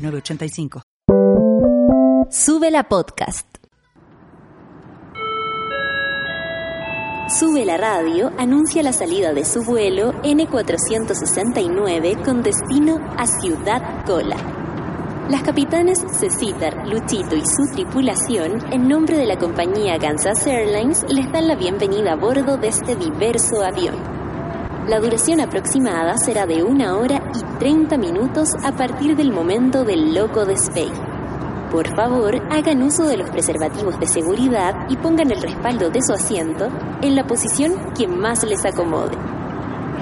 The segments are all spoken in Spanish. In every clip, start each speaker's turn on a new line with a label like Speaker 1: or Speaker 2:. Speaker 1: 985.
Speaker 2: Sube la podcast. Sube la radio anuncia la salida de su vuelo N469 con destino a Ciudad Cola. Las capitanes Cecitar, Luchito y su tripulación, en nombre de la compañía Kansas Airlines, les dan la bienvenida a bordo de este diverso avión. La duración aproximada será de una hora y 30 minutos a partir del momento del loco despegue. Por favor, hagan uso de los preservativos de seguridad y pongan el respaldo de su asiento en la posición que más les acomode.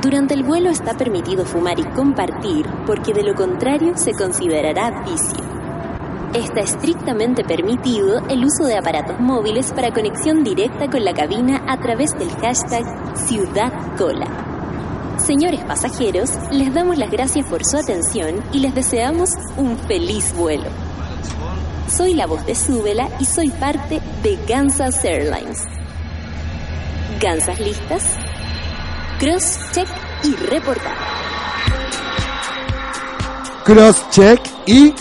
Speaker 2: Durante el vuelo está permitido fumar y compartir, porque de lo contrario se considerará vicio. Está estrictamente permitido el uso de aparatos móviles para conexión directa con la cabina a través del hashtag CiudadCola. Señores pasajeros, les damos las gracias por su atención y les deseamos un feliz vuelo. Soy la voz de Súbela y soy parte de Kansas Airlines. ¿Gansas listas? Cross, check y reportar.
Speaker 3: Cross, check y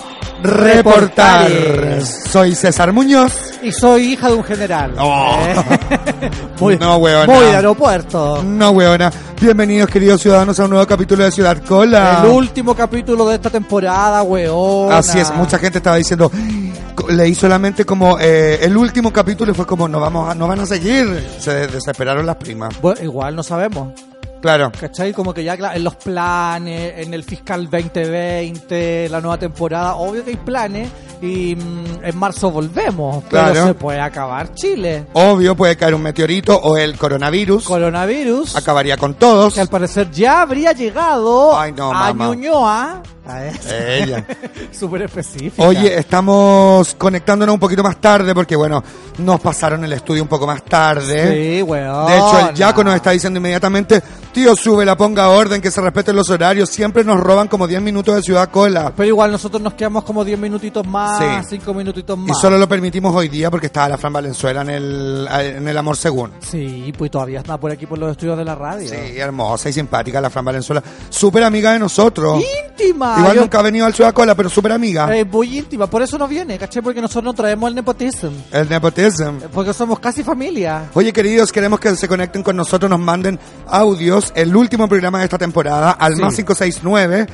Speaker 3: reportar. Soy César Muñoz.
Speaker 4: Y soy hija de un general.
Speaker 3: Oh.
Speaker 4: ¿eh? muy,
Speaker 3: No, huevona.
Speaker 4: muy de aeropuerto.
Speaker 3: No, weona. Bienvenidos, queridos ciudadanos, a un nuevo capítulo de Ciudad Cola.
Speaker 4: El último capítulo de esta temporada, weón.
Speaker 3: Así es, mucha gente estaba diciendo, co- leí solamente como eh, el último capítulo y fue como, no, vamos a- no van a seguir. Se des- desesperaron las primas.
Speaker 4: Bueno, igual no sabemos,
Speaker 3: Claro.
Speaker 4: ¿cachai? Como que ya cla- en los planes, en el fiscal 2020, la nueva temporada, obvio que hay planes y mm, en marzo volvemos,
Speaker 3: Claro.
Speaker 4: pero se puede acabar Chile.
Speaker 3: Obvio, puede caer un meteorito o el coronavirus.
Speaker 4: Coronavirus,
Speaker 3: acabaría con todos.
Speaker 4: que al parecer ya habría llegado
Speaker 3: Ay, no,
Speaker 4: a
Speaker 3: mamá.
Speaker 4: Ñuñoa. A ver,
Speaker 3: Ella.
Speaker 4: Súper específico.
Speaker 3: Oye, eh, estamos conectándonos un poquito más tarde porque, bueno, nos pasaron el estudio un poco más tarde.
Speaker 4: Sí, weón.
Speaker 3: De hecho, el Yaco nos está diciendo inmediatamente, tío, sube la ponga orden, que se respeten los horarios. Siempre nos roban como 10 minutos de Ciudad Cola.
Speaker 4: Pero igual nosotros nos quedamos como 10 minutitos más,
Speaker 3: Sí.
Speaker 4: 5 Ah, minutitos
Speaker 3: Y
Speaker 4: más.
Speaker 3: solo lo permitimos hoy día porque estaba la Fran Valenzuela en el, en el Amor Según.
Speaker 4: Sí, pues todavía está por aquí por los estudios de la radio.
Speaker 3: Sí, hermosa y simpática la Fran Valenzuela. Súper amiga de nosotros.
Speaker 4: ¡Íntima!
Speaker 3: Igual
Speaker 4: Yo-
Speaker 3: nunca ha venido al Ciudad Cola, pero súper amiga.
Speaker 4: Eh, muy íntima, por eso no viene, ¿cachai? Porque nosotros no traemos el nepotism.
Speaker 3: El nepotism.
Speaker 4: Eh, Porque somos casi familia.
Speaker 3: Oye, queridos, queremos que se conecten con nosotros, nos manden audios, el último programa de esta temporada, al
Speaker 4: Sí.
Speaker 3: más 569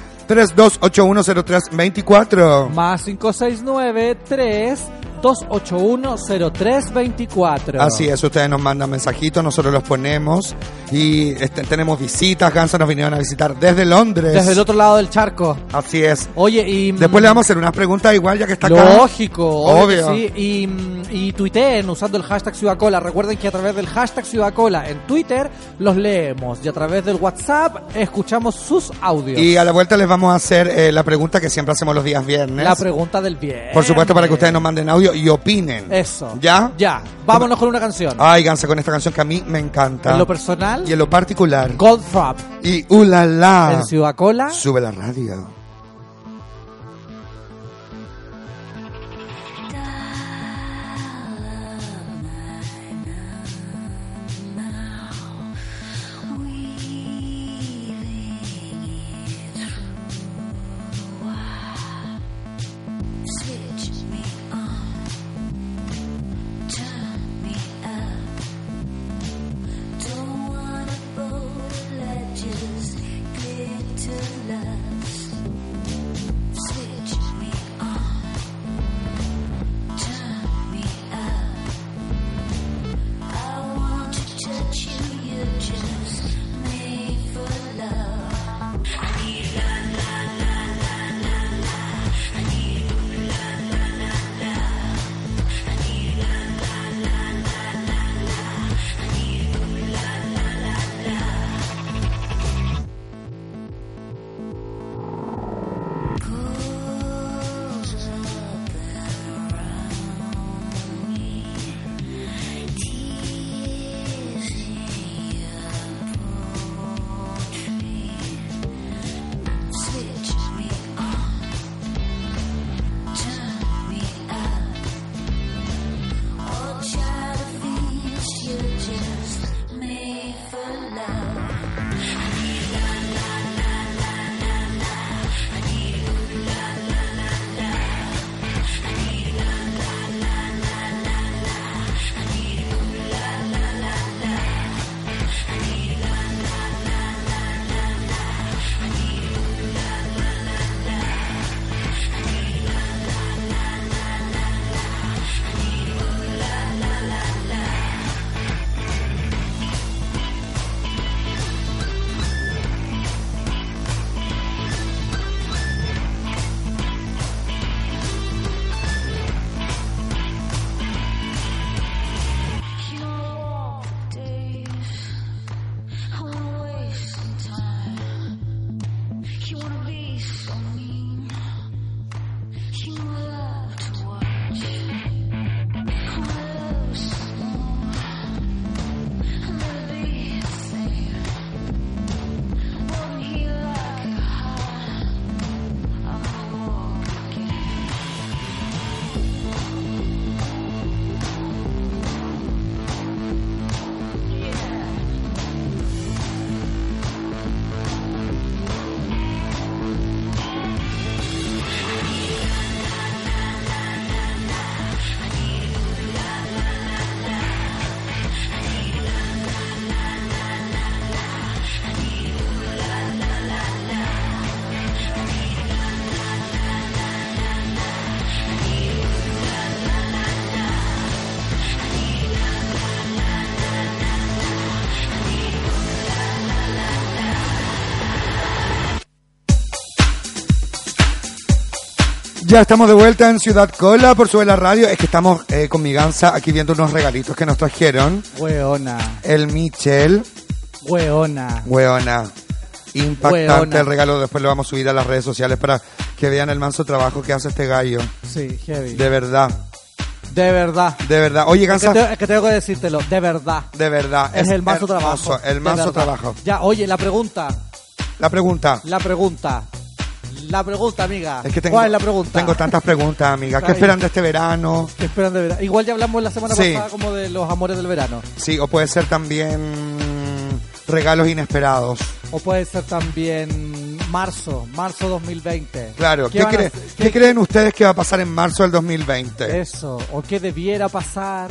Speaker 3: 32810324.
Speaker 4: Más 5693 281 0324.
Speaker 3: Así es, ustedes nos mandan mensajitos, nosotros los ponemos y este, tenemos visitas. Gansa nos vinieron a visitar desde Londres.
Speaker 4: Desde el otro lado del charco.
Speaker 3: Así es.
Speaker 4: Oye, y. mm,
Speaker 3: Después le vamos a hacer unas preguntas igual ya que está acá.
Speaker 4: Lógico, obvio.
Speaker 3: Obvio.
Speaker 4: que sí. Y, mm, y tuiteen usando el hashtag Ciudad Cola. Recuerden que a través del hashtag Ciudad Cola en Twitter los leemos y a través del WhatsApp escuchamos sus audios.
Speaker 3: Y a la vuelta les vamos a hacer eh, la pregunta que siempre hacemos los días viernes.
Speaker 4: la pregunta del bien.
Speaker 3: Por supuesto, para que ustedes nos manden audio y opinen.
Speaker 4: Eso.
Speaker 3: ¿Ya?
Speaker 4: Ya. Vámonos con una canción.
Speaker 3: Ay, Gansa, con esta canción que a mí me encanta.
Speaker 4: En lo personal,
Speaker 3: y en lo particular.
Speaker 4: Goldfrapp
Speaker 3: Y uh, ulala.
Speaker 4: en Ciudad Cola.
Speaker 3: Sube la radio.
Speaker 5: Don't wanna bow, let just clear to lust.
Speaker 3: Ya estamos de vuelta en Ciudad Cola por Sube la Radio. Es que estamos eh, con mi gansa aquí viendo unos regalitos que nos trajeron.
Speaker 4: Weona,
Speaker 3: El Michel,
Speaker 4: weona.
Speaker 3: weona. Impactante
Speaker 4: Weona.
Speaker 3: el regalo. Después lo vamos a subir a las redes sociales para que vean el manso trabajo que hace este gallo.
Speaker 4: Sí, heavy.
Speaker 3: De
Speaker 4: De,
Speaker 3: verdad,
Speaker 4: verdad.
Speaker 3: de verdad. Oye,
Speaker 4: Es que,
Speaker 3: gansa,
Speaker 4: tengo, es que tengo que decírtelo, de verdad.
Speaker 3: de verdad.
Speaker 4: Es, el manso
Speaker 3: hermoso,
Speaker 4: trabajo.
Speaker 3: El
Speaker 4: de
Speaker 3: manso
Speaker 4: verdad.
Speaker 3: trabajo.
Speaker 4: Ya, oye, la pregunta,
Speaker 3: La pregunta.
Speaker 4: la pregunta. La pregunta, amiga.
Speaker 3: Es que tengo,
Speaker 4: ¿Cuál es la pregunta?
Speaker 3: tengo tantas preguntas, amiga.
Speaker 4: Está
Speaker 3: ¿Qué
Speaker 4: bien.
Speaker 3: esperan de este verano?
Speaker 4: Que esperan de verano. Igual ya hablamos la semana
Speaker 3: Sí.
Speaker 4: pasada como de los amores del verano.
Speaker 3: Sí, o puede ser también regalos inesperados.
Speaker 4: O puede ser también marzo, marzo 2020.
Speaker 3: Claro, ¿qué,
Speaker 4: van a
Speaker 3: cree-
Speaker 4: hacer?
Speaker 3: qué creen ustedes que va a pasar en marzo del 2020?
Speaker 4: Eso, o qué debiera pasar,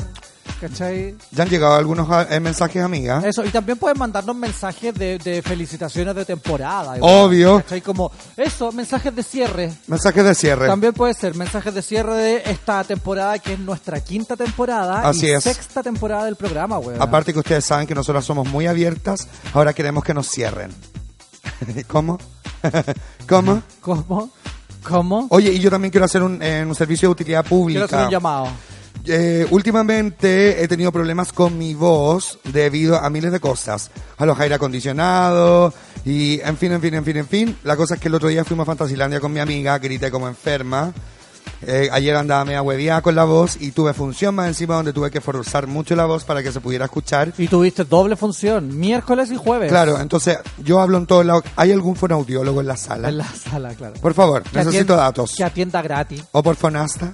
Speaker 4: ¿cachai?
Speaker 3: Ya han llegado algunos eh, mensajes, amiga.
Speaker 4: Eso, y también pueden mandarnos mensajes de, de felicitaciones de temporada. igual,
Speaker 3: Obvio.
Speaker 4: ¿Cachai? Como, eso, mensajes de cierre.
Speaker 3: Mensajes de cierre.
Speaker 4: También puede ser mensajes de cierre de esta temporada, que es nuestra quinta temporada.
Speaker 3: Así
Speaker 4: y
Speaker 3: es.
Speaker 4: sexta temporada del programa, weón.
Speaker 3: Aparte que ustedes saben que nosotras somos muy abiertas, ahora queremos que nos cierren. ¿Cómo? ¿Cómo?
Speaker 4: ¿Cómo? ¿Cómo?
Speaker 3: Oye, y yo también quiero hacer un, eh, un servicio de utilidad
Speaker 4: Quiero
Speaker 3: pública.
Speaker 4: hacer un llamado.
Speaker 3: Eh, últimamente he tenido problemas con mi voz debido a miles de cosas. A los aire acondicionado y en fin, en fin, en fin, en fin. La cosa es que el otro día fuimos a Fantasilandia con mi amiga, grité como enferma. Eh, ayer andaba media hueviada con la voz y tuve función más encima donde tuve que forzar mucho la voz para que se pudiera escuchar.
Speaker 4: Y tuviste doble función, miércoles y jueves.
Speaker 3: Claro, entonces yo hablo en todos lados. ¿Hay algún fonaudiólogo en la sala?
Speaker 4: En la sala, claro.
Speaker 3: Por favor,
Speaker 4: Que
Speaker 3: necesito
Speaker 4: atien-
Speaker 3: datos.
Speaker 4: Que atienda gratis.
Speaker 3: O por Fonasta.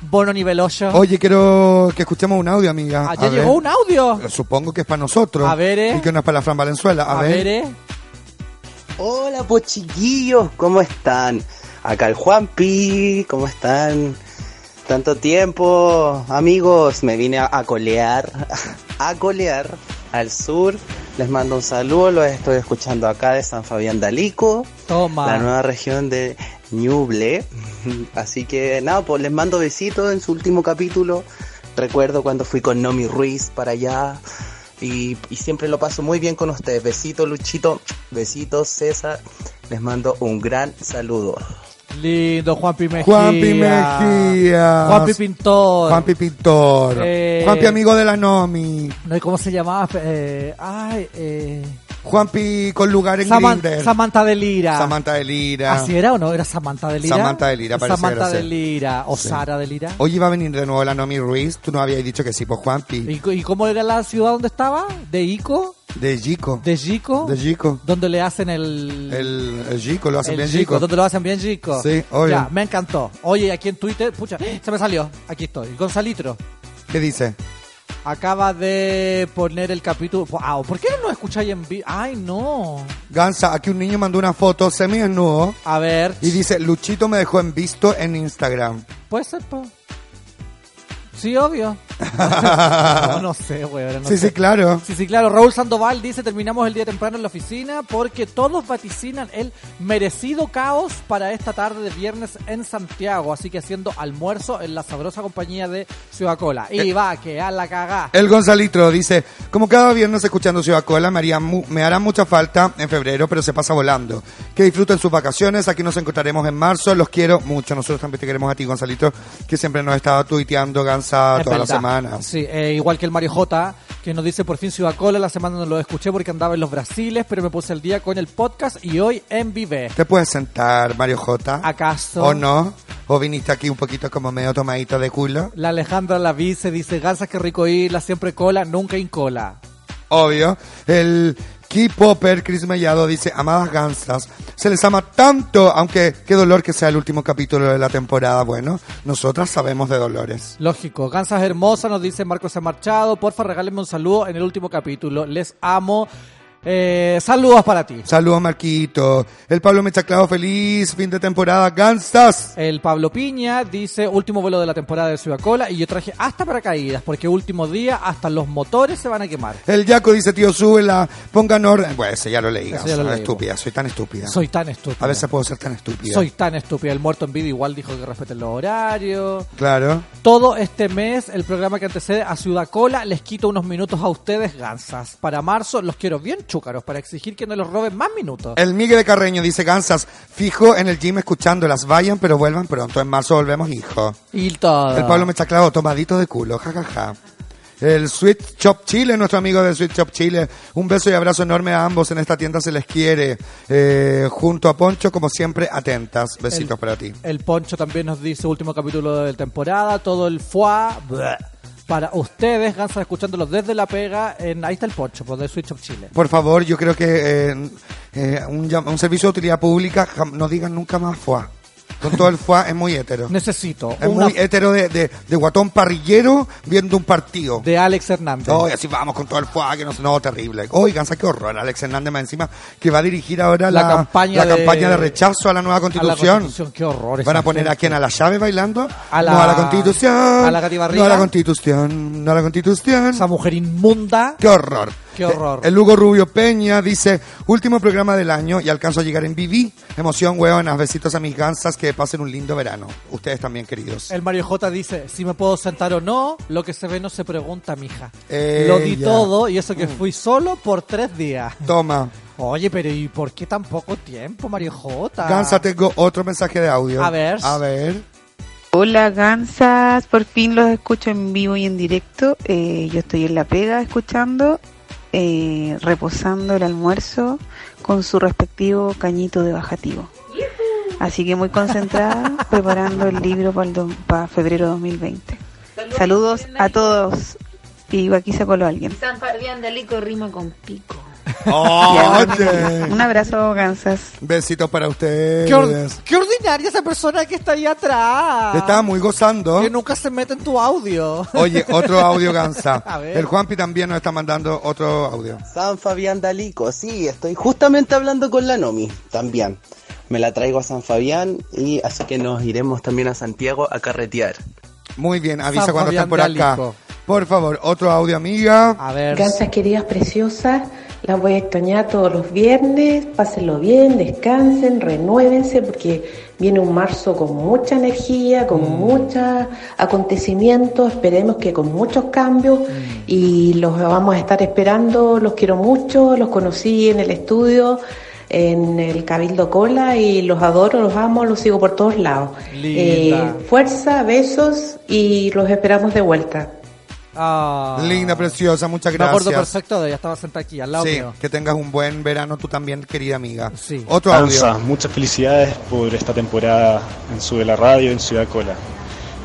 Speaker 4: Bono nivel 8.
Speaker 3: Oye, quiero que escuchemos un audio, amiga.
Speaker 4: Ayer
Speaker 3: A ver. Eh,
Speaker 4: llegó un audio.
Speaker 3: Supongo que es para nosotros.
Speaker 4: A ver, eh.
Speaker 3: Y que no es para la Fran Valenzuela. A,
Speaker 4: A
Speaker 3: ver.
Speaker 4: ver, eh.
Speaker 5: Hola, pues chiquillos, ¿cómo están? Acá el Juanpi, ¿cómo están? Tanto tiempo, amigos, me vine a, a colear, a colear al sur. Les mando un saludo, los estoy escuchando acá de San Fabián de Alico,
Speaker 4: Toma.
Speaker 5: la nueva región de Ñuble. Así que nada, pues les mando besitos en su último capítulo. Recuerdo cuando fui con Nomi Ruiz para allá. Y, y siempre lo paso muy bien con ustedes. Besito Luchito, besitos César. Les mando un gran saludo.
Speaker 4: Lindo, Juanpi Mejía.
Speaker 3: Juanpi Mejía.
Speaker 4: Juanpi Pintor.
Speaker 3: Ah, Juanpi Pintor.
Speaker 4: Eh.
Speaker 3: Juanpi amigo de la Nomi.
Speaker 4: No sé cómo se llamaba. Eh, ay, eh.
Speaker 3: Juanpi con lugar en
Speaker 4: Saman-
Speaker 3: Grindr.
Speaker 4: Samantha de Lira.
Speaker 3: Samantha de Lira.
Speaker 4: ¿Así era o no? ¿Era Samantha de Lira?
Speaker 3: Samantha de Lira, pareciera
Speaker 4: Samantha de
Speaker 3: ser.
Speaker 4: Lira. O
Speaker 3: Sí.
Speaker 4: Sara de Lira.
Speaker 3: Hoy iba a venir de nuevo la Nomi Ruiz. Tú no habías dicho que sí, pues Juanpi.
Speaker 4: ¿Y, cu- y cómo era la ciudad donde estaba? ¿De Ico?
Speaker 3: De Gico.
Speaker 4: ¿De Gico?
Speaker 3: De Gico.
Speaker 4: Donde le hacen el...
Speaker 3: El, el Gico, lo hacen
Speaker 4: el
Speaker 3: bien
Speaker 4: Gico,
Speaker 3: Gico.
Speaker 4: Donde lo hacen bien Gico.
Speaker 3: Sí, obvio.
Speaker 4: Ya, me encantó. Oye, aquí en Twitter... Pucha, se me salió. Aquí estoy. Gonzalitro.
Speaker 3: ¿Qué dice?
Speaker 4: Acaba de poner el capítulo... Ah, ¿por qué no lo escucháis en vivo? Ay, no.
Speaker 3: Gansa, aquí un niño mandó una foto semi desnudo
Speaker 4: A ver.
Speaker 3: y dice, Luchito me dejó en visto en Instagram.
Speaker 4: Puede ser, po. Sí, obvio. No, no sé, güey. ahora no
Speaker 3: Ah. sí,
Speaker 4: sé.
Speaker 3: sí, claro.
Speaker 4: Sí, sí, claro. Raúl Sandoval dice, terminamos el día temprano en la oficina porque todos vaticinan el merecido caos para esta tarde de viernes en Santiago. Así que haciendo almuerzo en la sabrosa compañía de Ciudad Cola.
Speaker 3: Eh,
Speaker 4: Y va, que a la cagá.
Speaker 3: El Gonzalitro dice, como cada viernes escuchando Ciudad Cola, me, haría mu- me hará mucha falta en febrero, pero se pasa volando. Que disfruten sus vacaciones, aquí nos encontraremos en marzo, los quiero mucho. Nosotros también te queremos a ti, Gonzalitro, que siempre nos está tuiteando gansa
Speaker 4: Es
Speaker 3: todas las
Speaker 4: verdad.
Speaker 3: semanas.
Speaker 4: Sí, eh, igual que el Mario J, que nos dice por fin Ciudad Cola, la semana no lo escuché porque andaba en los Brasiles, pero me puse el día con el podcast y hoy en Vive.
Speaker 3: ¿Te puedes sentar, Mario J?
Speaker 4: ¿Acaso?
Speaker 3: ¿O no? ¿O viniste aquí un poquito como medio tomadito de culo?
Speaker 4: La Alejandra Lavice dice, Gansas que rico irla, siempre cola, nunca incola.
Speaker 3: Obvio. El Key Popper, Chris Mellado, dice, amadas gansas, se les ama tanto, aunque qué dolor que sea el último capítulo de la temporada. Bueno, nosotras sabemos de dolores.
Speaker 4: Lógico. Gansas hermosa nos dice Marcos E. Marchado, porfa regálenme un saludo en el último capítulo. Les amo. Eh, saludos para ti.
Speaker 3: Saludos, Marquito. El Pablo Mechaclado, feliz fin de temporada, gansas.
Speaker 4: El Pablo Piña dice último vuelo de la temporada de Ciudad Cola y yo traje hasta paracaídas porque último día hasta los motores se van a quemar.
Speaker 3: El Yaco dice, tío, súbela, pongan orden. Bueno, ese ya lo leí,
Speaker 4: Ese
Speaker 3: gansa,
Speaker 4: ya lo leí,
Speaker 3: estúpida, soy tan estúpida.
Speaker 4: Soy tan estúpido.
Speaker 3: A veces puedo ser tan estúpida.
Speaker 4: Soy tan estúpido. El muerto en vida igual dijo que respeten los horarios.
Speaker 3: Claro.
Speaker 4: Todo este mes, el programa que antecede a Ciudad Cola, les quito unos minutos a ustedes, gansas. Para marzo, los quiero bien chúcaros para exigir que no los roben más minutos.
Speaker 3: El Miguel de Carreño dice, Gansas, fijo en el gym escuchándolas, vayan pero vuelvan pronto, en marzo volvemos, hijo.
Speaker 4: Y todo.
Speaker 3: El Pablo Mechaclado, tomadito de culo, jajaja. El Sweet Shop Chile, nuestro amigo del Sweet Shop Chile. Un beso y abrazo enorme a ambos. En esta tienda se les quiere. Eh, junto a Poncho, como siempre, atentas. Besitos
Speaker 4: El-
Speaker 3: para ti.
Speaker 4: El Poncho también nos dice último capítulo de temporada, todo el foie. bleh, Para ustedes, Gansas escuchándolos desde la pega, en, ahí está el Poncho, por de Switch of Chile.
Speaker 3: Por favor, yo creo que eh, eh, un, llam- un servicio de utilidad pública, jam- no digan nunca más FUA. Con todo el FUA es muy hetero.
Speaker 4: Necesito
Speaker 3: Es
Speaker 4: una
Speaker 3: muy hetero de, de, de guatón parrillero viendo un partido.
Speaker 4: de Alex Hernández.
Speaker 3: No, y así vamos con todo el fuego, que no, no, terrible. Oigan, ¿sabes qué horror? Alex Hernández más encima que va a dirigir ahora la,
Speaker 4: La campaña
Speaker 3: la
Speaker 4: de-
Speaker 3: campaña de rechazo a la nueva
Speaker 4: a la
Speaker 3: constitución.
Speaker 4: Constitución, qué horror.
Speaker 3: ¿Van
Speaker 4: esa
Speaker 3: a poner
Speaker 4: gente.
Speaker 3: a quién? ¿A la llave bailando?
Speaker 4: A la-
Speaker 3: no a la constitución.
Speaker 4: a la Katy Barriga.
Speaker 3: No a la constitución. No a la constitución.
Speaker 4: Esa mujer inmunda.
Speaker 3: Qué horror.
Speaker 4: Qué horror.
Speaker 3: Eh, El Hugo Rubio Peña dice, último programa del año y alcanzo a llegar en Viví. Emoción, hueonas. Besitos a mis gansas, que pasen un lindo verano. Ustedes también, queridos.
Speaker 4: El Mario J dice, si me puedo sentar o no, lo que se ve no se pregunta, mija.
Speaker 3: Eh,
Speaker 4: Lo di
Speaker 3: ya. Mm.
Speaker 4: todo y eso que fui solo por tres días.
Speaker 3: Toma.
Speaker 4: Oye, pero ¿y por qué tan poco tiempo, Mario J?
Speaker 3: Gansa, tengo otro mensaje de audio.
Speaker 4: A ver.
Speaker 3: A ver.
Speaker 6: Hola Gansas, por fin los escucho en vivo y en directo. Eh, yo estoy en La Pega escuchando, eh, reposando el almuerzo con su respectivo cañito de bajativo. Así que muy concentrada, preparando el libro para, el do- para febrero 2020. Saludos a todos. Y aquí se coló alguien.
Speaker 7: San Fabián de Lico rima con pico.
Speaker 6: Un
Speaker 3: Oye.
Speaker 6: abrazo, Gansas.
Speaker 3: Besitos para ustedes.
Speaker 4: Qué, or- qué ordinaria esa persona que está ahí atrás.
Speaker 3: Te estaba muy gozando.
Speaker 4: Que nunca se mete en tu audio.
Speaker 3: Oye, otro audio, Gansa.
Speaker 4: A ver.
Speaker 3: El Juanpi también nos está mandando otro audio.
Speaker 5: San Fabián Dalico, sí, estoy justamente hablando con la Nomi también. Me la traigo a San Fabián y así que nos iremos también a Santiago a carretear.
Speaker 3: Muy bien, avisa
Speaker 4: San
Speaker 3: cuando
Speaker 4: Fabián
Speaker 3: estás por
Speaker 4: de
Speaker 3: acá.
Speaker 4: Alico.
Speaker 3: Por favor, otro audio, amiga.
Speaker 4: A ver.
Speaker 8: Gansas queridas preciosas, las voy a extrañar todos los viernes, pásenlo bien, descansen, renuévense, porque viene un marzo con mucha energía, con
Speaker 4: Mm.
Speaker 8: muchos acontecimientos, esperemos que con muchos
Speaker 4: Mm.
Speaker 8: cambios y los vamos a estar esperando, los quiero mucho, los conocí en el estudio en el Cabildo Cola y los adoro, los amo, los sigo por todos lados.
Speaker 4: Linda.
Speaker 8: Eh,
Speaker 3: Eh,
Speaker 8: fuerza, besos y los esperamos de vuelta.
Speaker 4: Ah.
Speaker 3: Linda, preciosa, muchas
Speaker 4: Me acuerdo
Speaker 3: gracias.
Speaker 4: perfecto de ella, estaba sentada aquí, al lado
Speaker 3: Sí,
Speaker 4: mío.
Speaker 3: que tengas un buen verano tú también, querida amiga.
Speaker 4: Sí.
Speaker 3: Otro
Speaker 9: Ansa,
Speaker 3: audio.
Speaker 9: muchas felicidades por esta temporada en Sube la Radio en Ciudad Cola.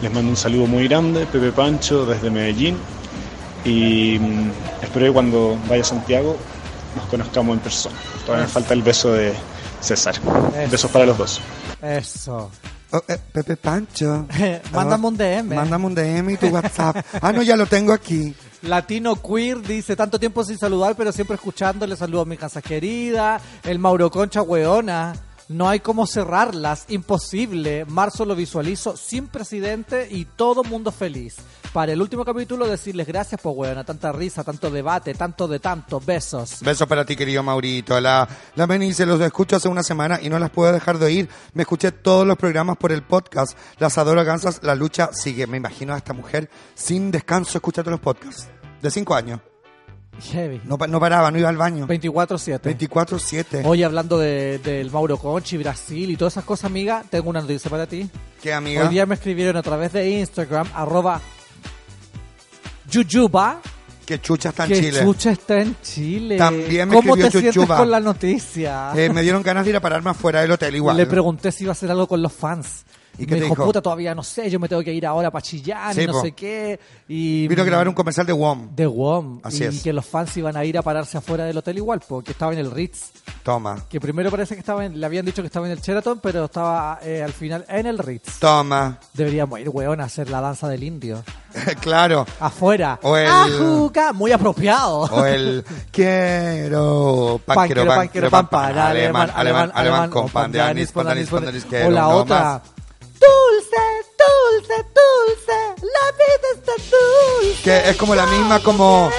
Speaker 9: Les mando un saludo muy grande, Pepe Pancho, desde Medellín. Y mm, espero que cuando vaya a Santiago nos conozcamos en persona. Todavía nos falta el beso de César. Besos para los dos.
Speaker 4: Eso.
Speaker 3: Oh, eh, Pepe Pancho.
Speaker 4: Mándame un DM.
Speaker 3: Mándame un DM y tu WhatsApp. Ah, no, ya lo tengo aquí.
Speaker 4: Latino Queer dice, tanto tiempo sin saludar, pero siempre escuchando, le saludo a mi casa querida. El Mauro Concha, weona. No hay cómo cerrarlas, imposible. Marzo lo visualizo sin presidente y todo mundo feliz. Para el último capítulo decirles gracias por weona, tanta risa, tanto debate, tanto de tanto, besos.
Speaker 3: Besos para ti, querido Maurito. La, la Meni dice, los escucho hace una semana y no las puedo dejar de oír. Me escuché todos los programas por el podcast. Las adoro, Gansas. La lucha sigue. Me imagino a esta mujer sin descanso escuchando los podcasts. De cinco años.
Speaker 4: Heavy.
Speaker 3: No, pa- no paraba, no iba al baño.
Speaker 4: 24-7.
Speaker 3: 24-7.
Speaker 4: Hoy hablando de- del Mauro Conchi, Brasil y todas esas cosas, amiga, tengo una noticia para ti.
Speaker 3: ¿Qué
Speaker 4: Hoy
Speaker 3: amiga?
Speaker 4: día me escribieron a través de Instagram, arroba Yujuba,
Speaker 3: Que chucha está en
Speaker 4: que
Speaker 3: Chile.
Speaker 4: Chucha está en Chile.
Speaker 3: También me
Speaker 4: ¿Cómo te
Speaker 3: escribió Yujuba.
Speaker 4: sientes con la noticia?
Speaker 3: Eh, me dieron ganas de ir a pararme afuera del hotel igual.
Speaker 4: Le pregunté si iba a hacer algo con los fans.
Speaker 3: ¿Y
Speaker 4: ¿Y
Speaker 3: qué
Speaker 4: me
Speaker 3: te
Speaker 4: dijo,
Speaker 3: dijo?
Speaker 4: puta, todavía no sé, yo me tengo que ir ahora para Chillán
Speaker 3: Sí,
Speaker 4: y no
Speaker 3: po.
Speaker 4: sé qué. Y
Speaker 3: Vino a grabar un comercial de WOM.
Speaker 4: de WOM.
Speaker 3: Así
Speaker 4: y
Speaker 3: es.
Speaker 4: que los fans iban a ir a pararse afuera del hotel igual, porque estaba en el Ritz.
Speaker 3: Toma.
Speaker 4: Que primero parece que estaba en, le habían dicho que estaba en el Sheraton, pero estaba eh, al final en el Ritz.
Speaker 3: Toma.
Speaker 4: Deberíamos ir, weón, a hacer la danza del indio.
Speaker 3: claro.
Speaker 4: Afuera.
Speaker 3: O el-
Speaker 4: Ajuca, muy apropiado.
Speaker 3: O el quiero
Speaker 4: Panquero,
Speaker 3: panquero, panquero, pan, pan, alemán, alemán, alemán,
Speaker 4: o
Speaker 3: con pan de anís, pan de anís, pan de anís, quiero
Speaker 4: O la
Speaker 3: uno
Speaker 4: otra.
Speaker 3: más.
Speaker 4: Dulce, dulce, dulce, la vida está dulce.
Speaker 3: Que es como la misma como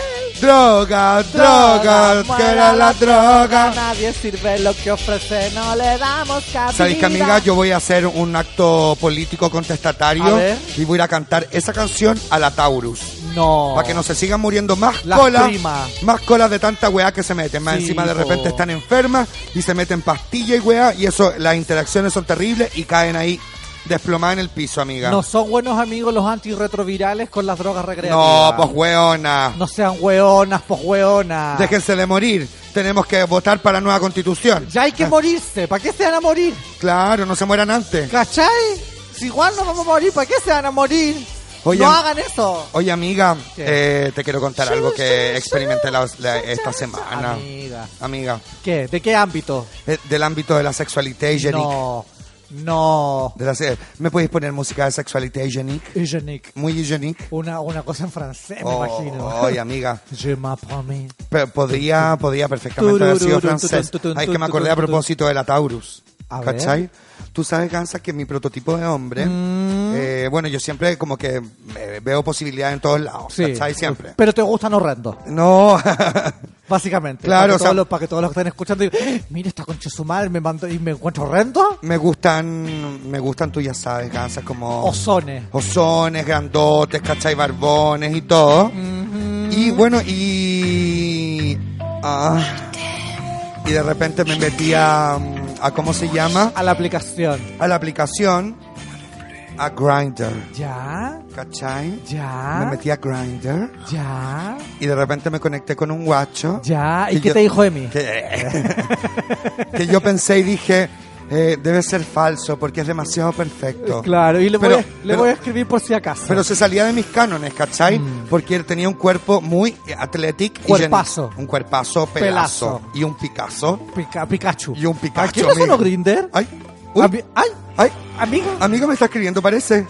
Speaker 3: Droga, droga, que era la droga.
Speaker 4: Nadie sirve lo que ofrece, no le damos cabida.
Speaker 3: Sabéis que amiga, yo voy a hacer un acto político
Speaker 4: A
Speaker 3: contestatario
Speaker 4: ver.
Speaker 3: y voy a ir a cantar esa canción a la Taurus.
Speaker 4: No.
Speaker 3: Para que no se sigan muriendo más
Speaker 4: Las
Speaker 3: colas.
Speaker 4: primas.
Speaker 3: Más colas de tanta weá que se meten. Más
Speaker 4: Sí,
Speaker 3: encima de
Speaker 4: po.
Speaker 3: repente están enfermas y se meten pastillas y weá. Y eso, las interacciones son terribles y caen ahí desplomadas en el piso, amiga.
Speaker 4: No son buenos amigos los antirretrovirales con las drogas recreativas.
Speaker 3: No, pues weona.
Speaker 4: No sean hueonas, pues hueonas.
Speaker 3: Déjense de morir. Tenemos que votar para nueva constitución.
Speaker 4: Ya hay que morirse. ¿Para qué se van a morir?
Speaker 3: Eh. Claro, no se mueran antes.
Speaker 4: ¿Cachai? Si igual nos vamos a morir, ¿para qué se van a morir?
Speaker 3: Oye,
Speaker 4: no
Speaker 3: am-
Speaker 4: hagan eso.
Speaker 3: Oye, amiga,
Speaker 4: ¿Qué?
Speaker 3: eh, te quiero contar
Speaker 4: Sí,
Speaker 3: algo que
Speaker 4: sí,
Speaker 3: experimenté
Speaker 4: sí,
Speaker 3: la- la-
Speaker 4: sí,
Speaker 3: esta
Speaker 4: sí,
Speaker 3: semana.
Speaker 4: Amiga.
Speaker 3: Amiga,
Speaker 4: ¿Qué? ¿De qué ámbito?
Speaker 3: eh, del ámbito de la sexualidad, Yannick.
Speaker 4: No. No.
Speaker 3: De la se- ¿Me podéis poner música de sexualidad, Yannick?
Speaker 4: Eugenic.
Speaker 3: Muy Yannick.
Speaker 4: Una, una cosa en francés, me
Speaker 3: Oh,
Speaker 4: imagino.
Speaker 3: Oye, amiga.
Speaker 4: Je m'appromets.
Speaker 3: Pero podría, podría perfectamente haber sido
Speaker 4: Tururun,
Speaker 3: francés.
Speaker 4: tutun, tutun,
Speaker 3: Ay, que me
Speaker 4: tutun,
Speaker 3: acordé a
Speaker 4: tutun.
Speaker 3: propósito de la Taurus.
Speaker 4: A ver.
Speaker 3: ¿Cachai? Tú sabes, Gansa, que mi prototipo de hombre,
Speaker 4: Mm.
Speaker 3: eh, bueno, yo siempre como que eh, veo posibilidades en todos lados,
Speaker 4: Sí.
Speaker 3: ¿cachai? Siempre.
Speaker 4: Pero te gustan horrendo.
Speaker 3: No,
Speaker 4: Básicamente.
Speaker 3: Claro,
Speaker 4: para
Speaker 3: o
Speaker 4: que,
Speaker 3: sea-
Speaker 4: todos los, para que todos los que están escuchando digan, "Eh, mira esta concha de su madre me mandó y me encuentro horrendo.
Speaker 3: me gustan, me gustan tú ya sabes, Gansa, como...
Speaker 4: Ozone.
Speaker 3: ozones, grandotes, ¿cachai? Barbones y todo. Y bueno, y. ah, y de repente me metí a. a ¿Cómo se llama?
Speaker 4: A la aplicación.
Speaker 3: A la aplicación. A Grinder,
Speaker 4: Ya,
Speaker 3: ¿cachai?
Speaker 4: ya.
Speaker 3: Me metí a Grinder
Speaker 4: Ya,
Speaker 3: y de repente me conecté con un guacho.
Speaker 4: ya. Ah, ¿Y
Speaker 3: que
Speaker 4: qué
Speaker 3: yo-
Speaker 4: te dijo de mí?
Speaker 3: Que, que yo pensé y dije. eh, debe ser falso porque es demasiado perfecto.
Speaker 4: Claro, y le,
Speaker 3: Pero-
Speaker 4: voy, a, le
Speaker 3: pero-
Speaker 4: voy a escribir por si acaso.
Speaker 3: Pero se salía de mis cánones, ¿cachai?
Speaker 4: Mm.
Speaker 3: Porque él tenía un cuerpo muy atlético.
Speaker 4: Cuerpazo.
Speaker 3: un cuerpazo, pelazo,
Speaker 4: Pelazo.
Speaker 3: Y un Picasso.
Speaker 4: Pica- Pikachu.
Speaker 3: Y un Pikachu.
Speaker 4: ¿A quién le sonó
Speaker 3: amigo.
Speaker 4: Grinder?
Speaker 3: Ay, uy,
Speaker 4: Ami- ay,
Speaker 3: ay,
Speaker 4: amiga.
Speaker 3: amigo me está escribiendo, parece.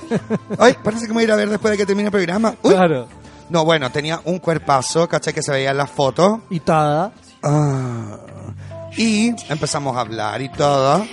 Speaker 3: Ay, parece que me voy a ir a ver después de que termine el programa. Uy.
Speaker 4: Claro.
Speaker 3: No, bueno, tenía un cuerpazo, ¿cachai? Que se veía en las fotos.
Speaker 4: Y tada.
Speaker 3: Ah. Y empezamos a hablar y todo.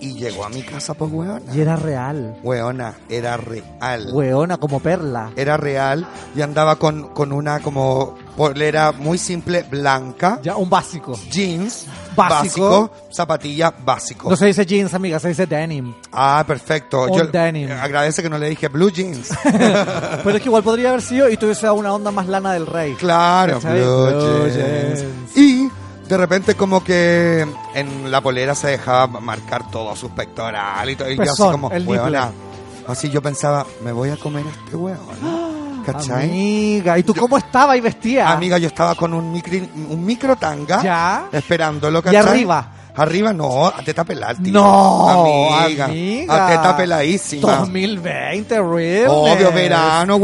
Speaker 3: Y llegó a mi casa, pues, weona.
Speaker 4: Y era real.
Speaker 3: Weona, era real.
Speaker 4: Weona como perla.
Speaker 3: era real y andaba con, con una como polera muy simple, blanca,
Speaker 4: Ya, un básico.
Speaker 3: jeans,
Speaker 4: Básico.
Speaker 3: básico, zapatilla básico.
Speaker 4: No se dice jeans, amiga, se dice denim.
Speaker 3: Ah, perfecto.
Speaker 4: Un denim.
Speaker 3: agradece que no le dije blue jeans.
Speaker 4: Pero es que igual podría haber sido y tuviese dado una onda más lana del rey.
Speaker 3: claro,
Speaker 4: ¿Cachai?
Speaker 3: blue,
Speaker 4: Blue
Speaker 3: jeans.
Speaker 4: jeans.
Speaker 3: Y de repente como que en la polera se dejaba marcar todo sus pectoral y todo. Y yo así
Speaker 4: Pezón,
Speaker 3: como,
Speaker 4: el
Speaker 3: "Weona".
Speaker 4: nipple.
Speaker 3: Así yo pensaba, me voy a comer a este hueón. ¿Cachai?
Speaker 4: Amiga, ¿y tú cómo estaba y vestía?
Speaker 3: Amiga, yo estaba con un micro, un micro tanga.
Speaker 4: Ya.
Speaker 3: Esperándolo,
Speaker 4: ¿Y
Speaker 3: ¿cachai?
Speaker 4: arriba?
Speaker 3: Arriba no, a teta pelada, tío.
Speaker 4: No,
Speaker 3: amiga.
Speaker 4: amiga.
Speaker 3: A teta peladísima.
Speaker 4: 2020, real.
Speaker 3: Obvio, verano,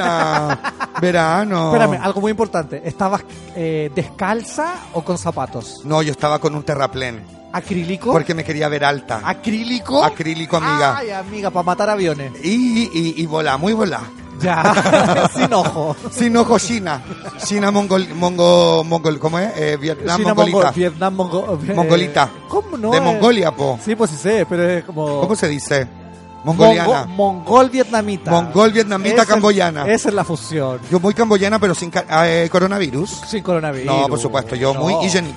Speaker 3: weona. verano.
Speaker 4: Espérame, algo muy importante. ¿Estabas eh, descalza o con zapatos?
Speaker 3: No, yo estaba con un terraplén.
Speaker 4: ¿Acrílico?
Speaker 3: Porque me quería ver alta.
Speaker 4: ¿Acrílico?
Speaker 3: Acrílico, amiga.
Speaker 4: Ay, amiga, para matar aviones.
Speaker 3: Y, y, y volá, muy volá.
Speaker 4: Ya, sin ojo.
Speaker 3: Sin ojo, China. China, mongol, mongo, mongol, ¿cómo es? Eh, Vietnam,
Speaker 4: China,
Speaker 3: mongolita.
Speaker 4: Mongol- Vietnam, Mongo- eh,
Speaker 3: Mongolita.
Speaker 4: ¿Cómo no?
Speaker 3: De
Speaker 4: Eh,
Speaker 3: Mongolia, po.
Speaker 4: Sí, pues sí sé, pero es como...
Speaker 3: ¿Cómo se dice?
Speaker 4: Mongo-
Speaker 3: Mongoliana.
Speaker 4: mongol vietnamita.
Speaker 3: Mongol vietnamita
Speaker 4: Esa es-
Speaker 3: camboyana.
Speaker 4: Esa es la fusión.
Speaker 3: Yo muy camboyana, pero sin ca- ah, eh, coronavirus.
Speaker 4: Sin coronavirus.
Speaker 3: No, por supuesto, yo
Speaker 4: No.
Speaker 3: muy hygienic.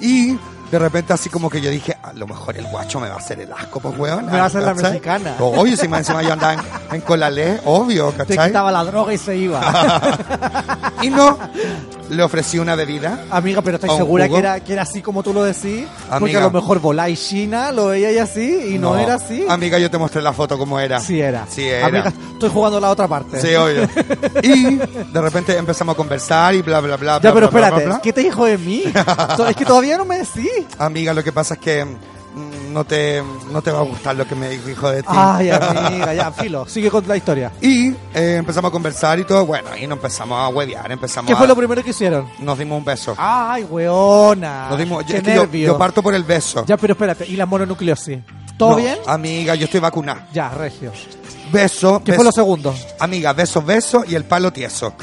Speaker 3: Y de repente así como que yo dije, a lo mejor el guacho me va a hacer el asco, pues weón.
Speaker 4: Me va a hacer la mexicana.
Speaker 3: Obvio, si más encima yo andaba en, en colalé, obvio,
Speaker 4: Te
Speaker 3: ¿cachai?
Speaker 4: quitaba la droga y se iba.
Speaker 3: Y no, le ofrecí una bebida.
Speaker 4: Amiga, Ah, pero estoy
Speaker 3: ¿A un
Speaker 4: segura
Speaker 3: jugo?
Speaker 4: que era, que era así como tú lo decís. Porque
Speaker 3: Amiga.
Speaker 4: a lo mejor voláis China, lo veíais así y no, era así.
Speaker 3: Amiga, yo te mostré la foto como era.
Speaker 4: Sí era.
Speaker 3: Sí era.
Speaker 4: Amiga, estoy jugando la otra parte.
Speaker 3: Sí, obvio. Y de repente empezamos a conversar y bla, bla, bla.
Speaker 4: Ya,
Speaker 3: bla,
Speaker 4: pero
Speaker 3: bla, bla,
Speaker 4: espérate,
Speaker 3: bla, bla.
Speaker 4: ¿qué te dijo de mí? So- es que todavía no me decís.
Speaker 3: Amiga, lo que pasa es que mm, no te, no te va a gustar lo que me dijo de ti.
Speaker 4: Ay, amiga, ya, filo, sigue con la historia.
Speaker 3: Y eh, empezamos a conversar y todo. Bueno, y nos empezamos a huevear, empezamos
Speaker 4: ¿Qué
Speaker 3: a-
Speaker 4: fue lo primero que hicieron?
Speaker 3: Nos dimos un beso.
Speaker 4: Ay, weona.
Speaker 3: nos dimos, yo,
Speaker 4: Qué
Speaker 3: es que yo-
Speaker 4: nervio.
Speaker 3: yo parto por el beso.
Speaker 4: Ya, pero espérate, ¿y la mononucleosis? ¿Todo
Speaker 3: No,
Speaker 4: bien?
Speaker 3: Amiga, yo estoy vacunada.
Speaker 4: Ya, Regio.
Speaker 3: Beso.
Speaker 4: ¿Qué
Speaker 3: beso.
Speaker 4: fue lo segundo?
Speaker 3: Amiga, beso, beso y el palo tieso.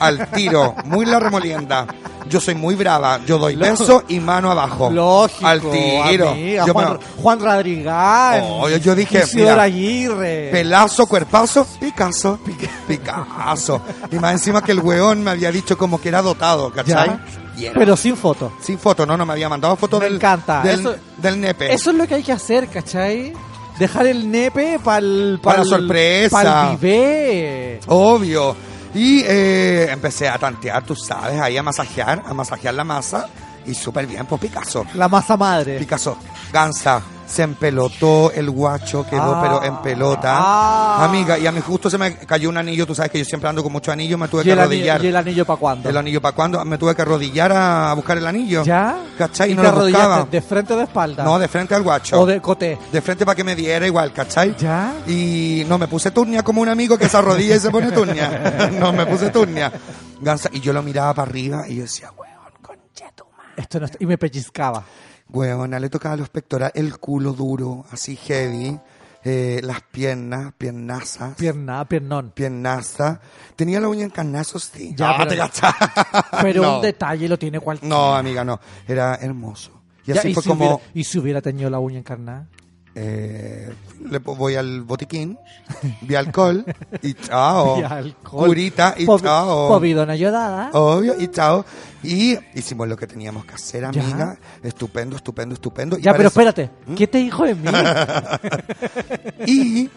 Speaker 3: Al tiro, muy la remolienda. Yo soy muy brava. Yo doy beso y mano abajo.
Speaker 4: Lógico.
Speaker 3: Al tiro.
Speaker 4: amiga,
Speaker 3: yo,
Speaker 4: Juan,
Speaker 3: me-
Speaker 4: Juan Rodrigán.
Speaker 3: Oh, yo- yo dije,
Speaker 4: Isidoro
Speaker 3: mira,
Speaker 4: Aguirre.
Speaker 3: pelazo, cuerpazo, Picasso. Picasso. Y más encima que el weón me había dicho como que era dotado, ¿cachai?
Speaker 4: Ya.
Speaker 3: Y era-
Speaker 4: Pero sin foto.
Speaker 3: sin foto, no, no me había mandado fotos
Speaker 4: Me
Speaker 3: del,
Speaker 4: encanta,
Speaker 3: del,
Speaker 4: eso-
Speaker 3: del nepe.
Speaker 4: Eso es lo que hay que hacer, ¿cachai? Dejar el nepe pa'l,
Speaker 3: Pa' la
Speaker 4: pa'l-
Speaker 3: sorpresa.
Speaker 4: Pa'l vivé.
Speaker 3: Obvio. Y eh, empecé a tantear, tú sabes, ahí a masajear, a masajear la masa. Y súper bien, pues Picasso.
Speaker 4: La masa madre.
Speaker 3: Picasso, Gansa, se empelotó el guacho, quedó
Speaker 4: Ah.
Speaker 3: pero en pelota.
Speaker 4: Ah.
Speaker 3: Amiga, y a mí justo se me cayó un anillo, tú sabes que yo siempre ando con muchos anillos, me tuve
Speaker 4: ¿Y
Speaker 3: que
Speaker 4: el, anillo,
Speaker 3: arrodillar.
Speaker 4: ¿Y el anillo para cuándo?
Speaker 3: ¿El anillo para cuándo? Me tuve que arrodillar a, a buscar el anillo.
Speaker 4: ¿Ya?
Speaker 3: ¿Cachai? Y no
Speaker 4: te
Speaker 3: lo buscaba.
Speaker 4: arrodillaste de frente o de espalda?
Speaker 3: No, de frente al guacho.
Speaker 4: ¿O de coté?
Speaker 3: De frente para que me diera igual, ¿cachai?
Speaker 4: ¿Ya?
Speaker 3: Y no, me puse turnia como un amigo que se arrodilla y se pone turnia. no, me puse turnia. Gansa, y yo lo miraba para arriba y yo decía, weón, concha tu madre".
Speaker 4: Esto no está- Y me pellizcaba.
Speaker 3: Weona, le tocaba los pectorales, el culo duro, así heavy, eh, las piernas, piernazas.
Speaker 4: Pierna, piernón.
Speaker 3: piernaza. Tenía la uña en carnazos, sí.
Speaker 4: Ya,
Speaker 3: Ah,
Speaker 4: pero-
Speaker 3: te cachas.
Speaker 4: Pero
Speaker 3: No.
Speaker 4: un detalle lo tiene cualquiera.
Speaker 3: No, amiga, no. Era hermoso. Y así
Speaker 4: Ya,
Speaker 3: fue
Speaker 4: si
Speaker 3: como...
Speaker 4: hubiera- ¿Y si hubiera tenido la uña encarnada?
Speaker 3: Eh, le po- voy al botiquín, vi alcohol y chao.
Speaker 4: Y alcohol.
Speaker 3: Curita y
Speaker 4: Povi-
Speaker 3: chao.
Speaker 4: Povidona yodada.
Speaker 3: Obvio, y chao. Y hicimos lo que teníamos que hacer,
Speaker 4: Ya.
Speaker 3: amiga. Estupendo, estupendo, estupendo. Y
Speaker 4: Ya, pero
Speaker 3: parece-
Speaker 4: espérate.
Speaker 3: ¿Mm?
Speaker 4: ¿Qué te dijo de mí?
Speaker 3: Y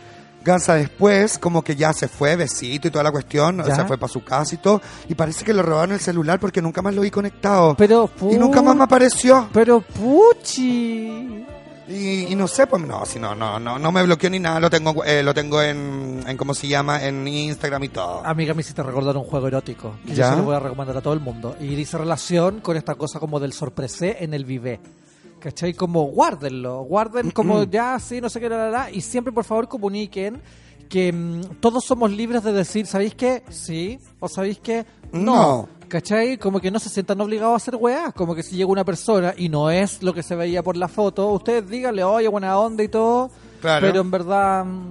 Speaker 3: Gansa después, como que ya se fue, besito y toda la cuestión.
Speaker 4: Ya.
Speaker 3: O sea, fue para su casa y todo. Y parece que le robaron el celular porque nunca más lo vi conectado.
Speaker 4: Pero,
Speaker 3: y nunca más me
Speaker 4: pu-
Speaker 3: apareció.
Speaker 4: Pero, puchi.
Speaker 3: Y, y no sé, pues no, si no, no, no, no me bloqueó ni nada, lo tengo, eh, lo tengo en, en, ¿cómo se llama? En Instagram y todo.
Speaker 4: Amiga, me hiciste recordar un juego erótico. Que
Speaker 3: ¿Ya?
Speaker 4: yo se lo voy a recomendar a todo el mundo. Y dice relación con esta cosa como del sorpresé en el vivé. ¿Cachai? Como guárdenlo, guarden como ya, sí, no sé qué, la, la, la. Y siempre, por favor, comuniquen que mm, todos somos libres de decir, ¿sabéis qué? Sí, o ¿sabéis qué?
Speaker 3: No.
Speaker 4: No. ¿Cachai? Como que no se sientan obligados a hacer weá. Como que si llega una persona y no es lo que se veía por la foto, ustedes díganle, oye, buena onda y todo.
Speaker 3: Claro.
Speaker 4: Pero en verdad, mm,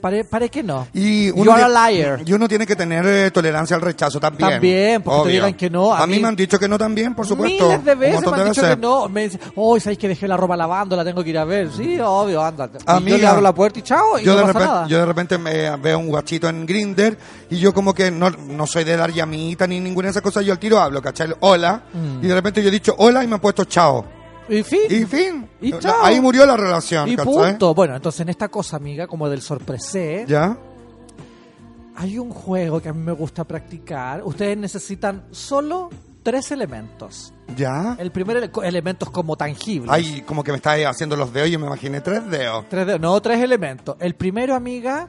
Speaker 4: pare, pare que no.
Speaker 3: Y
Speaker 4: You
Speaker 3: uno,
Speaker 4: are a
Speaker 3: tie-
Speaker 4: liar.
Speaker 3: y uno tiene que tener eh, tolerancia al rechazo también.
Speaker 4: También, porque te digan que no,
Speaker 3: A,
Speaker 4: a
Speaker 3: mí,
Speaker 4: mí-
Speaker 3: me han dicho que no también, por supuesto.
Speaker 4: Miles de
Speaker 3: Un
Speaker 4: veces
Speaker 3: montón
Speaker 4: me han
Speaker 3: de
Speaker 4: dicho
Speaker 3: veces.
Speaker 4: que no. Me dicen, hoy sabéis que dejé la ropa lavando, la tengo que ir a ver. Sí, obvio, ándate. Y
Speaker 3: Amiga,
Speaker 4: yo le abro la puerta y chao, y
Speaker 3: Yo,
Speaker 4: no
Speaker 3: de
Speaker 4: pasa
Speaker 3: repente,
Speaker 4: nada.
Speaker 3: yo de repente me eh, veo un guachito en Grinder y yo como que no, no soy de dar llamita ni ninguna de esas cosas, yo al tiro hablo, ¿cachai? Hola.
Speaker 4: Mm.
Speaker 3: Y de repente yo he dicho hola y me han puesto chao.
Speaker 4: Y fin.
Speaker 3: Y fin.
Speaker 4: Y chao.
Speaker 3: Ahí murió la relación,
Speaker 4: Y
Speaker 3: ¿cachai?
Speaker 4: punto. Bueno, entonces en esta cosa, amiga, como del sorpresé,
Speaker 3: ¿Ya?
Speaker 4: hay un juego que a mí me gusta practicar. Ustedes necesitan solo tres elementos.
Speaker 3: ¿Ya?
Speaker 4: El primer ele- elemento es como tangible.
Speaker 3: Ay, como que me está haciendo los dedos y yo me imaginé tres dedos.
Speaker 4: Tres de- no, tres elementos. El primero, amiga,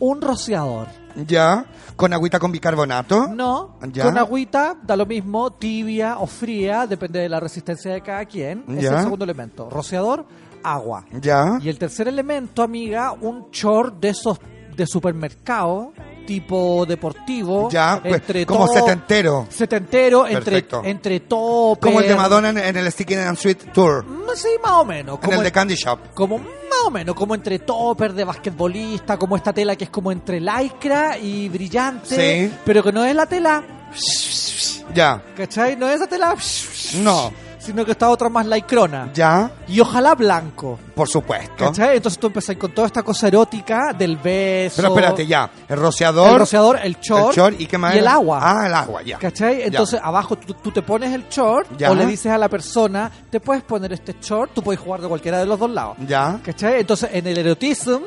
Speaker 4: un rociador.
Speaker 3: ¿Ya? ¿Con agüita con bicarbonato?
Speaker 4: No,
Speaker 3: Ya.
Speaker 4: con agüita da lo mismo, tibia o fría, depende de la resistencia de cada quien. Ese Es
Speaker 3: Ya.
Speaker 4: el segundo elemento. Rociador, agua.
Speaker 3: ¿Ya?
Speaker 4: Y el tercer elemento, amiga, un short de esos de supermercado, tipo deportivo.
Speaker 3: Ya, pues,
Speaker 4: entre
Speaker 3: como
Speaker 4: top-
Speaker 3: setentero.
Speaker 4: Setentero, entre,
Speaker 3: Perfecto.
Speaker 4: entre tope.
Speaker 3: Como el de Madonna en, en el Sticking and Sweet Tour.
Speaker 4: Mm, Sí, más o menos.
Speaker 3: En
Speaker 4: como
Speaker 3: el de
Speaker 4: en-
Speaker 3: Candy Shop.
Speaker 4: como más o menos, como entre topper de basquetbolista, como esta tela que es como entre lycra y brillante,
Speaker 3: Sí.
Speaker 4: pero que no es la tela,
Speaker 3: Ya.
Speaker 4: ¿cachai? No es esa tela,
Speaker 3: No.
Speaker 4: sino que está otra más lycrona.
Speaker 3: Ya.
Speaker 4: Y ojalá blanco,
Speaker 3: Por supuesto.
Speaker 4: ¿cachai? Entonces tú empezás con toda esta cosa erótica del beso.
Speaker 3: Pero espérate, ya. El rociador.
Speaker 4: El rociador, el short,
Speaker 3: el short, ¿y qué más
Speaker 4: y el
Speaker 3: era?
Speaker 4: agua.
Speaker 3: Ah, el agua, ya.
Speaker 4: ¿Cachai?
Speaker 3: Ya.
Speaker 4: Entonces abajo tú, tú te pones el short
Speaker 3: Ya.
Speaker 4: o le dices a la persona, te puedes poner este short, tú puedes jugar de cualquiera de los dos lados.
Speaker 3: Ya.
Speaker 4: ¿Cachai? Entonces, en el erotism,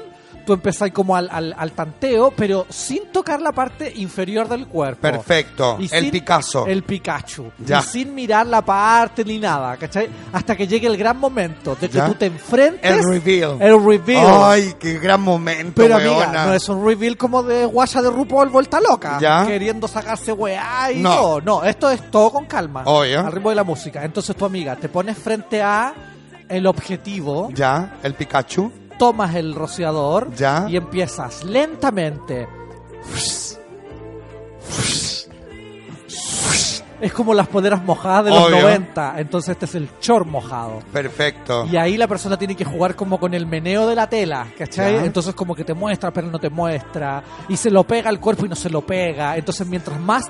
Speaker 4: tú empezás como al, al, al tanteo, pero sin tocar la parte inferior del cuerpo.
Speaker 3: Perfecto.
Speaker 4: Y
Speaker 3: el
Speaker 4: sin-
Speaker 3: Picasso.
Speaker 4: El Pikachu.
Speaker 3: Ya.
Speaker 4: Y sin mirar la parte ni nada, ¿cachai? Hasta que llegue el gran momento de que
Speaker 3: Ya.
Speaker 4: tú te enfrentes.
Speaker 3: El reveal.
Speaker 4: El reveal.
Speaker 3: Ay, qué gran momento,
Speaker 4: pero
Speaker 3: weona.
Speaker 4: amiga, no es un reveal como de guaya de RuPaul vuelta loca,
Speaker 3: Ya.
Speaker 4: queriendo sacarse weá y
Speaker 3: No.
Speaker 4: todo. No, esto es todo con calma,
Speaker 3: Obvio.
Speaker 4: al ritmo de la música. Entonces tu amiga te pones frente a el objetivo,
Speaker 3: Ya. El Pikachu.
Speaker 4: tomas el rociador
Speaker 3: Ya.
Speaker 4: y empiezas lentamente. Es como las poleras mojadas de los
Speaker 3: Obvio.
Speaker 4: 90, entonces este es el chor mojado.
Speaker 3: Perfecto.
Speaker 4: Y ahí la persona tiene que jugar como con el meneo de la tela, ¿cachai?
Speaker 3: Ya.
Speaker 4: Entonces como que te muestra, pero no te muestra. Y se lo pega al cuerpo y no se lo pega. Entonces mientras más...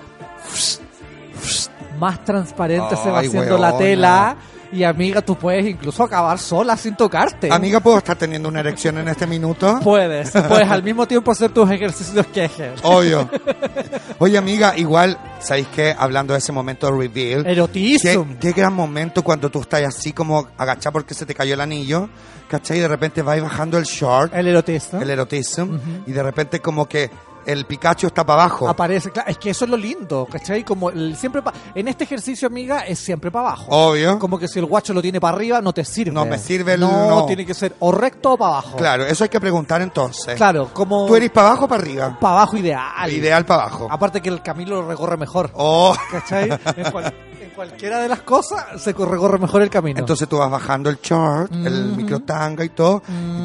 Speaker 4: Más transparente se va
Speaker 3: Ay,
Speaker 4: haciendo la
Speaker 3: weona.
Speaker 4: tela, Y amiga, tú puedes incluso acabar sola sin tocarte.
Speaker 3: Amiga, ¿puedo estar teniendo una erección en este minuto?
Speaker 4: Puedes, puedes al mismo tiempo hacer tus ejercicios quejes.
Speaker 3: Obvio. Oye, amiga, igual, ¿sabéis qué? Hablando de ese momento reveal.
Speaker 4: Erotismo.
Speaker 3: Qué, qué gran momento cuando tú estás así como agachado porque se te cayó el anillo, ¿cachai? Y de repente vais bajando el short, el,
Speaker 4: El erotismo.
Speaker 3: erotismo, y de repente como que el Pikachu está para abajo.
Speaker 4: Aparece, claro, es que eso es lo lindo, ¿cachai? Como el- siempre pa- en este ejercicio, amiga, es siempre para abajo.
Speaker 3: Obvio.
Speaker 4: Como que si el guacho lo tiene para arriba, no te sirve.
Speaker 3: No me sirve el-
Speaker 4: No,
Speaker 3: no.
Speaker 4: tiene que ser o recto o para abajo.
Speaker 3: Claro, eso hay que preguntar entonces.
Speaker 4: Claro, como
Speaker 3: Eh. ¿Tú eres para abajo o para arriba?
Speaker 4: para abajo ideal.
Speaker 3: Ideal para abajo.
Speaker 4: Aparte que el camino lo recorre mejor.
Speaker 3: Oh.
Speaker 4: ¿Cachai? En, cual- en cualquiera de las cosas se co- recorre mejor el camino. Mm-hmm.
Speaker 3: Entonces tú vas bajando el short, el microtanga y todo,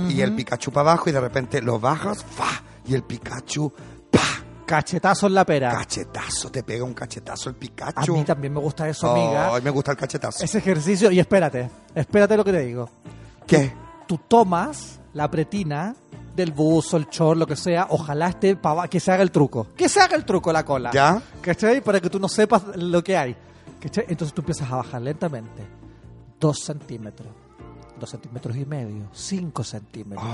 Speaker 3: y el Pikachu para abajo, y de repente lo bajas, ¡fa! Y el Pikachu, ¡pa!
Speaker 4: cachetazo en la pera.
Speaker 3: Cachetazo, te pega un cachetazo el
Speaker 4: A
Speaker 3: Pikachu.
Speaker 4: mí también me gusta eso, amiga.
Speaker 3: Ay, Oh, me gusta el cachetazo.
Speaker 4: Ese ejercicio, y espérate, espérate lo que te digo.
Speaker 3: ¿Qué?
Speaker 4: Tú tomas la pretina del buzo, el chor, lo que sea, ojalá esté para que se haga el truco. Que se haga el truco la cola.
Speaker 3: ¿Ya?
Speaker 4: ¿Cachai? Para que tú no sepas lo que hay. ¿Cachai? Entonces tú empiezas a bajar lentamente. Dos centímetros. Dos centímetros y medio. Cinco centímetros.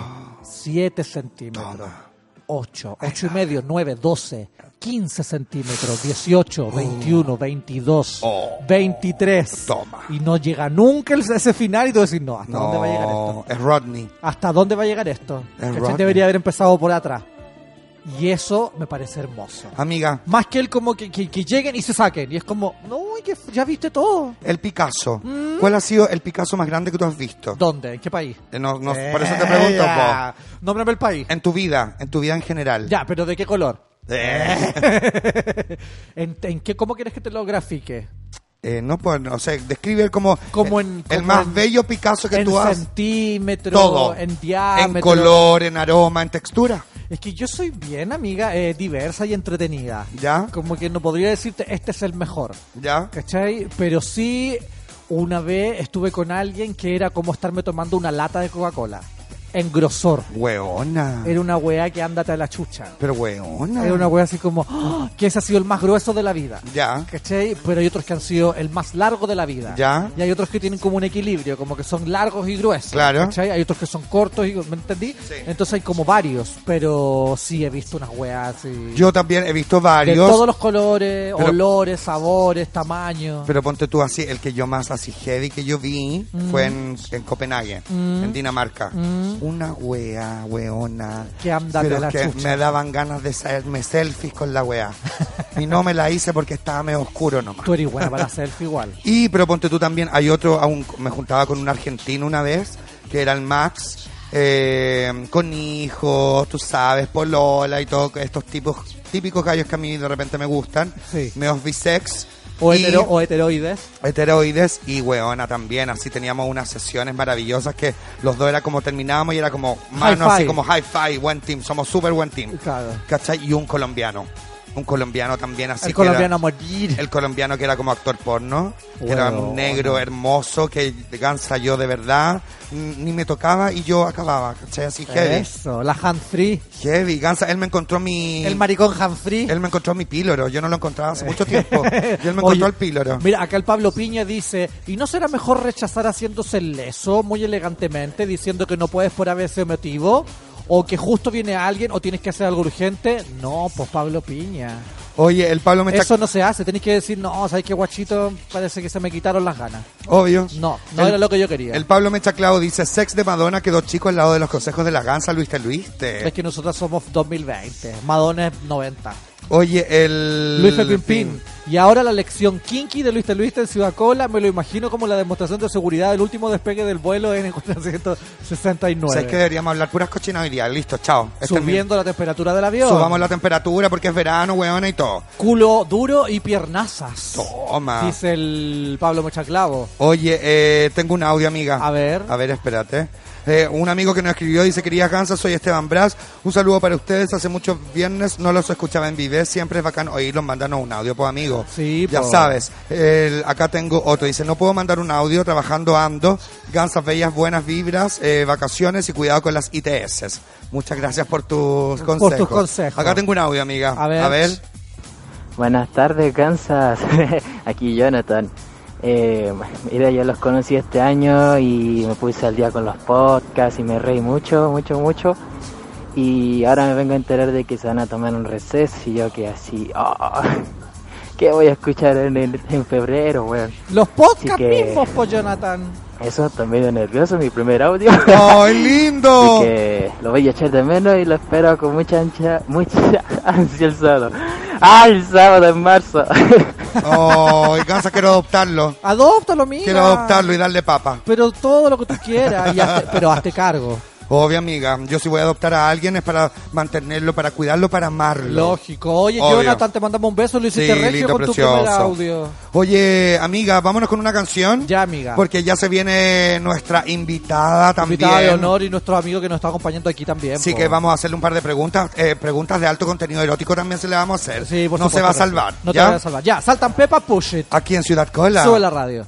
Speaker 4: Siete centímetros.
Speaker 3: Ah. Toma.
Speaker 4: Ocho. Ocho y medio. Nueve. Doce. Quince centímetros. Dieciocho. Veintiuno. Veintidós.
Speaker 3: Oh.
Speaker 4: Veintitrés.
Speaker 3: Toma.
Speaker 4: Y no llega nunca el- ese final y tú decís, no, ¿hasta dónde va a llegar esto?
Speaker 3: No, es Rodney.
Speaker 4: ¿Hasta dónde va a llegar esto?
Speaker 3: Es
Speaker 4: ¿Cachai?
Speaker 3: rotten.
Speaker 4: Debería haber empezado por atrás. Y eso me parece hermoso.
Speaker 3: Amiga,
Speaker 4: Más que él como que, que- que lleguen y se saquen. Y es como, no, y que f- ya viste todo.
Speaker 3: el Picasso. ¿Cuál ha sido el Picasso más grande que tú has visto?
Speaker 4: Mm-hmm. ¿Dónde? ¿En qué país?
Speaker 3: Eh, no- no, por eso te pregunto, po.
Speaker 4: Ya. Nómbrame el país.
Speaker 3: En tu vida, en tu vida en general.
Speaker 4: Ya, pero ¿de qué color?
Speaker 3: Eh,
Speaker 4: ¿En, en qué, ¿Cómo quieres que te lo grafique?
Speaker 3: eh, no, pues, no sé, describe como,
Speaker 4: Como en-
Speaker 3: el
Speaker 4: como
Speaker 3: más
Speaker 4: en-
Speaker 3: bello Picasso que
Speaker 4: en
Speaker 3: tú has
Speaker 4: centímetro,
Speaker 3: todo.
Speaker 4: en diámetro.
Speaker 3: En color, en aroma, en textura.
Speaker 4: Es que yo soy bien, amiga, eh, diversa y entretenida.
Speaker 3: Ya.
Speaker 4: Como que no podría decirte, este es el mejor.
Speaker 3: ¿Ya?
Speaker 4: ¿Cachai? Pero sí, una vez estuve con alguien que era como estarme tomando una lata de Coca-Cola. En grosor.
Speaker 3: Hueona.
Speaker 4: Era una weá que ándate a la chucha.
Speaker 3: Pero hueona.
Speaker 4: Era una weá así como, "Ah, que ese ha sido el más grueso de la vida.
Speaker 3: Ya.
Speaker 4: ¿Cachai? Pero hay otros que han sido el más largo de la vida.
Speaker 3: Ya.
Speaker 4: Y hay otros que tienen como un equilibrio, como que son largos y gruesos.
Speaker 3: Claro.
Speaker 4: ¿Cachai? Hay otros que son cortos y. ¿Me entendí?
Speaker 3: Sí.
Speaker 4: Entonces hay como varios, pero sí he visto unas weas así.
Speaker 3: Yo también he visto
Speaker 4: de
Speaker 3: varios.
Speaker 4: todos los colores,
Speaker 3: Pero-
Speaker 4: olores, sabores, tamaños.
Speaker 3: Pero ponte tú así, el que yo más así heavy que yo vi
Speaker 4: Mm.
Speaker 3: fue en, en Copenhague, en Dinamarca. Una wea, weona.
Speaker 4: Que ándate
Speaker 3: Pero
Speaker 4: a la
Speaker 3: es que
Speaker 4: chucha.
Speaker 3: me daban ganas de hacerme selfies con la wea. y no me la hice porque estaba medio oscuro nomás.
Speaker 4: Tú eres buena para la selfie igual.
Speaker 3: Y pero ponte tú también, hay otro, aún me juntaba con un argentino una vez, que era el Max, eh, con hijos, tú sabes, polola y todo, estos tipos, típicos gallos que a mí de repente me gustan,
Speaker 4: Sí.
Speaker 3: meos bisex.
Speaker 4: O,
Speaker 3: y
Speaker 4: hetero- o heteroides.
Speaker 3: Heteroides y weona también, así teníamos unas sesiones maravillosas que los dos era como terminábamos y era como mano
Speaker 4: High
Speaker 3: así
Speaker 4: five.
Speaker 3: como high five, buen team, somos súper buen team.
Speaker 4: Claro.
Speaker 3: ¿Cachai? Y un colombiano, un colombiano también así
Speaker 4: el
Speaker 3: que era-
Speaker 4: colombiano a morir.
Speaker 3: el colombiano que era como actor porno, que era
Speaker 4: Bueno.
Speaker 3: un negro hermoso, que gansa yo de verdad, n- ni me tocaba y yo acababa, ¿cachai? Así heavy.
Speaker 4: Eso, la Humphrey.
Speaker 3: Heavy, gansa, él me encontró mi...
Speaker 4: El maricón Humphrey.
Speaker 3: él me encontró mi píloro, yo no lo encontraba hace mucho tiempo. Y él me
Speaker 4: Oye,
Speaker 3: encontró el píloro.
Speaker 4: Mira, acá el Pablo Piña dice, ¿y no será mejor rechazar haciéndose el leso muy elegantemente, diciendo que no puedes por ABC motivo? ¿O que justo viene alguien o tienes que hacer algo urgente? No, pues Pablo Piña.
Speaker 3: Oye, el Pablo me está...
Speaker 4: Eso no se hace, tenés que decir, no, ¿sabes qué guachito? Parece que se me quitaron las ganas.
Speaker 3: Obvio.
Speaker 4: No, no
Speaker 3: El-
Speaker 4: era lo que yo quería.
Speaker 3: El Pablo Mecha Clau dice, sex de Madonna quedó chico al lado de los consejos de la gansa, Luis te
Speaker 4: Es que nosotros somos 2020, Madonna es 90.
Speaker 3: Oye, el...
Speaker 4: Luis Pimpín. Y ahora la lección kinky de Luis de Luis en Ciudad Cola, me lo imagino como la demostración de seguridad del último despegue del vuelo en el 469.
Speaker 3: ¿Sabes que deberíamos hablar puras cochinas hoy día? Listo, chao. Este es mi-
Speaker 4: Subiendo la temperatura del avión.
Speaker 3: Subamos la temperatura porque es verano, weona, y todo.
Speaker 4: Culo duro y piernazas.
Speaker 3: Toma.
Speaker 4: Dice el Pablo Mochaclavo.
Speaker 3: Oye, eh, tengo un audio, amiga.
Speaker 4: A ver.
Speaker 3: A ver, espérate. Eh, un amigo que nos escribió dice, queridas Gansas, soy Esteban Brás. Un saludo para ustedes. Hace muchos viernes no los escuchaba en Vive. Siempre es bacán oírlos. Mándanos un audio, pues, amigo.
Speaker 4: Sí,
Speaker 3: Ya
Speaker 4: po.
Speaker 3: sabes. El- acá tengo otro. Dice, no puedo mandar un audio. Trabajando ando. Gansas, bellas, buenas vibras, eh, vacaciones y cuidado con las ITS. Muchas gracias por tus consejos.
Speaker 4: tus consejos.
Speaker 3: Acá tengo un audio, amiga.
Speaker 4: A ver.
Speaker 3: A ver.
Speaker 10: Buenas tardes, Kansas. Aquí Jonathan. Eh, mira, yo los conocí este año y me puse al día con los podcasts y me reí mucho, mucho, mucho. Y ahora me vengo a enterar de que se van a tomar un receso y yo que así, oh, ¿qué voy a escuchar en, el- en febrero, weón?
Speaker 11: Los podcasts
Speaker 10: Así que-
Speaker 11: mismos, pues, Jonathan.
Speaker 10: Eso está medio nervioso, mi primer audio.
Speaker 3: ¡Ay, lindo!
Speaker 10: Así que lo voy a echar de menos y lo espero con mucha ansia, mucha ansia el sábado. ¡Ah, el sábado en marzo!
Speaker 3: ¡Ay, Gansa, quiero adoptarlo!
Speaker 11: Adóptalo, mira.
Speaker 3: Quiero adoptarlo y darle papa.
Speaker 11: Pero todo lo que tú quieras, y hazte- pero hazte cargo.
Speaker 3: Obvio, amiga. Yo si voy a adoptar a alguien es para mantenerlo, para cuidarlo, para amarlo.
Speaker 11: Lógico. Oye,
Speaker 3: Obvio.
Speaker 11: Jonathan, te mandamos un beso. Lo
Speaker 3: Sí,
Speaker 11: hiciste regio
Speaker 3: lindo,
Speaker 11: con tu primer
Speaker 3: precioso.
Speaker 11: audio.
Speaker 3: Oye, amiga, vámonos con una canción.
Speaker 11: Ya, amiga.
Speaker 3: Porque ya se viene nuestra invitada también.
Speaker 11: Invitada de honor y nuestro amigo que nos está acompañando aquí también.
Speaker 3: Así
Speaker 11: po.
Speaker 3: que vamos a hacerle un par de preguntas. eh, preguntas de alto contenido erótico también se le vamos a hacer.
Speaker 11: Sí, por
Speaker 3: no se
Speaker 11: supuesto,
Speaker 3: va a
Speaker 11: Rafa.
Speaker 3: salvar.
Speaker 11: No te
Speaker 3: ¿ya?
Speaker 11: vas a salvar. Ya, saltan Pepa, push it.
Speaker 3: Aquí en Ciudad Cola.
Speaker 11: Sube la radio.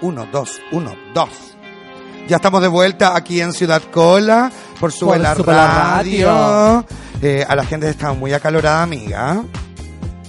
Speaker 3: 1, 2, 1, 2. Ya estamos de vuelta aquí en Ciudad Cola por Sube
Speaker 4: Por
Speaker 3: la
Speaker 4: Sube la
Speaker 3: Radio.
Speaker 4: Radio.
Speaker 3: Eh, a la gente está muy acalorada, amiga.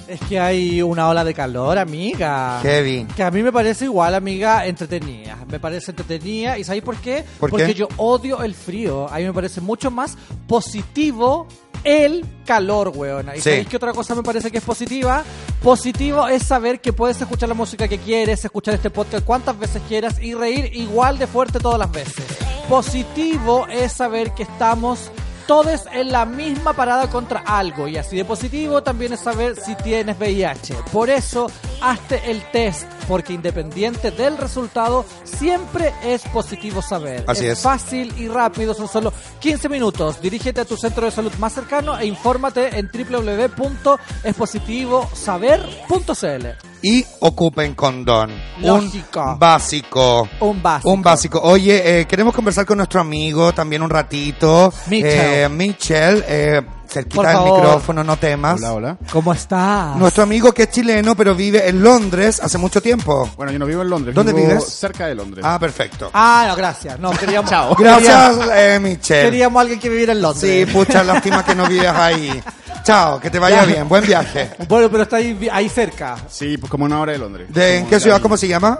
Speaker 4: Es que hay una ola de calor, amiga.
Speaker 3: Heavy.
Speaker 4: Que a mí me parece igual, amiga, entretenida. Me parece entretenida. ¿Y sabéis por qué?
Speaker 3: ¿Por
Speaker 4: Porque
Speaker 3: qué?
Speaker 4: yo odio el frío. A mí me parece mucho más positivo el calor, weona. ¿Y
Speaker 3: Sí.
Speaker 4: sabéis qué otra cosa me parece que es positiva? Positivo es saber que puedes escuchar la música que quieres, escuchar este podcast cuantas veces quieras y reír igual de fuerte todas las veces. Positivo es saber que estamos todos en la misma parada contra algo y así de positivo también es saber si tienes VIH. Por eso, hazte el test, porque independiente del resultado, siempre es positivo saber.
Speaker 3: Así es.
Speaker 4: fácil y rápido, son solo 15 minutos. Dirígete a tu centro de salud más cercano e infórmate en www.espositivosaber.cl.
Speaker 3: Y ocupen condón.
Speaker 4: Lógico.
Speaker 3: Un básico.
Speaker 4: Un básico.
Speaker 3: Un básico. Oye, eh, queremos conversar con nuestro amigo también un ratito.
Speaker 4: Michel.
Speaker 3: Eh, Michel, eh, cerquita
Speaker 4: Por
Speaker 3: del
Speaker 4: favor.
Speaker 3: micrófono, no temas.
Speaker 12: Hola, hola.
Speaker 4: ¿Cómo estás?
Speaker 3: Nuestro amigo que es chileno, pero vive en Londres hace mucho tiempo.
Speaker 12: Bueno, yo no vivo en Londres.
Speaker 3: ¿Dónde
Speaker 12: vivo
Speaker 3: vives?
Speaker 12: Cerca de Londres.
Speaker 3: Ah, perfecto.
Speaker 4: Ah, no, gracias. No, queríamos,
Speaker 12: Chao.
Speaker 3: Gracias, eh, Michelle.
Speaker 4: queríamos a alguien que viviera en Londres.
Speaker 3: Sí, pucha, lástima que no vivas ahí. Chao, que te vaya bien, buen viaje.
Speaker 4: Bueno, pero está ahí, ahí cerca.
Speaker 12: Sí, pues como una hora de Londres.
Speaker 3: ¿De, ¿En
Speaker 12: Como
Speaker 3: qué
Speaker 12: de
Speaker 3: ciudad?
Speaker 12: ahí.
Speaker 3: ¿Cómo se llama?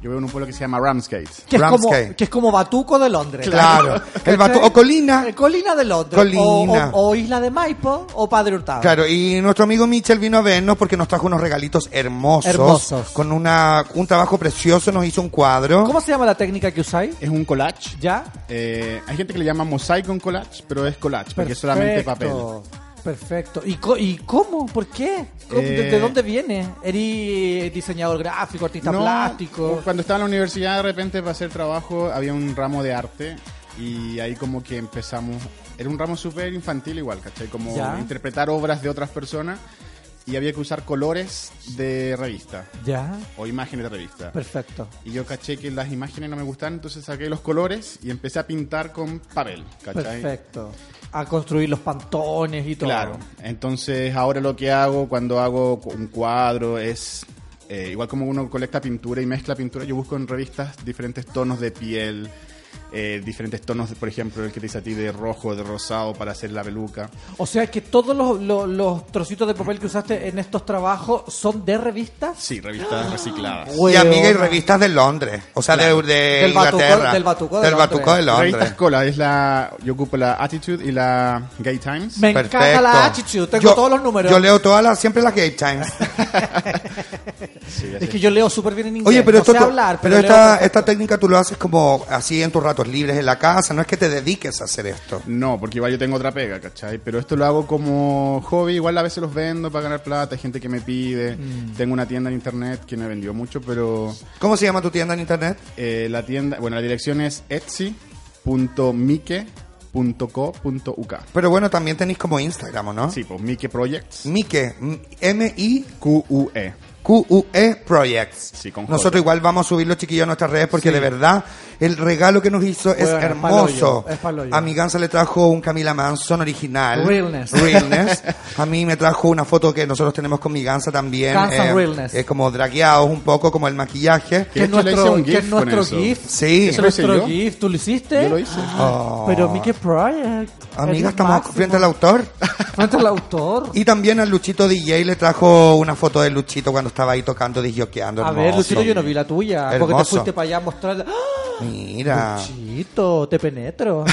Speaker 12: Yo vivo en un pueblo que se llama Ramsgate.
Speaker 4: Que es, como,
Speaker 3: Ramsgate.
Speaker 4: que es como Batuco de Londres.
Speaker 3: Claro. El Batu-
Speaker 4: ¿Cachai?
Speaker 3: o Colina.
Speaker 4: Eh, Colina de Londres.
Speaker 3: Colina.
Speaker 4: O, o- o Isla de Maipo o Padre Hurtado.
Speaker 3: Claro, y nuestro amigo Michel vino a vernos porque nos trajo unos regalitos hermosos.
Speaker 4: Hermosos.
Speaker 3: Con una, un trabajo precioso, nos hizo un cuadro.
Speaker 4: ¿Cómo se llama la técnica que usáis?
Speaker 12: Es un collage.
Speaker 4: ¿Ya?
Speaker 12: Eh, hay gente que le llama mosaico en collage, pero es collage, porque es
Speaker 4: Perfecto.
Speaker 12: solamente papel.
Speaker 4: Perfecto. ¿Y, co- y cómo? ¿Por qué? ¿Cómo- de,
Speaker 12: Eh,
Speaker 4: de dónde viene? ¿Eri diseñador gráfico, artista
Speaker 12: No,
Speaker 4: plástico?
Speaker 12: Cuando estaba en la universidad, de repente, para hacer trabajo, había un ramo de arte y ahí como que empezamos. Era un ramo súper infantil igual, ¿cachai? Como
Speaker 4: Ya.
Speaker 12: interpretar obras de otras personas y había que usar colores de revista
Speaker 4: Ya.
Speaker 12: o imágenes de revista.
Speaker 4: Perfecto.
Speaker 12: Y yo caché que las imágenes no me gustaban, entonces saqué los colores y empecé a pintar con papel, Oh, ¿cachai?
Speaker 4: Perfecto. A construir los pantones y todo.
Speaker 12: Claro. Entonces ahora lo que hago cuando hago cu- un cuadro es eh, igual como uno colecta pintura y mezcla pintura, yo busco en revistas diferentes tonos de piel, eh, diferentes tonos, por ejemplo, el que te dice a ti de rojo, de rosado para hacer la peluca.
Speaker 4: O sea que todos los, los- los trocitos de papel que usaste en estos trabajos son de revistas.
Speaker 12: Sí, revistas recicladas.
Speaker 3: Y amiga y
Speaker 4: Weona.
Speaker 3: revistas de Londres, o sea, de, de
Speaker 4: Ah, Del Batuco-
Speaker 3: Inglaterra.
Speaker 4: del Batuco de
Speaker 3: Del Batuco de Londres.
Speaker 12: Revistas cola, es la yo ocupo la Attitude y la Gay Times.
Speaker 4: Me encanta la
Speaker 3: Perfecto.
Speaker 4: Attitude, tengo
Speaker 3: Yo-
Speaker 4: todos los números.
Speaker 3: Yo leo todas las, siempre las Gay Times.
Speaker 12: Sí, así
Speaker 4: es que yo leo súper bien en inglés.
Speaker 3: Oye, pero,
Speaker 4: no
Speaker 3: esto,
Speaker 4: sé
Speaker 3: tú-
Speaker 4: hablar,
Speaker 3: pero
Speaker 4: pero, leo
Speaker 3: esta,
Speaker 4: perfecto.
Speaker 3: esta técnica tú lo haces como así en tus ratos libres en la casa, no es que te dediques a hacer esto.
Speaker 12: No, porque igual yo tengo otra pega, ¿cachai? Pero esto lo hago como hobby, igual a veces los vendo para ganar plata, hay gente que me pide, tengo una tienda en internet que no he vendido mucho, pero
Speaker 3: Mm. ¿Cómo se llama tu tienda en internet?
Speaker 12: eh, la tienda, bueno, la dirección es etsy.mike.co.uk.
Speaker 3: Pero bueno, también tenéis como Instagram, ¿o ¿no?
Speaker 12: Sí, pues Mike Projects,
Speaker 3: Mike, M-I-Q-U-E
Speaker 12: QUE.
Speaker 3: E Projects.
Speaker 12: E. Sí, con J.
Speaker 3: Nosotros igual vamos a subir los chiquillos a nuestras redes porque de verdad el regalo que nos hizo es
Speaker 4: Bueno, es
Speaker 3: hermoso.
Speaker 4: palo yo, es palo yo.
Speaker 3: a mi gansa le trajo un Camila Manson original.
Speaker 4: Realness.
Speaker 3: Realness. a mí me trajo una foto que nosotros tenemos con mi gansa también. eh,
Speaker 4: Guns and Realness.
Speaker 3: Es como dragueados un poco, como el maquillaje.
Speaker 4: que es
Speaker 12: De hecho, le hice
Speaker 4: nuestro,
Speaker 12: un
Speaker 4: que
Speaker 12: GIF
Speaker 4: es nuestro
Speaker 12: con eso.
Speaker 4: GIF.
Speaker 3: Sí.
Speaker 4: Es
Speaker 12: Eso lo hice
Speaker 4: nuestro
Speaker 12: yo.
Speaker 4: GIF. ¿Tú lo hiciste? Ah.
Speaker 12: Yo lo hice.
Speaker 3: Oh.
Speaker 4: Pero Mickey Project.
Speaker 3: Amiga, estamos frente al
Speaker 4: autor.
Speaker 3: autor.
Speaker 4: Frente al autor.
Speaker 3: Y también al Luchito DJ le trajo una foto de Luchito cuando estaba ahí tocando, disjoqueando.
Speaker 4: A ver,
Speaker 3: hermoso.
Speaker 4: Lucito, yo no vi la tuya. Porque te
Speaker 3: Hermoso.
Speaker 4: fuiste para allá a mostrar.
Speaker 3: Mira.
Speaker 4: Chito, te penetro.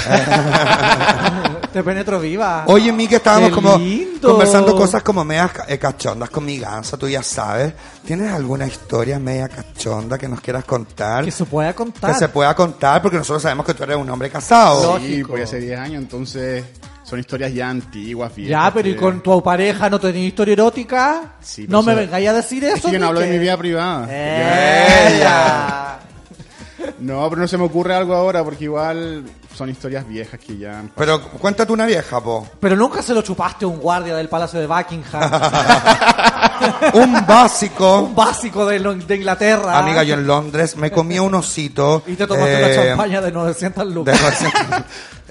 Speaker 4: te penetro viva.
Speaker 3: Oye, Miki, estábamos
Speaker 4: Qué
Speaker 3: como
Speaker 4: lindo.
Speaker 3: conversando cosas como medias ca- eh, cachondas con mi gansa, tú ya sabes. ¿Tienes alguna historia media cachonda que nos quieras contar?
Speaker 4: que se pueda contar.
Speaker 3: Que se pueda contar, porque nosotros sabemos que tú eres un hombre casado.
Speaker 12: Sí, pues hace 10 años, entonces son historias ya antiguas, viejas.
Speaker 4: Ya, pero ¿y
Speaker 12: que-
Speaker 4: con tu pareja no tenés historia erótica?
Speaker 12: Sí, pero
Speaker 4: no me
Speaker 12: eso-
Speaker 4: vengáis a decir eso. Eh.
Speaker 12: Es que yo no hablo de
Speaker 4: Mique.
Speaker 12: mi vida privada.
Speaker 4: ¡Ella!
Speaker 12: No, pero no se me ocurre algo ahora porque igual son historias viejas que ya han
Speaker 3: Pero cuéntate una vieja, po.
Speaker 4: Pero nunca se lo chupaste a un guardia del Palacio de Buckingham.
Speaker 3: Un básico.
Speaker 4: un básico de, lo- de Inglaterra.
Speaker 3: Amiga, yo en Londres me comí un osito.
Speaker 4: Y te tomaste una
Speaker 3: eh,
Speaker 4: champaña de 900
Speaker 3: de
Speaker 4: lucas.
Speaker 3: recién-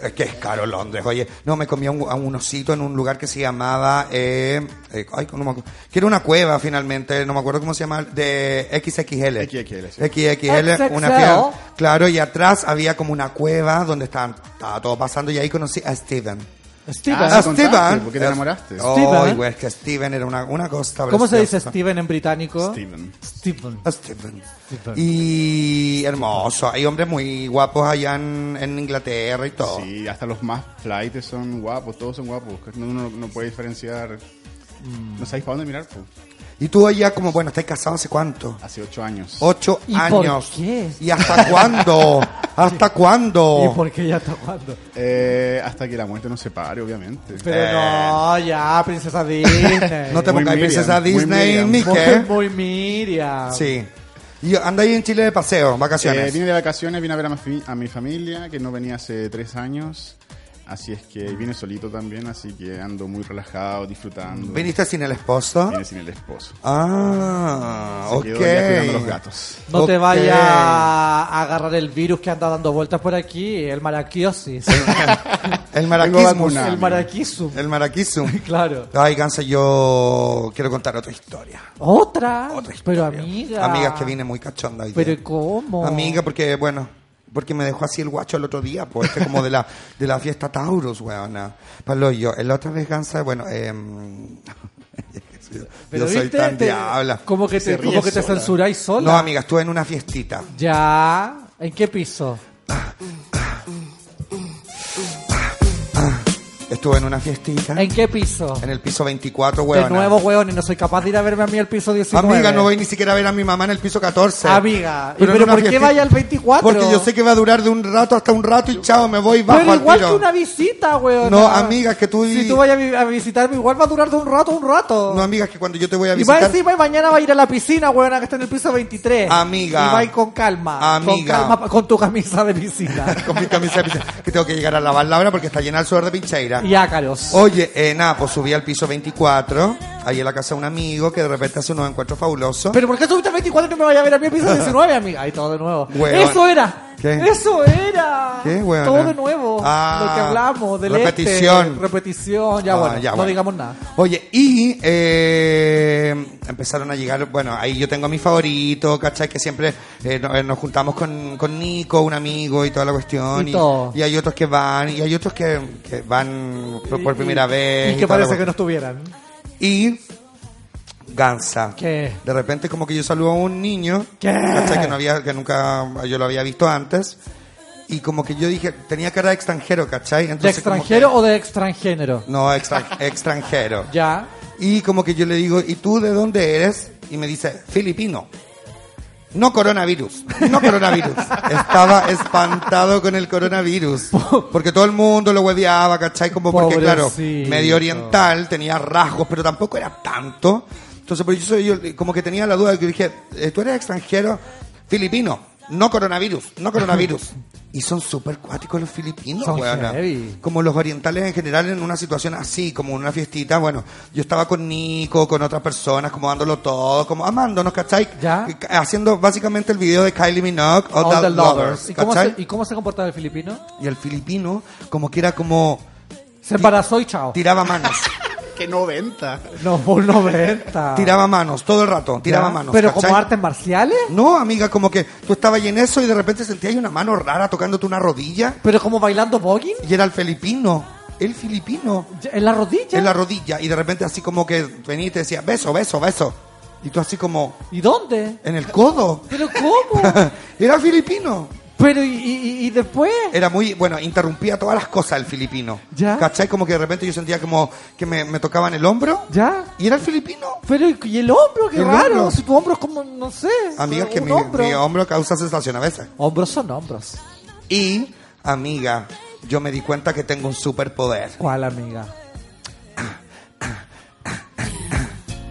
Speaker 3: Es que es caro Londres. Oye, no, me comí a un, a un osito en un lugar que se llamaba. eh, eh, ay, no me acuerdo. Que era una cueva finalmente, no me acuerdo cómo se llama, de XXL.
Speaker 12: XXL, sí.
Speaker 3: XXL, una
Speaker 12: XXL.
Speaker 3: piedra. Claro, y atrás había como una cueva donde estaban, estaba todo pasando y ahí conocí a Steven.
Speaker 4: Steven.
Speaker 3: Ah,
Speaker 4: Ah,
Speaker 3: Steven.
Speaker 4: contaste, ¿por qué te enamoraste?
Speaker 3: Ay,
Speaker 4: Steven.
Speaker 3: güey, es que Steven era una, una cosa
Speaker 4: ¿Cómo se dice
Speaker 3: preciosa. Ah,
Speaker 4: Steven en británico?
Speaker 12: Steven.
Speaker 4: Steven.
Speaker 3: Steven. Y hermoso. Hay hombres muy guapos allá en, en Inglaterra y todo.
Speaker 12: Sí, hasta los más flights son guapos, todos son guapos. que Uno no, no puede diferenciar.
Speaker 4: Mm.
Speaker 12: No sabéis para dónde mirar, pues.
Speaker 3: Y tú allá como, bueno, estás casado hace cuánto?
Speaker 12: Hace ocho años.
Speaker 3: Ocho
Speaker 12: ¿Y por
Speaker 3: años.
Speaker 12: qué?
Speaker 3: ¿Y hasta cuándo? ¿Hasta cuándo?
Speaker 4: qué ya está jugando?
Speaker 12: Eh, hasta que la muerte nos separe, obviamente.
Speaker 4: Pero
Speaker 3: Eh,
Speaker 4: no, ya, princesa Disney.
Speaker 3: No te
Speaker 12: Muy
Speaker 3: pongas
Speaker 12: Miriam,
Speaker 3: princesa
Speaker 12: muy
Speaker 3: Disney,
Speaker 12: Miriam.
Speaker 3: Mickey.
Speaker 12: Muy-
Speaker 4: Muy Miriam.
Speaker 3: Sí. Y andáis en Chile de paseo, vacaciones.
Speaker 12: Eh, vine de vacaciones, vine a ver a mi, fi- a mi familia, que no venía hace tres años. Así es que vine solito también, así que ando muy relajado, disfrutando.
Speaker 3: ¿Viniste sin el esposo?
Speaker 12: Vine sin el esposo.
Speaker 3: Ah,
Speaker 12: Se
Speaker 3: ok.
Speaker 12: quedó ya cuidando los gatos.
Speaker 4: No te
Speaker 3: Ok.
Speaker 4: vaya a agarrar el virus que anda dando vueltas por aquí, el maraquiosis.
Speaker 3: El maraquismo.
Speaker 4: El maraquismo.
Speaker 3: El maraquismo.
Speaker 4: Claro.
Speaker 3: Ay, Gansa, yo quiero contar otra historia.
Speaker 4: Otra. Pero amiga.
Speaker 3: Amigas que viene muy cachonda hoy
Speaker 4: Pero
Speaker 3: día.
Speaker 4: ¿cómo?
Speaker 3: Amiga, porque, bueno, porque me dejó así el guacho el otro día, pues, este como de la, de la fiesta Taurus, weona. Pablo, yo, la otra vez Gansa, bueno, em,
Speaker 4: Pero
Speaker 3: yo soy
Speaker 4: viste,
Speaker 3: tan
Speaker 4: te-
Speaker 3: diabla.
Speaker 4: como que te-
Speaker 3: Se ríe
Speaker 4: como que te
Speaker 3: sola.
Speaker 4: censuráis sola.
Speaker 3: No, amiga, estuve en una fiestita.
Speaker 4: Ya. ¿En qué piso?
Speaker 3: Estuve en una fiestita.
Speaker 4: ¿En qué piso?
Speaker 3: En el piso 24,
Speaker 4: De
Speaker 3: weona.
Speaker 4: nuevo, weón, y no soy capaz de ir a verme a mí al piso 19.
Speaker 3: Amiga, no voy ni siquiera a ver a mi mamá en el piso 14.
Speaker 4: Amiga, ¿y
Speaker 3: en
Speaker 4: pero
Speaker 3: una
Speaker 4: por qué
Speaker 3: fiestita-
Speaker 4: vaya al 24?
Speaker 3: Porque yo sé que va a durar de un rato hasta un rato y chao, me voy bajo
Speaker 4: Pero
Speaker 3: al
Speaker 4: igual
Speaker 3: tiro.
Speaker 4: que una visita, weón.
Speaker 3: No, amiga, que tú...
Speaker 4: Si tú vayas a vi- a visitarme, igual va a durar de un rato a un rato.
Speaker 3: No, amiga, que cuando yo te voy a
Speaker 4: y va
Speaker 3: visitar...
Speaker 4: encima y mañana va a ir a la piscina, weón, que está en el piso 23.
Speaker 3: Amiga.
Speaker 4: Y va a ir con calma. Con
Speaker 3: Amiga.
Speaker 4: calma, pa- con tu camisa de piscina.
Speaker 3: Con mi camisa de piscina, que tengo que llegar a lavar la hora porque está llena el sudor de pincheira.
Speaker 4: y ácaros.
Speaker 3: Oye, eh, nada, pues subí al piso 24, ahí en la casa de un amigo que de repente hace unos encuentros fabulosos.
Speaker 4: Pero ¿por qué subiste al 24 y no me vaya a ver a mí al piso 19, amiga? Ahí todo de nuevo.
Speaker 3: Weón.
Speaker 4: Eso era.
Speaker 3: ¿Qué?
Speaker 4: Eso era.
Speaker 3: ¿Qué, weón?
Speaker 4: Todo de nuevo.
Speaker 3: Ah,
Speaker 4: Lo que hablamos. Del
Speaker 3: repetición.
Speaker 4: este, repetición. Ya
Speaker 3: Ah,
Speaker 4: bueno.
Speaker 3: ya
Speaker 4: no
Speaker 3: bueno.
Speaker 4: digamos nada.
Speaker 3: Oye, y eh, empezaron a llegar, bueno, ahí yo tengo a mi favorito, ¿cachai? Que siempre eh, no- eh, nos juntamos con, con Nico, un amigo y toda la cuestión.
Speaker 4: Y todo.
Speaker 3: y hay otros que van, y hay otros que, que van por, por primera
Speaker 4: Y-
Speaker 3: vez.
Speaker 4: Y que
Speaker 3: toda la
Speaker 4: parece que no
Speaker 3: cuestión.
Speaker 4: estuvieran.
Speaker 3: Y Gansa.
Speaker 4: ¿Qué?
Speaker 3: De repente como que yo saludo a un niño, ¿cachai? Que, no había, que nunca yo lo había visto antes. Y como que yo dije, tenía cara de extranjero, ¿cachai?
Speaker 4: ¿De
Speaker 3: Entonces, como que-
Speaker 4: extranjero o de extranjero?
Speaker 3: No, extra- extranjero.
Speaker 4: Ya.
Speaker 3: Y como que yo le digo, ¿y tú de dónde eres? Y me dice, filipino. No coronavirus, no coronavirus. Estaba espantado con el coronavirus. Porque todo el mundo lo hueveaba, ¿cachai? Como porque, claro,
Speaker 4: Pobrecito.
Speaker 3: medio oriental, tenía rasgos, pero tampoco era tanto. Entonces, pero yo, soy- yo como que tenía la duda, que dije, eh, ¿tú eres extranjero? Filipino, no coronavirus, no coronavirus. Y son súper cuáticos los filipinos,
Speaker 4: Son
Speaker 3: weona
Speaker 4: heavy.
Speaker 3: como los orientales en general en una situación así, como una fiestita, bueno, yo estaba con Nico, con otras personas, como dándolo todo, como amándonos, ¿cachai?
Speaker 4: Ya.
Speaker 3: C- Haciendo básicamente el video de Kylie Minogue, All,
Speaker 4: All
Speaker 3: That
Speaker 4: the
Speaker 3: Lovers,
Speaker 4: lovers. ¿Y, cómo
Speaker 3: ¿cachai?
Speaker 4: se, ¿Y cómo se comportaba el filipino?
Speaker 3: Y el filipino, como que era como,
Speaker 4: Se embarazó y chao.
Speaker 3: tiraba manos,
Speaker 12: ¡Qué 90!
Speaker 4: No, por 90.
Speaker 3: tiraba manos, todo el rato, tiraba
Speaker 4: Ya.
Speaker 3: manos,
Speaker 4: ¿Pero
Speaker 3: ¿cachai?
Speaker 4: como artes marciales?
Speaker 3: No, amiga, como que tú estabas ahí en eso y de repente sentías ahí una mano rara tocándote una rodilla,
Speaker 4: ¿Pero como bailando voguing?
Speaker 3: y era el filipino, el filipino.
Speaker 4: ¿En la rodilla?
Speaker 3: en la rodilla y de repente así como que venía y te decía, beso, beso, beso. Y tú así como,
Speaker 4: ¿Y dónde?
Speaker 3: en el codo.
Speaker 4: ¿Pero cómo?
Speaker 3: Era filipino.
Speaker 4: ¿Pero y, y- y después?
Speaker 3: Era muy, bueno, interrumpía todas las cosas el filipino.
Speaker 4: ¿Ya?
Speaker 3: ¿Cachai? Como que de repente yo sentía como que me, me tocaban el hombro.
Speaker 4: ¿Ya?
Speaker 3: Y era el filipino.
Speaker 4: ¿Pero y, y el hombro? ¡Qué
Speaker 3: ¿Y el
Speaker 4: raro!
Speaker 3: hombro?
Speaker 4: Si tu hombro es como, no sé.
Speaker 3: Amigas, que
Speaker 4: un
Speaker 3: mi
Speaker 4: hombro.
Speaker 3: mi hombro causa sensación a veces.
Speaker 4: Hombros son hombros.
Speaker 3: Y, amiga, yo me di cuenta que tengo un superpoder.
Speaker 4: ¿Cuál, amiga?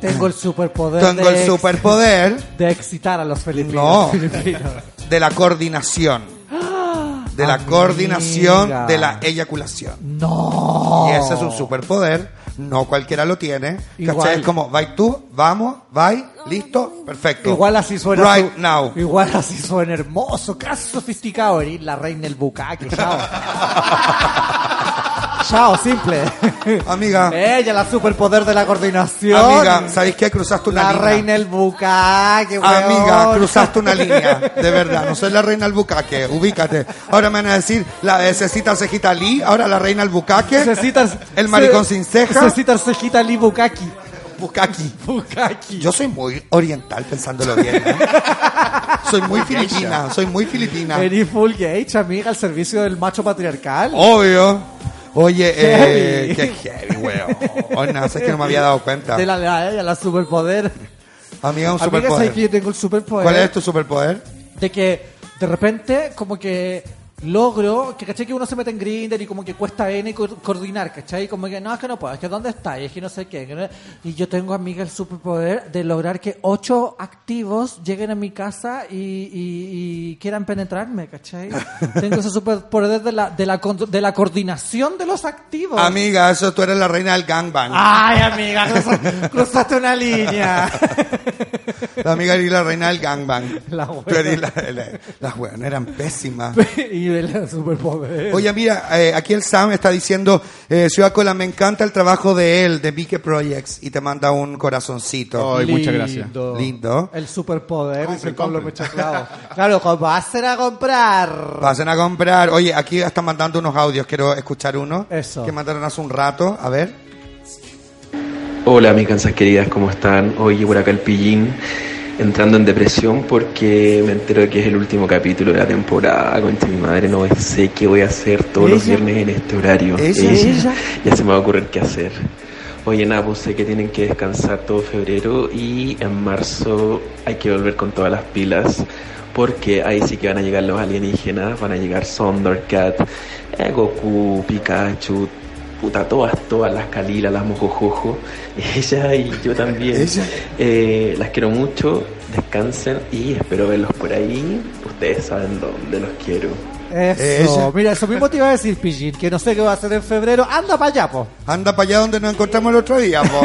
Speaker 4: Tengo el superpoder
Speaker 3: Tengo
Speaker 4: de
Speaker 3: el
Speaker 4: ex-
Speaker 3: superpoder
Speaker 4: de excitar a los
Speaker 3: ¿Eh? No.
Speaker 4: filipinos. Filipinos. Ah,
Speaker 3: de la coordinación. De la
Speaker 4: Amiga.
Speaker 3: coordinación de la eyaculación.
Speaker 4: No.
Speaker 3: Y ese es un superpoder No cualquiera lo tiene.
Speaker 4: Igual.
Speaker 3: ¿Cachai? Es como, vai tú, vamos, vai, listo, perfecto.
Speaker 4: Igual así suena.
Speaker 3: Right
Speaker 4: su-
Speaker 3: now.
Speaker 4: Igual así suena hermoso, casi sofisticado. Eres la reina del bucaque, chao. chao, simple.
Speaker 3: Amiga.
Speaker 4: Ella, la superpoder de la coordinación.
Speaker 3: Amiga, ¿sabéis qué? Cruzaste una
Speaker 4: la
Speaker 3: línea.
Speaker 4: reina del bucaque, weón.
Speaker 3: Amiga, cruzaste una línea, de verdad. No soy la reina del bucaque, ubícate. Ahora me van a decir, la de Cecita Cejita Lee, ahora la reina del bucaque.
Speaker 4: Necesitas.
Speaker 3: el maricón sin ceja.
Speaker 4: Necesitas cejita li bucaqui.
Speaker 3: Bucaqui.
Speaker 4: Bucaqui.
Speaker 3: Yo soy muy oriental pensándolo bien. ¿no? soy muy filipina, soy muy filipina.
Speaker 4: Eres full gay, amiga, al servicio del macho patriarcal.
Speaker 3: Obvio. Oye,
Speaker 4: Heavy.
Speaker 3: eh, qué heavy, weón. Oh, No, sé que no me había dado cuenta.
Speaker 4: De la, la, ella, la superpoder.
Speaker 3: Amiga, un
Speaker 4: Amiga, ¿sabes que yo
Speaker 3: superpoder.
Speaker 4: tengo el superpoder?
Speaker 3: ¿Cuál es tu superpoder?
Speaker 4: de que de repente como que logro, que caché que uno se mete en Grinder y como que cuesta N co- coordinar, ¿cachai? Como que no, es que no puedo, es que ¿dónde está? Y es que no sé qué. que no- Y yo tengo, amiga, el superpoder de lograr que ocho activos lleguen a mi casa y, y- y quieran penetrarme, ¿cachai? tengo ese superpoder de la, de, la, con- de la coordinación de los activos.
Speaker 3: Amiga, eso tú eres la reina del gangbang.
Speaker 4: Ay, amiga, cruza- cruzaste una línea.
Speaker 3: La amiga era la reina del gangbang.
Speaker 4: La buena.
Speaker 3: Tú eres la- la- las weón, eran pésimas.
Speaker 4: y el superpoder.
Speaker 3: Oye, mira, eh, aquí el Sam está diciendo, eh, Ciudad Cola, me encanta el trabajo de él, de Vique Projects, y te manda un corazoncito.
Speaker 12: Ay, muchas gracias.
Speaker 3: Lindo.
Speaker 4: El superpoder, dice
Speaker 12: Compre,
Speaker 4: el Pablo
Speaker 12: compre.
Speaker 4: Mechaclavo. Claro, jo, vas a ir a comprar.
Speaker 3: Pasen a comprar. Oye, aquí están mandando unos audios, quiero escuchar uno.
Speaker 4: Eso.
Speaker 3: Que mandaron hace un rato, a ver.
Speaker 13: Hola, mis cansas queridas, ¿cómo están? Hoy por acá el pillín entrando en depresión porque me entero que es el último capítulo de la temporada. Concha mi madre, no sé qué voy a hacer todos los
Speaker 4: ¿Ella?
Speaker 13: viernes en este horario.
Speaker 3: ¿Ella?
Speaker 4: ¿Ella?
Speaker 13: Ya se me va a ocurrir qué hacer. Oye, nada, pues sé que tienen que descansar todo febrero y en marzo hay que volver con todas las pilas porque ahí sí que van a llegar los alienígenas, van a llegar Thundercat, eh, Goku, Pikachu, puta, todas, todas, las Kalila, las Mojojojo, ella y yo también. Eh, las quiero mucho, descansen y espero verlos por ahí. Ustedes saben dónde los quiero.
Speaker 4: Eso.
Speaker 3: Ella.
Speaker 4: Mira, eso mismo te iba a decir, Pillín, que no sé qué va a hacer en febrero. Anda para allá, po.
Speaker 3: Anda para allá donde nos encontramos el otro día, po.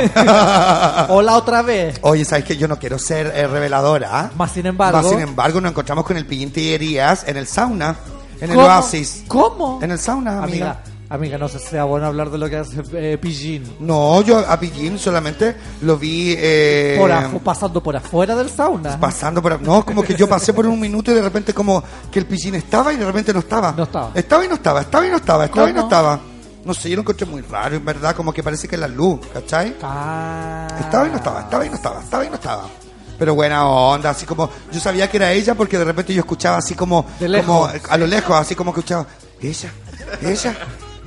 Speaker 4: Hola otra vez.
Speaker 3: Oye, ¿sabes que Yo no quiero ser eh, reveladora.
Speaker 4: Más sin embargo.
Speaker 3: Más sin embargo, nos encontramos con el Pillín Tillerías en el sauna, en el
Speaker 4: ¿Cómo?
Speaker 3: oasis.
Speaker 4: ¿Cómo?
Speaker 3: En el sauna, amiga.
Speaker 4: amiga, amiga, no sé si sea bueno hablar de lo que hace eh, Pillín.
Speaker 3: No, yo a Pillín solamente lo vi eh,
Speaker 4: Por afu- pasando por afuera del sauna.
Speaker 3: pasando por... No, como que yo pasé por un minuto y de repente como que el Pillín estaba y de repente no estaba.
Speaker 4: No estaba.
Speaker 3: Estaba y no estaba, estaba y no estaba, estaba y no
Speaker 4: ¿Cómo?
Speaker 3: estaba. No sé, yo lo encontré muy raro, en verdad, como que parece que es la luz, ¿cachai?
Speaker 4: Ah.
Speaker 3: Estaba y no estaba, estaba y no estaba, estaba y no estaba. Pero buena onda, así como yo sabía que era ella porque de repente yo escuchaba así como,
Speaker 4: De lejos.
Speaker 3: como eh, a lo lejos, así como escuchaba ella, ella, ella,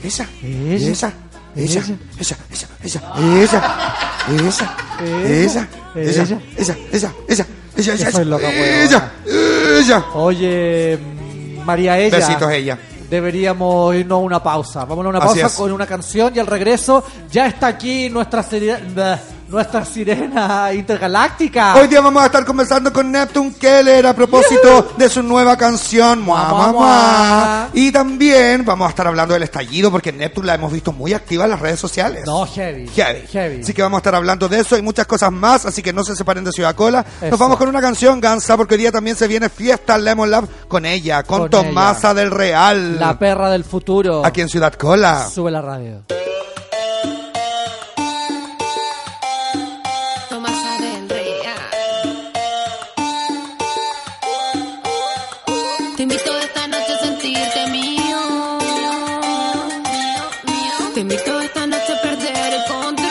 Speaker 4: Ella.
Speaker 3: ella, ella,
Speaker 4: Ella.
Speaker 3: ella, ella, ella, ella, ella, ella, ella,
Speaker 4: Ella.
Speaker 3: ella, ella, ella, ella,
Speaker 4: Yo soy loca,
Speaker 3: ella, ella, ella.
Speaker 4: Oye, mm, María Ella.
Speaker 3: Besitos ella.
Speaker 4: Deberíamos irnos a una pausa. Vámonos a una
Speaker 3: Así
Speaker 4: pausa
Speaker 3: es.
Speaker 4: con una canción y al regreso ya está aquí nuestra sirena, nuestra sirena intergaláctica.
Speaker 3: Hoy día vamos a estar conversando con Neptune Keller a propósito de su nueva canción, Mua, Mua,
Speaker 4: Mua,
Speaker 3: Mua.
Speaker 4: Mua.
Speaker 3: Y también vamos a estar hablando del estallido, porque Neptune la hemos visto muy activa en las redes sociales.
Speaker 4: No, heavy.
Speaker 3: Heavy.
Speaker 4: Heavy.
Speaker 3: Así que vamos a estar hablando de eso y muchas cosas más, así que no se separen de Ciudad Cola. Nos
Speaker 4: Eso.
Speaker 3: vamos con una canción, Gansa, porque hoy día también se viene Fiesta Lemon Lab con ella, con,
Speaker 4: Con
Speaker 3: Tomasa del Real,
Speaker 4: La perra del futuro.
Speaker 3: aquí en Ciudad Cola.
Speaker 4: Sube la radio.
Speaker 7: Tomás del Real. Te invito esta noche a sentirte mío. Te invito esta noche a perder el control.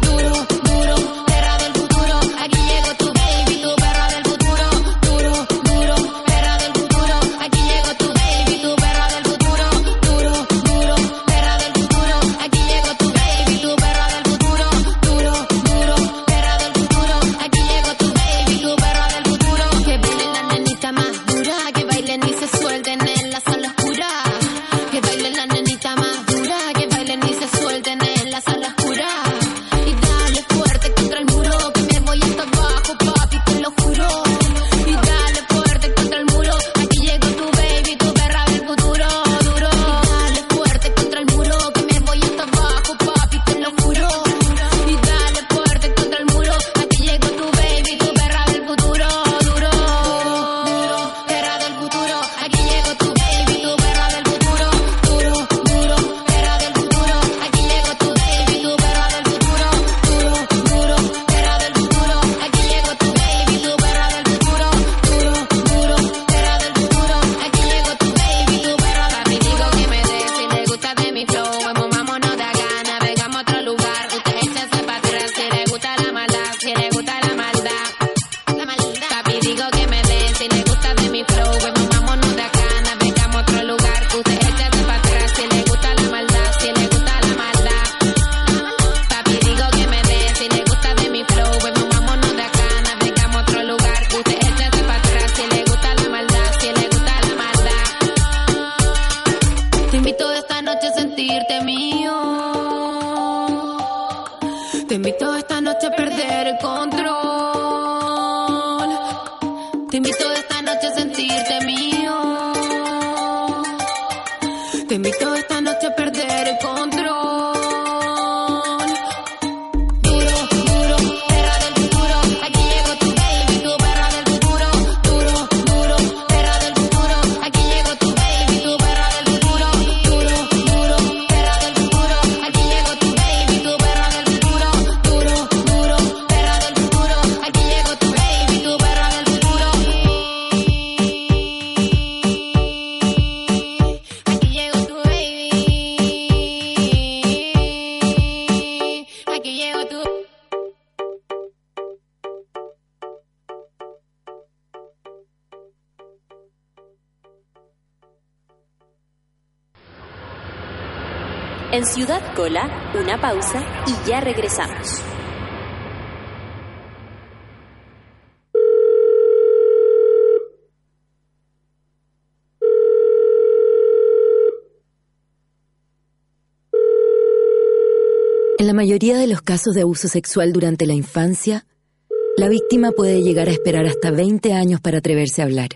Speaker 7: Duro, duro, perra del futuro. Aquí llegó tu baby, tu perra del futuro. Duro, duro, perra del futuro. Aquí llegó tu baby, tu perra del futuro. Duro, duro, perra del futuro. Aquí llegó tu baby, tu perra del futuro. Duro, duro, perra del futuro. Aquí llegó tu baby, tu perra del futuro. Que viene la nenita más dura. Que bailen y se suelten en la sala oscura. Que bailen la invito esta noche a perder el control. Te invito esta noche a sentirte mío. Te invito esta noche a perder el control. Duro, duro, perra del futuro. Aquí llegó tu baby, tu perra del futuro. Duro, duro, perra del futuro. Aquí llegó tu baby, tu perra del futuro. Duro, duro, perra del futuro. Aquí llegó tu baby, tu perra del futuro. Duro, duro, perra del futuro. Aquí llegó tu baby, tu perra del futuro. Aquí llegó tu baby. Aquí llegó tu
Speaker 2: En Ciudad Cola, una pausa y ya regresamos.
Speaker 14: En la mayoría de los casos de abuso sexual durante la infancia, la víctima puede llegar a esperar hasta 20 años para atreverse a hablar.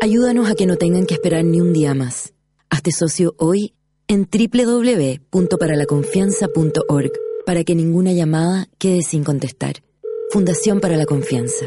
Speaker 14: Ayúdanos a que no tengan que esperar ni un día más. Hazte socio hoy en www.paralaconfianza.org para que ninguna llamada quede sin contestar. Fundación para la Confianza.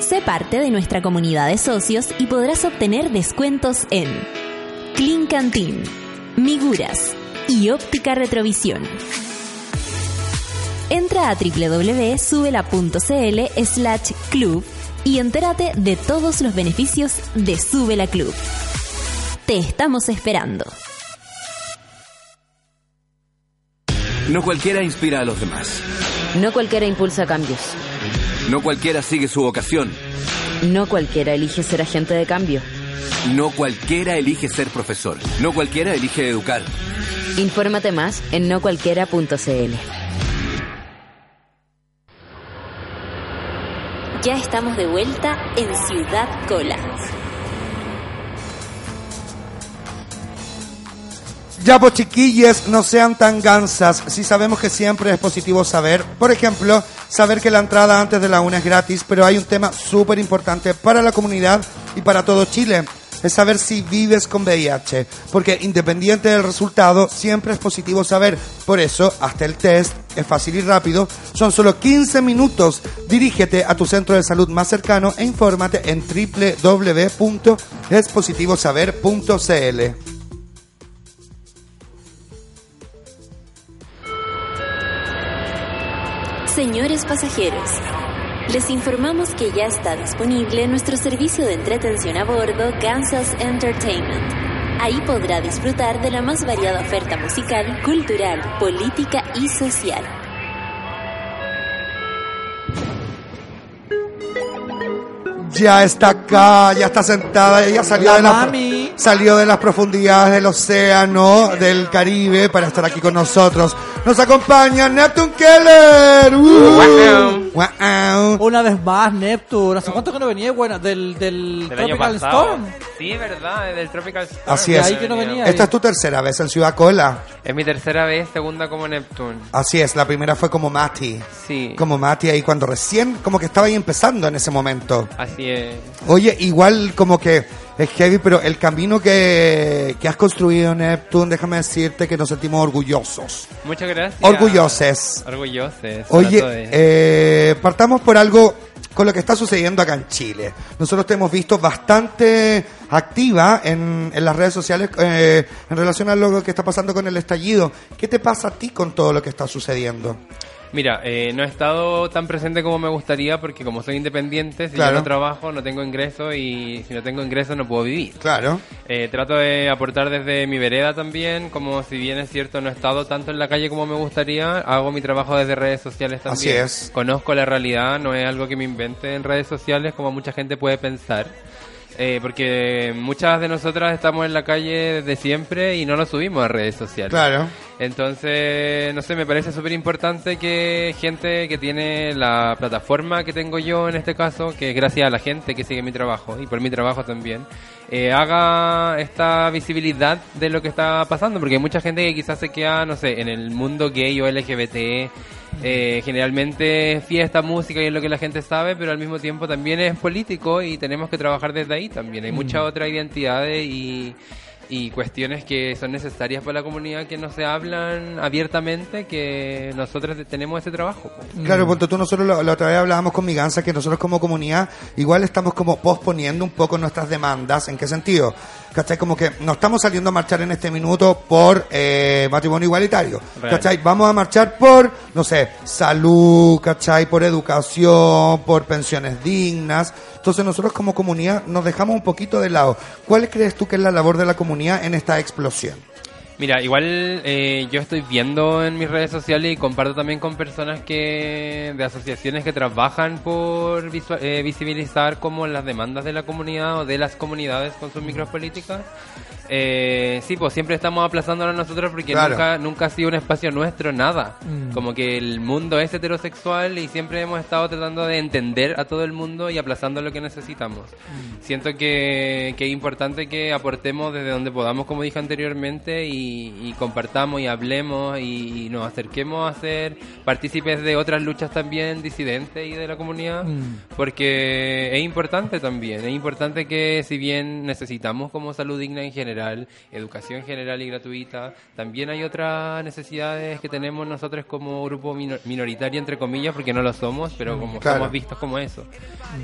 Speaker 2: Sé parte de nuestra comunidad de socios y podrás obtener descuentos en Clean Canteen, Miguras y Óptica Retrovisión. Entra a www.subela.cl slash club y entérate de todos los beneficios de Subela Club. Te estamos esperando.
Speaker 15: No cualquiera inspira a los demás.
Speaker 16: No cualquiera impulsa cambios.
Speaker 15: No cualquiera sigue su vocación.
Speaker 16: No cualquiera elige ser agente de cambio.
Speaker 15: No cualquiera elige ser profesor. No cualquiera elige educar.
Speaker 16: Infórmate más en nocualquiera.cl.
Speaker 2: Ya estamos de vuelta en Ciudad Cola.
Speaker 3: Ya, pues chiquilles, no sean tan gansas. Sí sabemos que siempre es positivo saber. Por ejemplo, saber que la entrada antes de la una es gratis, pero hay un tema súper importante para la comunidad y para todo Chile. Es saber si vives con VIH. Porque independiente del resultado, siempre es positivo saber. Por eso, hasta el test es fácil y rápido. Son solo 15 minutos. Dirígete a tu centro de salud más cercano e infórmate en www.espositivosaber.cl.
Speaker 2: Señores pasajeros, les informamos que ya está disponible nuestro servicio de entretención a bordo Kansas Entertainment. Ahí podrá disfrutar de la más variada oferta musical, cultural, política y social.
Speaker 3: Ya está acá, ya está sentada, ella salió
Speaker 4: La
Speaker 3: de, las-
Speaker 4: mami.
Speaker 3: salió de las profundidades del océano, del Caribe, para estar aquí con nosotros. Nos acompaña Neptune Keller. ¡Uh!
Speaker 4: Una vez más, Neptune. ¿Hace cuánto que no venía? Bueno, del, del,
Speaker 17: Del año
Speaker 4: Tropical
Speaker 17: pasado.
Speaker 4: Storm.
Speaker 17: Sí, verdad, del Tropical Storm.
Speaker 3: Hmm. Así
Speaker 17: De
Speaker 3: es.
Speaker 17: ahí que no venía. eh.
Speaker 3: Esta es tu tercera vez en Ciudad Cola.
Speaker 17: Es mi tercera vez, segunda como Neptune.
Speaker 3: Así es, la primera fue como Mati.
Speaker 17: Sí.
Speaker 3: Como Mati ahí cuando recién, como que estaba ahí empezando en ese momento.
Speaker 17: Así es.
Speaker 3: Oye, igual como que es heavy, pero el camino que, que has construido, Neptune, déjame decirte que nos sentimos orgullosos.
Speaker 17: Muchas gracias.
Speaker 3: Orgullosos.
Speaker 17: Orgullosos.
Speaker 3: Oye,
Speaker 17: trato de-
Speaker 3: eh, partamos por algo con lo que está sucediendo acá en Chile. Nosotros te hemos visto bastante activa en, en las redes sociales eh, en relación a lo que está pasando con el estallido. ¿Qué te pasa a ti con todo lo que está sucediendo?
Speaker 17: Mira, eh, no he estado tan presente como me gustaría porque como soy independiente, si
Speaker 3: Claro.
Speaker 17: yo no trabajo, no tengo ingreso y si no tengo ingreso no puedo vivir.
Speaker 3: Claro.
Speaker 17: Eh, trato de aportar desde mi vereda también, como si bien es cierto, no he estado tanto en la calle como me gustaría, hago mi trabajo desde redes sociales
Speaker 3: Así
Speaker 17: también.
Speaker 3: es.
Speaker 17: Conozco la realidad, no es algo que me invente en redes sociales como mucha gente puede pensar. Eh, porque muchas de nosotras estamos en la calle desde siempre y no nos subimos a redes sociales.
Speaker 3: Claro.
Speaker 17: Entonces, no sé, me parece súper importante que gente que tiene la plataforma que tengo yo en este caso, que es gracias a la gente que sigue mi trabajo y por mi trabajo también, eh, haga esta visibilidad de lo que está pasando, porque hay mucha gente que quizás se queda, no sé, en el mundo gay o LGBT. eh, generalmente es fiesta, música y es lo que la gente sabe, pero al mismo tiempo también es político y tenemos que trabajar desde ahí también. Hay
Speaker 4: Mm.
Speaker 17: muchas otras identidades y, y cuestiones que son necesarias para la comunidad que no se hablan abiertamente, que nosotros tenemos ese trabajo. pues.
Speaker 3: Claro, punto tú, nosotros la, la otra vez hablábamos con Miganza que nosotros como comunidad igual estamos como posponiendo un poco nuestras demandas. ¿En qué sentido? ¿Cachai? Como que no estamos saliendo a marchar en este minuto por eh, matrimonio igualitario.
Speaker 18: Real.
Speaker 3: ¿Cachai? Vamos a marchar por, no sé, salud, ¿cachai? Por educación, por pensiones dignas. Entonces nosotros como comunidad nos dejamos un poquito de lado. ¿Cuál crees tú que es la labor de la comunidad en esta explosión?
Speaker 17: Mira, igual eh, yo estoy viendo en mis redes sociales y comparto también con personas que de asociaciones que trabajan por visua- eh, visibilizar como las demandas de la comunidad o de las comunidades con sus micropolíticas. Eh, sí, pues siempre estamos aplazándonos nosotros porque
Speaker 3: Claro.
Speaker 17: nunca, nunca ha sido un espacio nuestro, nada.
Speaker 3: Mm.
Speaker 17: Como que el mundo es heterosexual y siempre hemos estado tratando de entender a todo el mundo y aplazando lo que necesitamos. Siento que, que es importante que aportemos desde donde podamos, como dije anteriormente, y, y compartamos y hablemos y, y nos acerquemos a ser partícipes de otras luchas también disidentes y de la comunidad,
Speaker 4: Mm.
Speaker 17: porque es importante también, es importante que si bien necesitamos como salud digna en general, educación general y gratuita, también hay otras necesidades que tenemos nosotros como grupo mino- minoritario, entre comillas, porque no lo somos, pero como
Speaker 3: Claro. Mm.
Speaker 17: somos vistos como eso.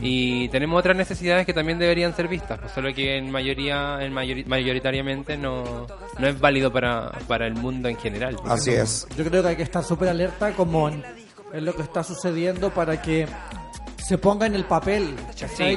Speaker 17: Y tenemos otras necesidades que también deberían ser vistas, pues, solo que en mayoría, en mayori- mayoritariamente no, no es válido para, para el mundo en general.
Speaker 3: Así es.
Speaker 4: Yo creo que hay que estar súper alerta como en, en lo que está sucediendo para que se ponga en el papel, ¿cachai?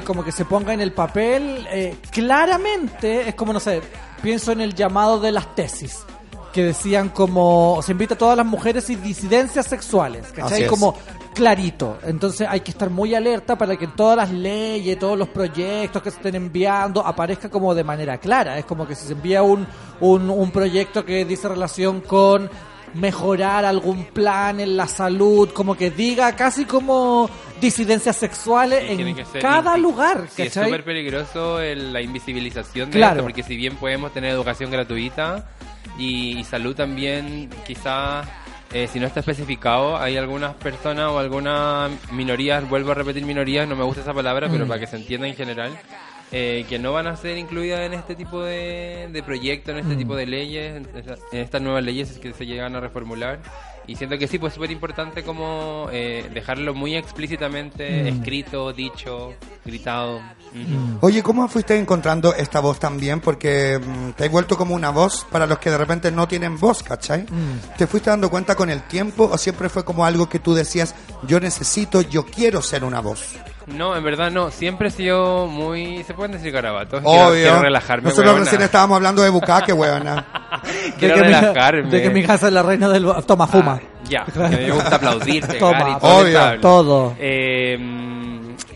Speaker 17: Sí.
Speaker 4: Como que se ponga en el papel. eh, claramente es como, no sé, pienso en el llamado de las tesis, que decían como, se invita a todas las mujeres y disidencias sexuales,
Speaker 5: Así
Speaker 4: ¿cachai?
Speaker 5: es.
Speaker 4: Como clarito. Entonces hay que estar muy alerta para que en todas las leyes, todos los proyectos que se estén enviando aparezca como de manera clara. Es como que si se envía un, un, un proyecto que dice relación con mejorar algún plan en la salud, como que diga casi como disidencias sexuales en
Speaker 17: Tiene que ser
Speaker 4: cada
Speaker 17: invi-
Speaker 4: lugar,
Speaker 17: Sí, es
Speaker 4: ¿cachai?
Speaker 17: súper peligroso el- la invisibilización de
Speaker 4: Claro.
Speaker 17: esto, porque si bien podemos tener educación gratuita y, y salud también, quizás eh, si no está especificado, hay algunas personas o algunas minorías, vuelvo a repetir minorías, no me gusta esa palabra, pero
Speaker 4: Mm.
Speaker 17: para que se entienda en general, eh, que no van a ser incluidas en este tipo de, de proyectos, en este
Speaker 4: Mm.
Speaker 17: tipo de leyes, en, esa- en estas nuevas leyes que se llegan a reformular. Y siento que sí, pues es súper importante como eh, dejarlo muy explícitamente
Speaker 3: Mm.
Speaker 17: escrito, dicho, gritado. Ujú.
Speaker 3: Oye, ¿cómo fuiste encontrando esta voz también? Porque mm, te has vuelto como una voz para los que de repente no tienen voz, ¿cachai?
Speaker 4: Mm.
Speaker 3: ¿Te fuiste dando cuenta con el tiempo o siempre fue como algo que tú decías, yo necesito, yo quiero ser una voz?
Speaker 4: Mm.
Speaker 17: No, en verdad no. Siempre he sido muy... ¿Se pueden decir garabatos? Quiero,
Speaker 3: Obvio.
Speaker 17: quiero relajarme,
Speaker 3: Nosotros
Speaker 17: huevona.
Speaker 3: recién estábamos hablando de bucaque, huevona.
Speaker 17: Quiero
Speaker 4: de, que mi,
Speaker 17: relajarme.
Speaker 4: de que mi casa es la reina del... ba- Toma, fuma.
Speaker 17: Ah, Ya, que me gusta aplaudir, pegar
Speaker 4: Toma,
Speaker 17: y todo.
Speaker 4: obvio,
Speaker 17: estable.
Speaker 4: todo.
Speaker 17: Eh, mm,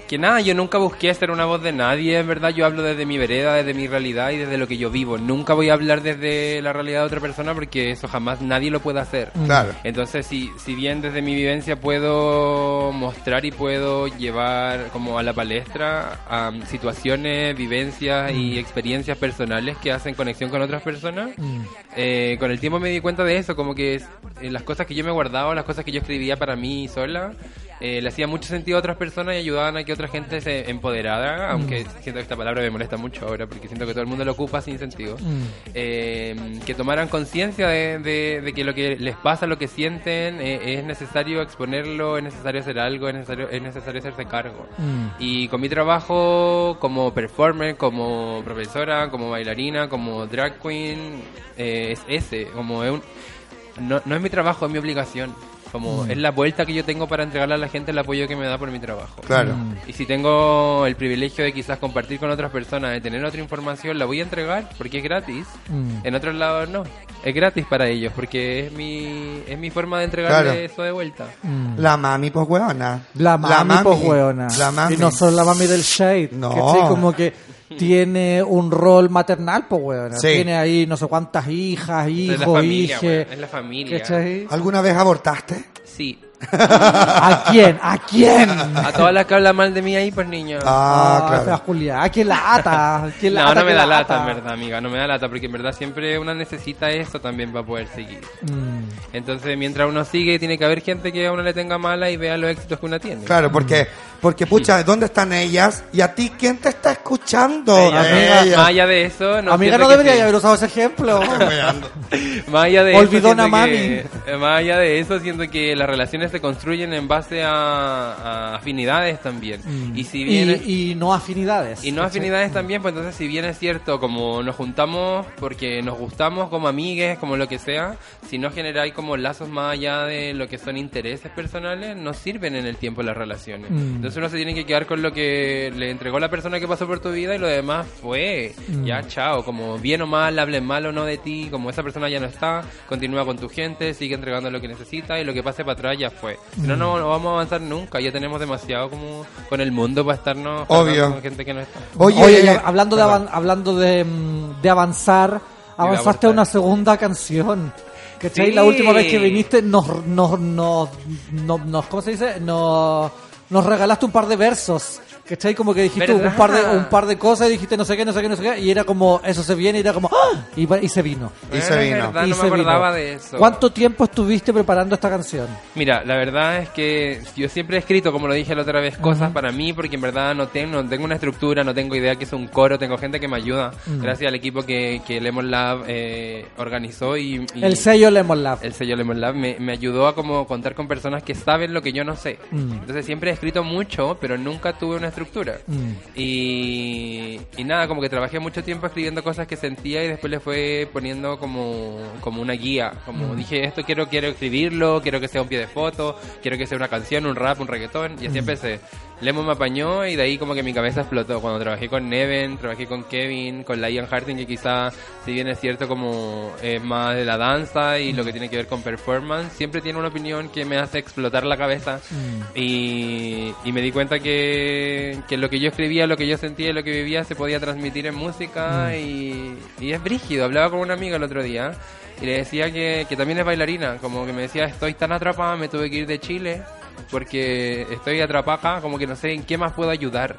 Speaker 17: que nada, yo nunca busqué ser una voz de nadie, en verdad. Yo hablo desde mi vereda, desde mi realidad y desde lo que yo vivo. Nunca voy a hablar desde la realidad de otra persona porque eso jamás nadie lo puede hacer.
Speaker 4: Mm.
Speaker 3: Claro.
Speaker 17: Entonces, si, si bien desde mi vivencia puedo mostrar y puedo llevar como a la palestra am, situaciones, vivencias
Speaker 4: Mm.
Speaker 17: y experiencias personales que hacen conexión con otras personas, eh, con el tiempo me di cuenta de eso, como que es- eh, las cosas que yo me guardaba, las cosas que yo escribía para mí sola, eh, le hacía mucho sentido a otras personas y ayudaban a que otra gente se empoderara, aunque siento que esta palabra me molesta mucho ahora, porque siento que todo el mundo lo ocupa sin sentido.
Speaker 4: Mm.
Speaker 17: Eh, que tomaran conciencia de, de- de que lo que les pasa, lo que sienten, eh, es necesario exponerlo, es necesario hacer algo, es necesario, es necesario hacerse cargo.
Speaker 4: Mm.
Speaker 17: Y con mi trabajo como performer, como profesora, como bailarina, como drag queen, eh, es ese, como es un- no, no es mi trabajo, es mi obligación. Como
Speaker 4: Mm.
Speaker 17: es la vuelta que yo tengo para entregarle a la gente el apoyo que me da por mi trabajo.
Speaker 3: Claro.
Speaker 4: Mm.
Speaker 17: Y si tengo el privilegio de quizás compartir con otras personas, de tener otra información, la voy a entregar porque es gratis.
Speaker 4: Mm.
Speaker 17: En otros lados no. Es gratis para ellos porque es mi, es mi forma de entregarle
Speaker 3: Claro.
Speaker 17: eso de vuelta.
Speaker 3: La mami, pues, hueona.
Speaker 4: La mami, pues, hueona.
Speaker 3: La mami.
Speaker 4: Y no solo la mami del shade.
Speaker 3: No.
Speaker 4: ¿cachai? Como que tiene un rol maternal, pues, hueona.
Speaker 3: Sí.
Speaker 4: Tiene ahí no sé cuántas hijas,
Speaker 17: es la
Speaker 4: hijos,
Speaker 17: familia,
Speaker 4: hijes.
Speaker 17: weón, es la familia.
Speaker 4: ¿cachai?
Speaker 3: ¿Alguna vez abortaste?
Speaker 17: Sí.
Speaker 4: ¿A quién? ¿A quién?
Speaker 17: A todas las que hablan mal de mí ahí, pues niño.
Speaker 3: Ah, claro.
Speaker 4: fea Julia. ¿A quién la ata? ¿Quién la
Speaker 17: no,
Speaker 4: ata?
Speaker 17: no me
Speaker 4: ¿Quién
Speaker 17: da
Speaker 4: la
Speaker 17: lata, en
Speaker 4: ata?
Speaker 17: verdad, amiga, no me da lata, porque en verdad siempre una necesita eso también para poder seguir.
Speaker 4: Mm.
Speaker 17: Entonces, mientras uno sigue, tiene que haber gente que a uno le tenga mala y vea los éxitos que uno tiene.
Speaker 3: Claro, porque, porque pucha, ¿dónde están ellas? ¿Y a ti quién te está escuchando?
Speaker 17: Ella,
Speaker 3: Ellas.
Speaker 17: Más allá de eso, no
Speaker 4: Amiga,
Speaker 17: siento
Speaker 4: no
Speaker 17: que
Speaker 4: debería
Speaker 17: sí.
Speaker 4: haber usado ese ejemplo.
Speaker 17: Más allá de
Speaker 4: Olvidó
Speaker 17: eso, siento
Speaker 4: una
Speaker 17: que- eh, más allá de eso, siento que las relaciones se construyen en base a, a afinidades también. Y si bien... es-
Speaker 4: Mm. y, y no afinidades.
Speaker 17: Y no
Speaker 4: ¿cachai?
Speaker 17: afinidades también, pues entonces si bien es cierto, como nos juntamos porque nos gustamos como amigues, como lo que sea, si no generáis como lazos más allá de lo que son intereses personales, no sirven en el tiempo las relaciones.
Speaker 4: Mm.
Speaker 17: Entonces uno se tiene que quedar con lo que le entregó la persona que pasó por tu vida y lo demás fue,
Speaker 4: Mm.
Speaker 17: ya chao, como bien o mal, hablen mal o no de ti, como esa persona ya no está, continúa con tu gente, sigue entregando lo que necesita y lo que pase para atrás ya fue. Si
Speaker 4: Mm.
Speaker 17: no, no, no vamos a avanzar nunca, ya tenemos demasiado como con el mundo para estarnos
Speaker 3: Obvio.
Speaker 17: cargando con gente que no está.
Speaker 3: Oye,
Speaker 4: Oye, y
Speaker 3: eh,
Speaker 4: hab- hablando, de, avan- hablando de, mm, de avanzar, avanzaste
Speaker 17: abortar.
Speaker 4: a una segunda canción. ¿Cachai?
Speaker 17: Sí.
Speaker 4: La última vez que viniste nos, nos, nos, nos, nos- ¿cómo se dice? Nos, nos regalaste un par de versos. ¿Cachai? Como que dijiste
Speaker 17: ¿Verdad?
Speaker 4: un par, de, un par de cosas y dijiste no sé qué, no sé qué, no sé qué. Y era como, eso se viene y era como, ¡ah! Y, va- y se vino.
Speaker 3: Y se
Speaker 17: Bueno, es
Speaker 3: vino.
Speaker 17: Eh, verdad,
Speaker 4: Y
Speaker 17: no
Speaker 4: se
Speaker 17: me acordaba
Speaker 4: vino.
Speaker 17: de eso.
Speaker 4: ¿Cuánto tiempo estuviste preparando esta canción?
Speaker 17: Mira, la verdad es que yo siempre he escrito, como lo dije la otra vez, cosas para mí, porque en verdad no tengo, no tengo una estructura, no tengo idea que es un coro, tengo gente que me ayuda,
Speaker 4: Mm.
Speaker 17: gracias al equipo que, que Lemon Lab eh, organizó y, y-
Speaker 4: El sello Lemon Lab.
Speaker 17: el sello Lemon Lab me, me ayudó a como contar con personas que saben lo que yo no sé.
Speaker 4: Mm.
Speaker 17: Entonces siempre he escrito mucho, pero nunca tuve una estructura.
Speaker 4: Mm.
Speaker 17: Y, y nada, como que trabajé mucho tiempo escribiendo cosas que sentía y después le fue poniendo como, como una guía. Como dije, esto quiero, quiero escribirlo, quiero que sea un pie de foto, quiero que sea una canción, un rap, un reggaetón. Y así empecé. Lemon me apañó y de ahí como que mi cabeza explotó. Cuando trabajé con Neven, trabajé con Kevin, con la Ian Harding, que quizá, si bien es cierto, como es más de la danza y lo que tiene que ver con performance, siempre tiene una opinión que me hace explotar la cabeza. Y, y me di cuenta que, que lo que yo escribía, lo que yo sentía y lo que vivía se podía transmitir en música y, y es brígido. Hablaba con una amiga el otro día y le decía que, que también es bailarina, como que me decía, estoy tan atrapada, me tuve que ir de Chile porque estoy atrapada, acá, como que no sé en qué más puedo ayudar.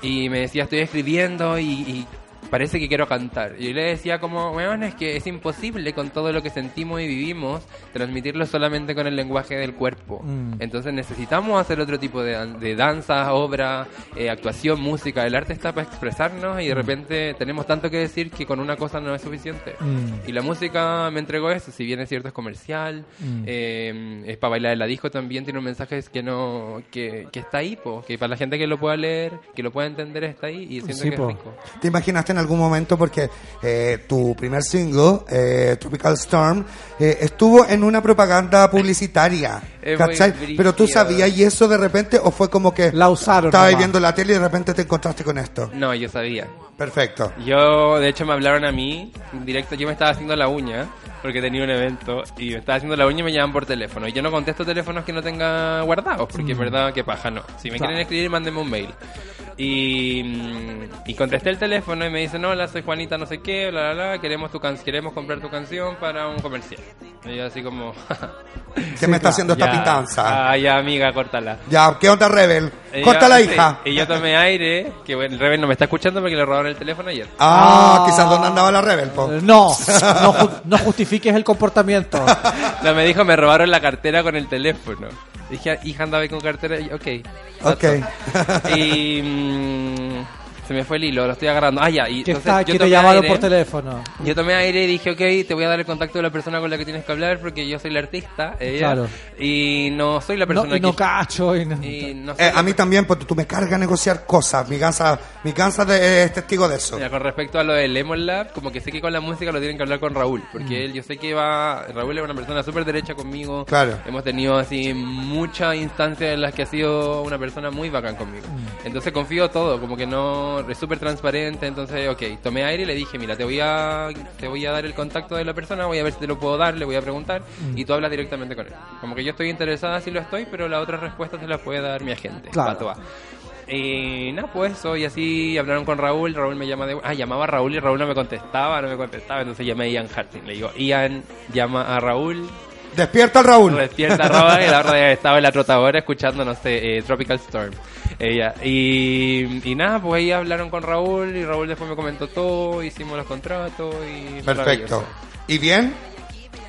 Speaker 17: Y me decía, estoy escribiendo y, y parece que quiero cantar. Y yo le decía como, weón, es que es imposible con todo lo que sentimos y vivimos transmitirlo solamente con el lenguaje del cuerpo.
Speaker 4: Mm.
Speaker 17: Entonces necesitamos hacer otro tipo de, dan- de danza, obra, eh, actuación, música. El arte está para expresarnos y de repente tenemos tanto que decir que con una cosa no es suficiente.
Speaker 4: Mm.
Speaker 17: Y la música me entregó eso, si bien es cierto es comercial,
Speaker 4: Mm.
Speaker 17: eh, es para bailar en la disco también, tiene un mensaje que no que, que está ahí, po, que para la gente que lo pueda leer, que lo pueda entender, está ahí y siento
Speaker 4: Sí,
Speaker 17: que
Speaker 4: po.
Speaker 17: es rico.
Speaker 3: ¿Te imaginaste en algún momento? Porque eh, tu primer single, eh, Tropical Storm, eh, estuvo en una propaganda publicitaria.
Speaker 17: Es muy
Speaker 3: ¿Cachai? Pero tú
Speaker 17: brígido.
Speaker 3: sabías y eso de repente, o fue como que
Speaker 4: La usaron.
Speaker 3: estabas
Speaker 4: nomás.
Speaker 3: viendo la tele y de repente te encontraste con esto.
Speaker 17: No, yo sabía.
Speaker 3: Perfecto.
Speaker 17: Yo, de hecho, me hablaron a mí, en directo, yo me estaba haciendo la uña, porque tenía un evento, y me estaba haciendo la uña y me llaman por teléfono. Y yo no contesto teléfonos que no tenga guardados, porque
Speaker 3: Mm.
Speaker 17: es verdad que paja, no. Si me
Speaker 4: Claro.
Speaker 17: quieren escribir, mándenme un mail. Y, mm, y contesté el teléfono y me dicen, hola, soy Juanita no sé qué, bla, bla, bla, queremos, tu can queremos comprar tu canción para un comercial. Y yo así como,
Speaker 3: ¿Qué me está haciendo esta
Speaker 17: ya,
Speaker 3: pintanza?
Speaker 17: Ah, ya, amiga, córtala.
Speaker 3: Ya, ¿qué onda, Rebel?
Speaker 17: Y yo-
Speaker 3: Corta la
Speaker 17: Eh, sí,
Speaker 3: hija.
Speaker 17: Y yo tomé aire, que bueno, el Reben no me está escuchando porque le robaron el teléfono ayer.
Speaker 3: Ah, quizás dónde andaba la Rebel, po.
Speaker 4: Eh, No, no, ju- no justifiques el comportamiento.
Speaker 17: No, me dijo, me robaron la cartera con el teléfono. Dije, hija, andaba ahí con cartera. Y, ok.
Speaker 3: Ok.
Speaker 17: Y. mm, Se me fue el hilo, lo estoy agarrando. Ah, ya. Y
Speaker 4: Que,
Speaker 17: entonces
Speaker 4: está,
Speaker 17: yo
Speaker 4: que te
Speaker 17: tomé
Speaker 4: llamaron
Speaker 17: aire.
Speaker 4: por teléfono.
Speaker 17: Yo tomé aire y dije, ok, te voy a dar el contacto de la persona con la que tienes que hablar porque yo soy la artista, ella,
Speaker 4: Claro.
Speaker 17: y no soy la
Speaker 4: No,
Speaker 17: persona
Speaker 4: y no
Speaker 17: que...
Speaker 4: cacho. Y no-
Speaker 17: y no soy
Speaker 3: Eh,
Speaker 17: la
Speaker 3: a mí también, porque tú me cargas negociar cosas. Mi casa, mi casa de- es testigo de eso.
Speaker 17: Mira, con respecto a lo del Lemon Lab, como que sé que con la música lo tienen que hablar con Raúl, porque
Speaker 3: Mm.
Speaker 17: él, yo sé que va, Raúl es una persona súper derecha conmigo.
Speaker 3: Claro.
Speaker 17: Hemos tenido así muchas instancias en las que ha sido una persona muy bacán conmigo.
Speaker 3: Mm.
Speaker 17: Entonces confío todo, como que no, es súper transparente, entonces, ok, tomé aire y le dije, mira, te voy a, te voy a dar el contacto de la persona, voy a ver si te lo puedo dar, le voy a preguntar,
Speaker 3: Mm.
Speaker 17: y tú hablas directamente con él. Como que yo estoy interesada, sí lo estoy, pero la otra respuesta se la puede dar mi agente.
Speaker 4: Claro.
Speaker 17: Patoa. Y nada, pues eso, y así hablaron con Raúl, Raúl me llama de... Ah, llamaba a Raúl y Raúl no me contestaba, no me contestaba, entonces llamé a Ian Harting, le digo, Ian llama a Raúl.
Speaker 3: Despierta al Raúl.
Speaker 17: Despierta a Raúl, y la verdad estaba en la trotadora escuchando, no sé, eh, Tropical Storm. Ella. Y, y nada, pues ahí hablaron con Raúl y Raúl después me comentó todo, hicimos los contratos y...
Speaker 3: Perfecto.
Speaker 17: maravilloso.
Speaker 3: ¿Y bien?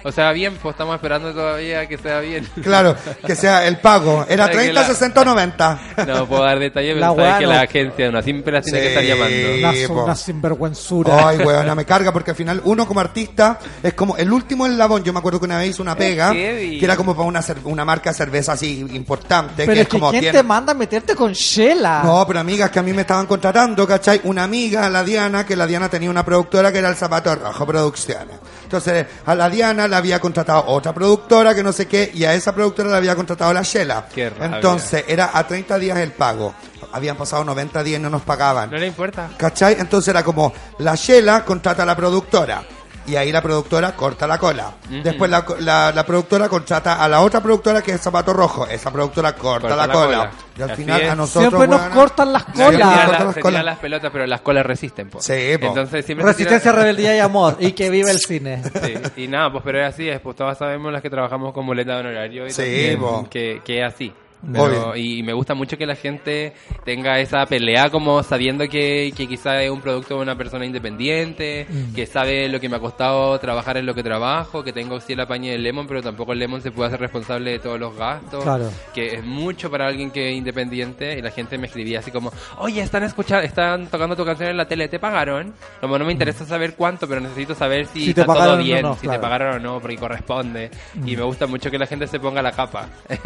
Speaker 17: O sea, bien, pues estamos esperando todavía que sea bien.
Speaker 3: Claro, que sea el pago. Era
Speaker 17: Para que
Speaker 3: 30,
Speaker 17: la-
Speaker 3: 60 o 90.
Speaker 17: No puedo dar detalles, pero
Speaker 3: La
Speaker 17: sabes
Speaker 3: weá
Speaker 17: que
Speaker 3: no-
Speaker 17: la agencia no, siempre las tiene que estar llamando.
Speaker 4: Una, una sinvergüenzura.
Speaker 3: Ay, weona, me carga porque al final uno como artista es como el último eslabón. Yo me acuerdo que una vez hice una pega
Speaker 4: heavy.
Speaker 3: que era como para una, cer- una marca de cerveza así importante.
Speaker 4: Pero
Speaker 3: que
Speaker 4: es
Speaker 3: es
Speaker 4: que
Speaker 3: como
Speaker 4: ¿quién
Speaker 3: tiene-
Speaker 4: te manda a meterte con Shela?
Speaker 3: No, pero amigas que a mí me estaban contratando, ¿cachai? Una amiga, la Diana, que la Diana tenía una productora que era el Zapato Rojo Producciones. Entonces, a la Diana la había contratado otra productora que no sé qué, y a esa productora la había contratado la Shela.
Speaker 17: Qué rabia.
Speaker 3: Entonces, era a 30 días el pago. Habían pasado 90 días y no nos pagaban.
Speaker 17: No le importa.
Speaker 3: ¿Cachai? Entonces era como, la Shela contrata a la productora. Y ahí la productora corta la cola.
Speaker 17: Ujú.
Speaker 3: Después la, la- la productora contrata a la otra productora que es Zapato Rojo. Esa productora corta, la, cola. Y al
Speaker 17: Así
Speaker 3: final
Speaker 17: es.
Speaker 3: a nosotros...
Speaker 4: Siempre nos
Speaker 3: weona,
Speaker 4: cortan las
Speaker 17: Se tiran
Speaker 4: colas.
Speaker 17: las- se tiran las pelotas, pero las colas resisten. po.
Speaker 3: po.
Speaker 17: Entonces siempre se tiran-
Speaker 4: Resistencia, rebeldía y amor. Y que vive el cine.
Speaker 17: Sí, y nada, pues pero es así, es, pues todas sabemos las que trabajamos con boleta de honorario y
Speaker 3: Sí,
Speaker 17: también
Speaker 3: po.
Speaker 17: que, que es así.
Speaker 3: Obvio.
Speaker 17: Pero- y me gusta mucho que la gente tenga esa pelea como sabiendo que, que quizá es un producto de una persona independiente,
Speaker 4: Mm.
Speaker 17: que sabe lo que me ha costado trabajar en lo que trabajo, que tengo sí el apañe del Lemon, pero tampoco el Lemon se puede hacer responsable de todos los gastos,
Speaker 4: Claro.
Speaker 17: que es mucho para alguien que es independiente y la gente me escribía así como, oye, están escuchando, están tocando tu canción en la tele, ¿te pagaron? Como no me interesa saber cuánto, pero necesito saber si,
Speaker 4: Si te
Speaker 17: está todo
Speaker 4: pagaron o
Speaker 17: bien,
Speaker 4: no,
Speaker 17: si
Speaker 4: claro.
Speaker 17: te pagaron o no, porque corresponde. Y
Speaker 4: Mm.
Speaker 17: me gusta mucho que la gente se ponga la capa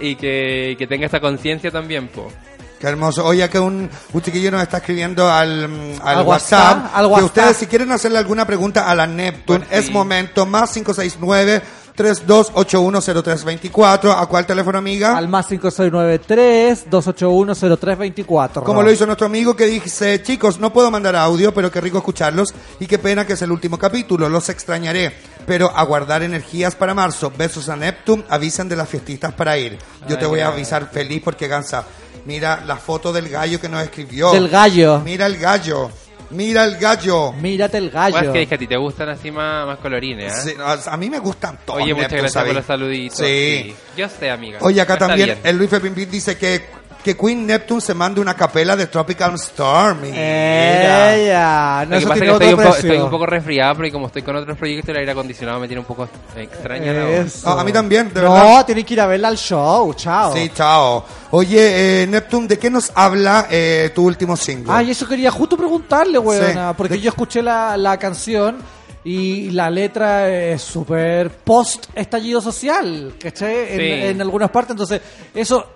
Speaker 17: y que, que tenga esa conciencia también, po.
Speaker 3: Qué hermoso. Oye, acá un, un chiquillo nos está escribiendo al, mm, al
Speaker 4: Al
Speaker 3: WhatsApp.
Speaker 4: WhatsApp, al
Speaker 3: Que
Speaker 4: WhatsApp.
Speaker 3: ustedes, si quieren hacerle alguna pregunta a la Neptune,
Speaker 17: Pues
Speaker 3: es momento. Más 569 32810324. ¿A cuál teléfono, amiga?
Speaker 4: Al más 5693-281-0324.
Speaker 3: Como lo hizo nuestro amigo que dice, chicos, no puedo mandar audio, pero qué rico escucharlos y qué pena que es el último capítulo, los extrañaré, pero aguardar energías para marzo. Besos a Neptune, avisen de las fiestitas para ir. Yo te
Speaker 4: Ay,
Speaker 3: voy a
Speaker 4: ay.
Speaker 3: avisar feliz porque Gansa, mira la foto del gallo que nos escribió.
Speaker 4: Del gallo.
Speaker 3: Mira el gallo. Mira el gallo.
Speaker 4: Mírate el
Speaker 17: Pues
Speaker 4: gallo.
Speaker 17: que dije, a ti te gustan así más, más colorines, ¿eh?
Speaker 3: Sí, a, a mí me gustan todos.
Speaker 17: Oye, muchas
Speaker 3: Neptune,
Speaker 17: gracias
Speaker 3: ¿sabéis?
Speaker 17: por los saluditos.
Speaker 3: Sí.
Speaker 17: Yo sé, amiga.
Speaker 3: Oye, acá
Speaker 17: Está
Speaker 3: también
Speaker 17: bien.
Speaker 3: el Luis Pepín Pin dice que, que Queen Neptune se manda una capela de Tropical Storm. Mira.
Speaker 4: Ella.
Speaker 17: Lo
Speaker 4: No,
Speaker 17: que
Speaker 4: eso
Speaker 17: pasa
Speaker 4: tiene
Speaker 17: es que
Speaker 4: otro
Speaker 17: estoy un, po-
Speaker 4: precio.
Speaker 17: estoy un poco resfriado porque como estoy con otros proyectos, el aire acondicionado me tiene un poco extraño. ¿no?
Speaker 4: Eso.
Speaker 3: No, a mí también, de
Speaker 4: no,
Speaker 3: verdad.
Speaker 4: tienes que ir a verla al show. Chao.
Speaker 3: Sí, chao. Oye, eh, Neptune, ¿de qué nos habla eh, tu último single?
Speaker 4: Ay, eso quería justo preguntarle, weona,
Speaker 3: Sí.
Speaker 4: porque yo escuché la, la canción y la letra es súper post estallido social, ¿cachai? En,
Speaker 17: Sí.
Speaker 4: en algunas partes, entonces eso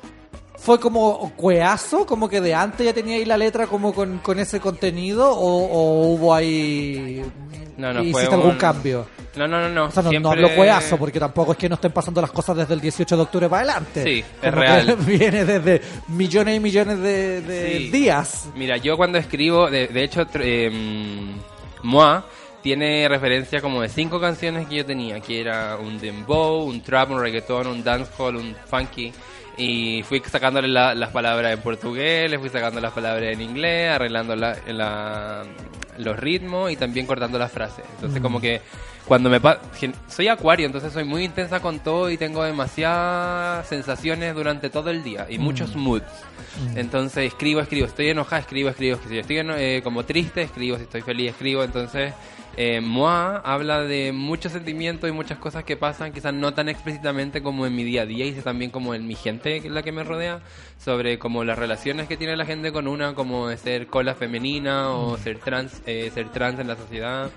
Speaker 4: fue como cueazo, como que de antes ya tenía ahí la letra como con, con ese contenido o, o hubo ahí...
Speaker 17: No, no,
Speaker 4: ¿Hiciste
Speaker 17: fue
Speaker 4: algún
Speaker 17: un-
Speaker 4: cambio?
Speaker 17: No, no, no, no.
Speaker 4: O sea, no, no
Speaker 17: Siempre-
Speaker 4: hablo cueazo, porque tampoco es que no estén pasando las cosas desde el 18 de octubre para adelante.
Speaker 17: Sí, es
Speaker 4: Como que
Speaker 17: real.
Speaker 4: Viene desde millones y millones de, de
Speaker 17: Sí.
Speaker 4: días.
Speaker 17: Mira, yo cuando escribo, de, de hecho, tr- em, Moa tiene referencia como de cinco canciones que yo tenía, que era un dembow, un trap, un reggaetón, un dancehall, un funky. Y fui sacándole la- las palabras en portugués, le fui sacando las palabras en inglés, arreglando la- la- los ritmos y también cortando las frases. Entonces
Speaker 4: Mm.
Speaker 17: como que cuando me pa- gen- soy acuario, entonces soy muy intensa con todo y tengo demasiadas sensaciones durante todo el día y
Speaker 18: Mm.
Speaker 17: muchos moods.
Speaker 18: Mm.
Speaker 17: Entonces escribo, escribo, estoy enojada, escribo, escribo, si estoy eno- eh, como triste, escribo, si estoy feliz, escribo. Entonces, eh, Moa habla de muchos sentimientos y muchas cosas que pasan, quizás no tan explícitamente como en mi día a día y también como en mi gente, que es la que me rodea, sobre como las relaciones que tiene la gente con una, como de ser cola femenina o ser trans, eh, ser trans en la sociedad.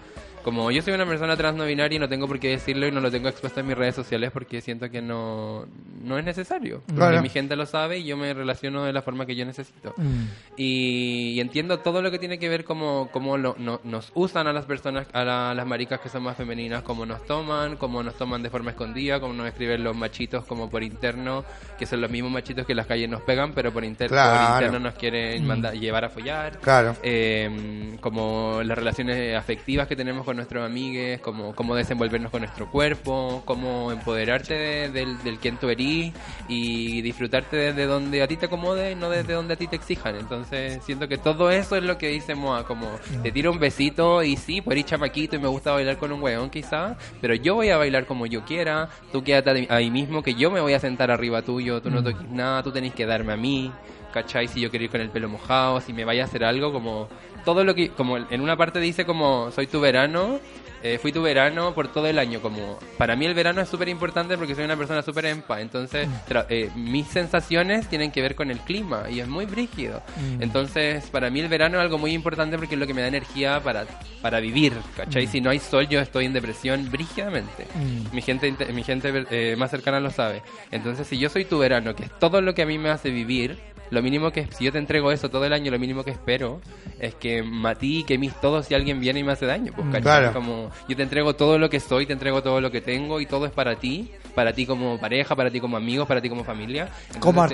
Speaker 17: Como yo soy una persona trans no binaria y no tengo por qué decirlo y no lo tengo expuesto en mis redes sociales porque siento que no, no es necesario. Porque
Speaker 18: Claro.
Speaker 17: mi gente lo sabe y yo me relaciono de la forma que yo necesito.
Speaker 18: Mm.
Speaker 17: Y, y entiendo todo lo que tiene que ver como cómo lo- no- nos usan a las personas, a la- las maricas que son más femeninas, cómo nos toman, cómo nos toman de forma escondida, cómo nos escriben los machitos como por interno, que son los mismos machitos que en las calles nos pegan, pero por, inter- por
Speaker 3: Claro.
Speaker 17: interno nos quieren
Speaker 3: Mm.
Speaker 17: mandar, llevar a follar.
Speaker 3: Claro.
Speaker 17: Eh, como las relaciones afectivas que tenemos con nuestros amigues, como cómo desenvolvernos con nuestro cuerpo, cómo empoderarte de- del, del quien tú eres y disfrutarte desde donde a ti te acomode y no desde donde a ti te exijan. Entonces siento que todo eso es lo que dice Moa, como te tiro un besito y sí, por ir chamaquito y me gusta bailar con un weón quizá, pero yo voy a bailar como yo quiera, tú quédate ahí- ahí mismo que yo me voy a sentar arriba tuyo, tú no
Speaker 18: Mm.
Speaker 17: toques nada, tú tenés que darme a mí, ¿cachai? Si yo quiero ir con el pelo mojado, si me vaya a hacer algo, como todo lo que, como en una parte dice como soy tu verano, eh, fui tu verano por todo el año, como para mí el verano es súper importante porque soy una persona súper empa, entonces
Speaker 18: Mm.
Speaker 17: tra- eh, mis sensaciones tienen que ver con el clima y es muy brígido.
Speaker 18: Mm.
Speaker 17: Entonces, para mí el verano es algo muy importante porque es lo que me da energía para, para vivir, ¿cachai?
Speaker 18: Mm.
Speaker 17: Si no hay sol, yo estoy en depresión brígidamente.
Speaker 18: Mm.
Speaker 17: Mi gente, inte- mi gente eh, más cercana lo sabe. Entonces, si yo soy tu verano, que es todo lo que a mí me hace vivir, lo mínimo que, si yo te entrego eso todo el año, lo mínimo que espero es que matí, que mis todo si alguien viene y me hace daño. Pues,
Speaker 18: Mm.
Speaker 17: ¿cachai?
Speaker 18: Claro.
Speaker 17: Como, yo te entrego todo lo que soy, te entrego todo lo que tengo y todo es para ti, para ti como pareja, para ti como amigos, para ti como familia.
Speaker 4: Como
Speaker 17: Entonces, te-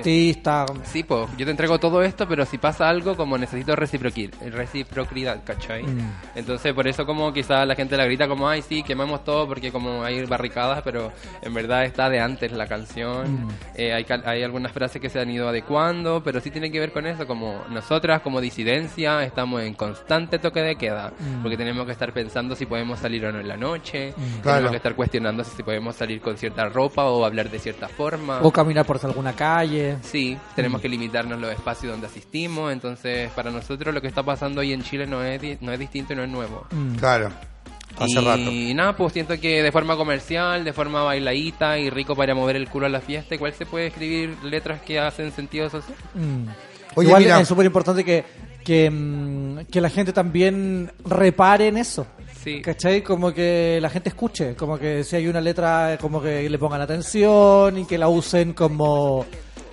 Speaker 4: artista.
Speaker 17: Sí, pues yo te entrego todo esto, pero si pasa algo, como necesito reciproqui- reciprocidad, ¿cachai?
Speaker 18: Mm.
Speaker 17: Entonces, por eso como quizás la gente la grita como, ay, sí, quemamos todo porque como hay barricadas, pero en verdad está de antes la canción.
Speaker 18: Mm.
Speaker 17: Eh, hay, cal- hay algunas frases que se han ido adecuando, pero sí tiene que ver con eso, como nosotras como disidencia estamos en constante toque de queda,
Speaker 18: Mm.
Speaker 17: porque tenemos que estar pensando si podemos salir o no en la noche,
Speaker 4: Claro.
Speaker 17: tenemos que estar cuestionando si podemos salir con cierta ropa o hablar de cierta forma.
Speaker 4: O caminar por alguna calle.
Speaker 17: Sí,
Speaker 4: Mm.
Speaker 17: tenemos que limitarnos los espacios donde asistimos, entonces para nosotros lo que está pasando hoy en Chile no es, di- no es distinto y no es nuevo.
Speaker 4: Mm.
Speaker 3: Claro. Hace
Speaker 17: y
Speaker 3: rato.
Speaker 17: nada, pues siento que de forma comercial, de forma bailadita y rico para mover el culo a la fiesta, igual se puede escribir letras que hacen sentido social.
Speaker 4: Mm.
Speaker 3: Oye,
Speaker 4: Igual
Speaker 3: mira.
Speaker 4: es súper importante que, que, mm, que la gente también repare en eso.
Speaker 17: Sí.
Speaker 4: ¿Cachai? Como que la gente escuche, como que si hay una letra, eh, como que le pongan atención y que la usen como,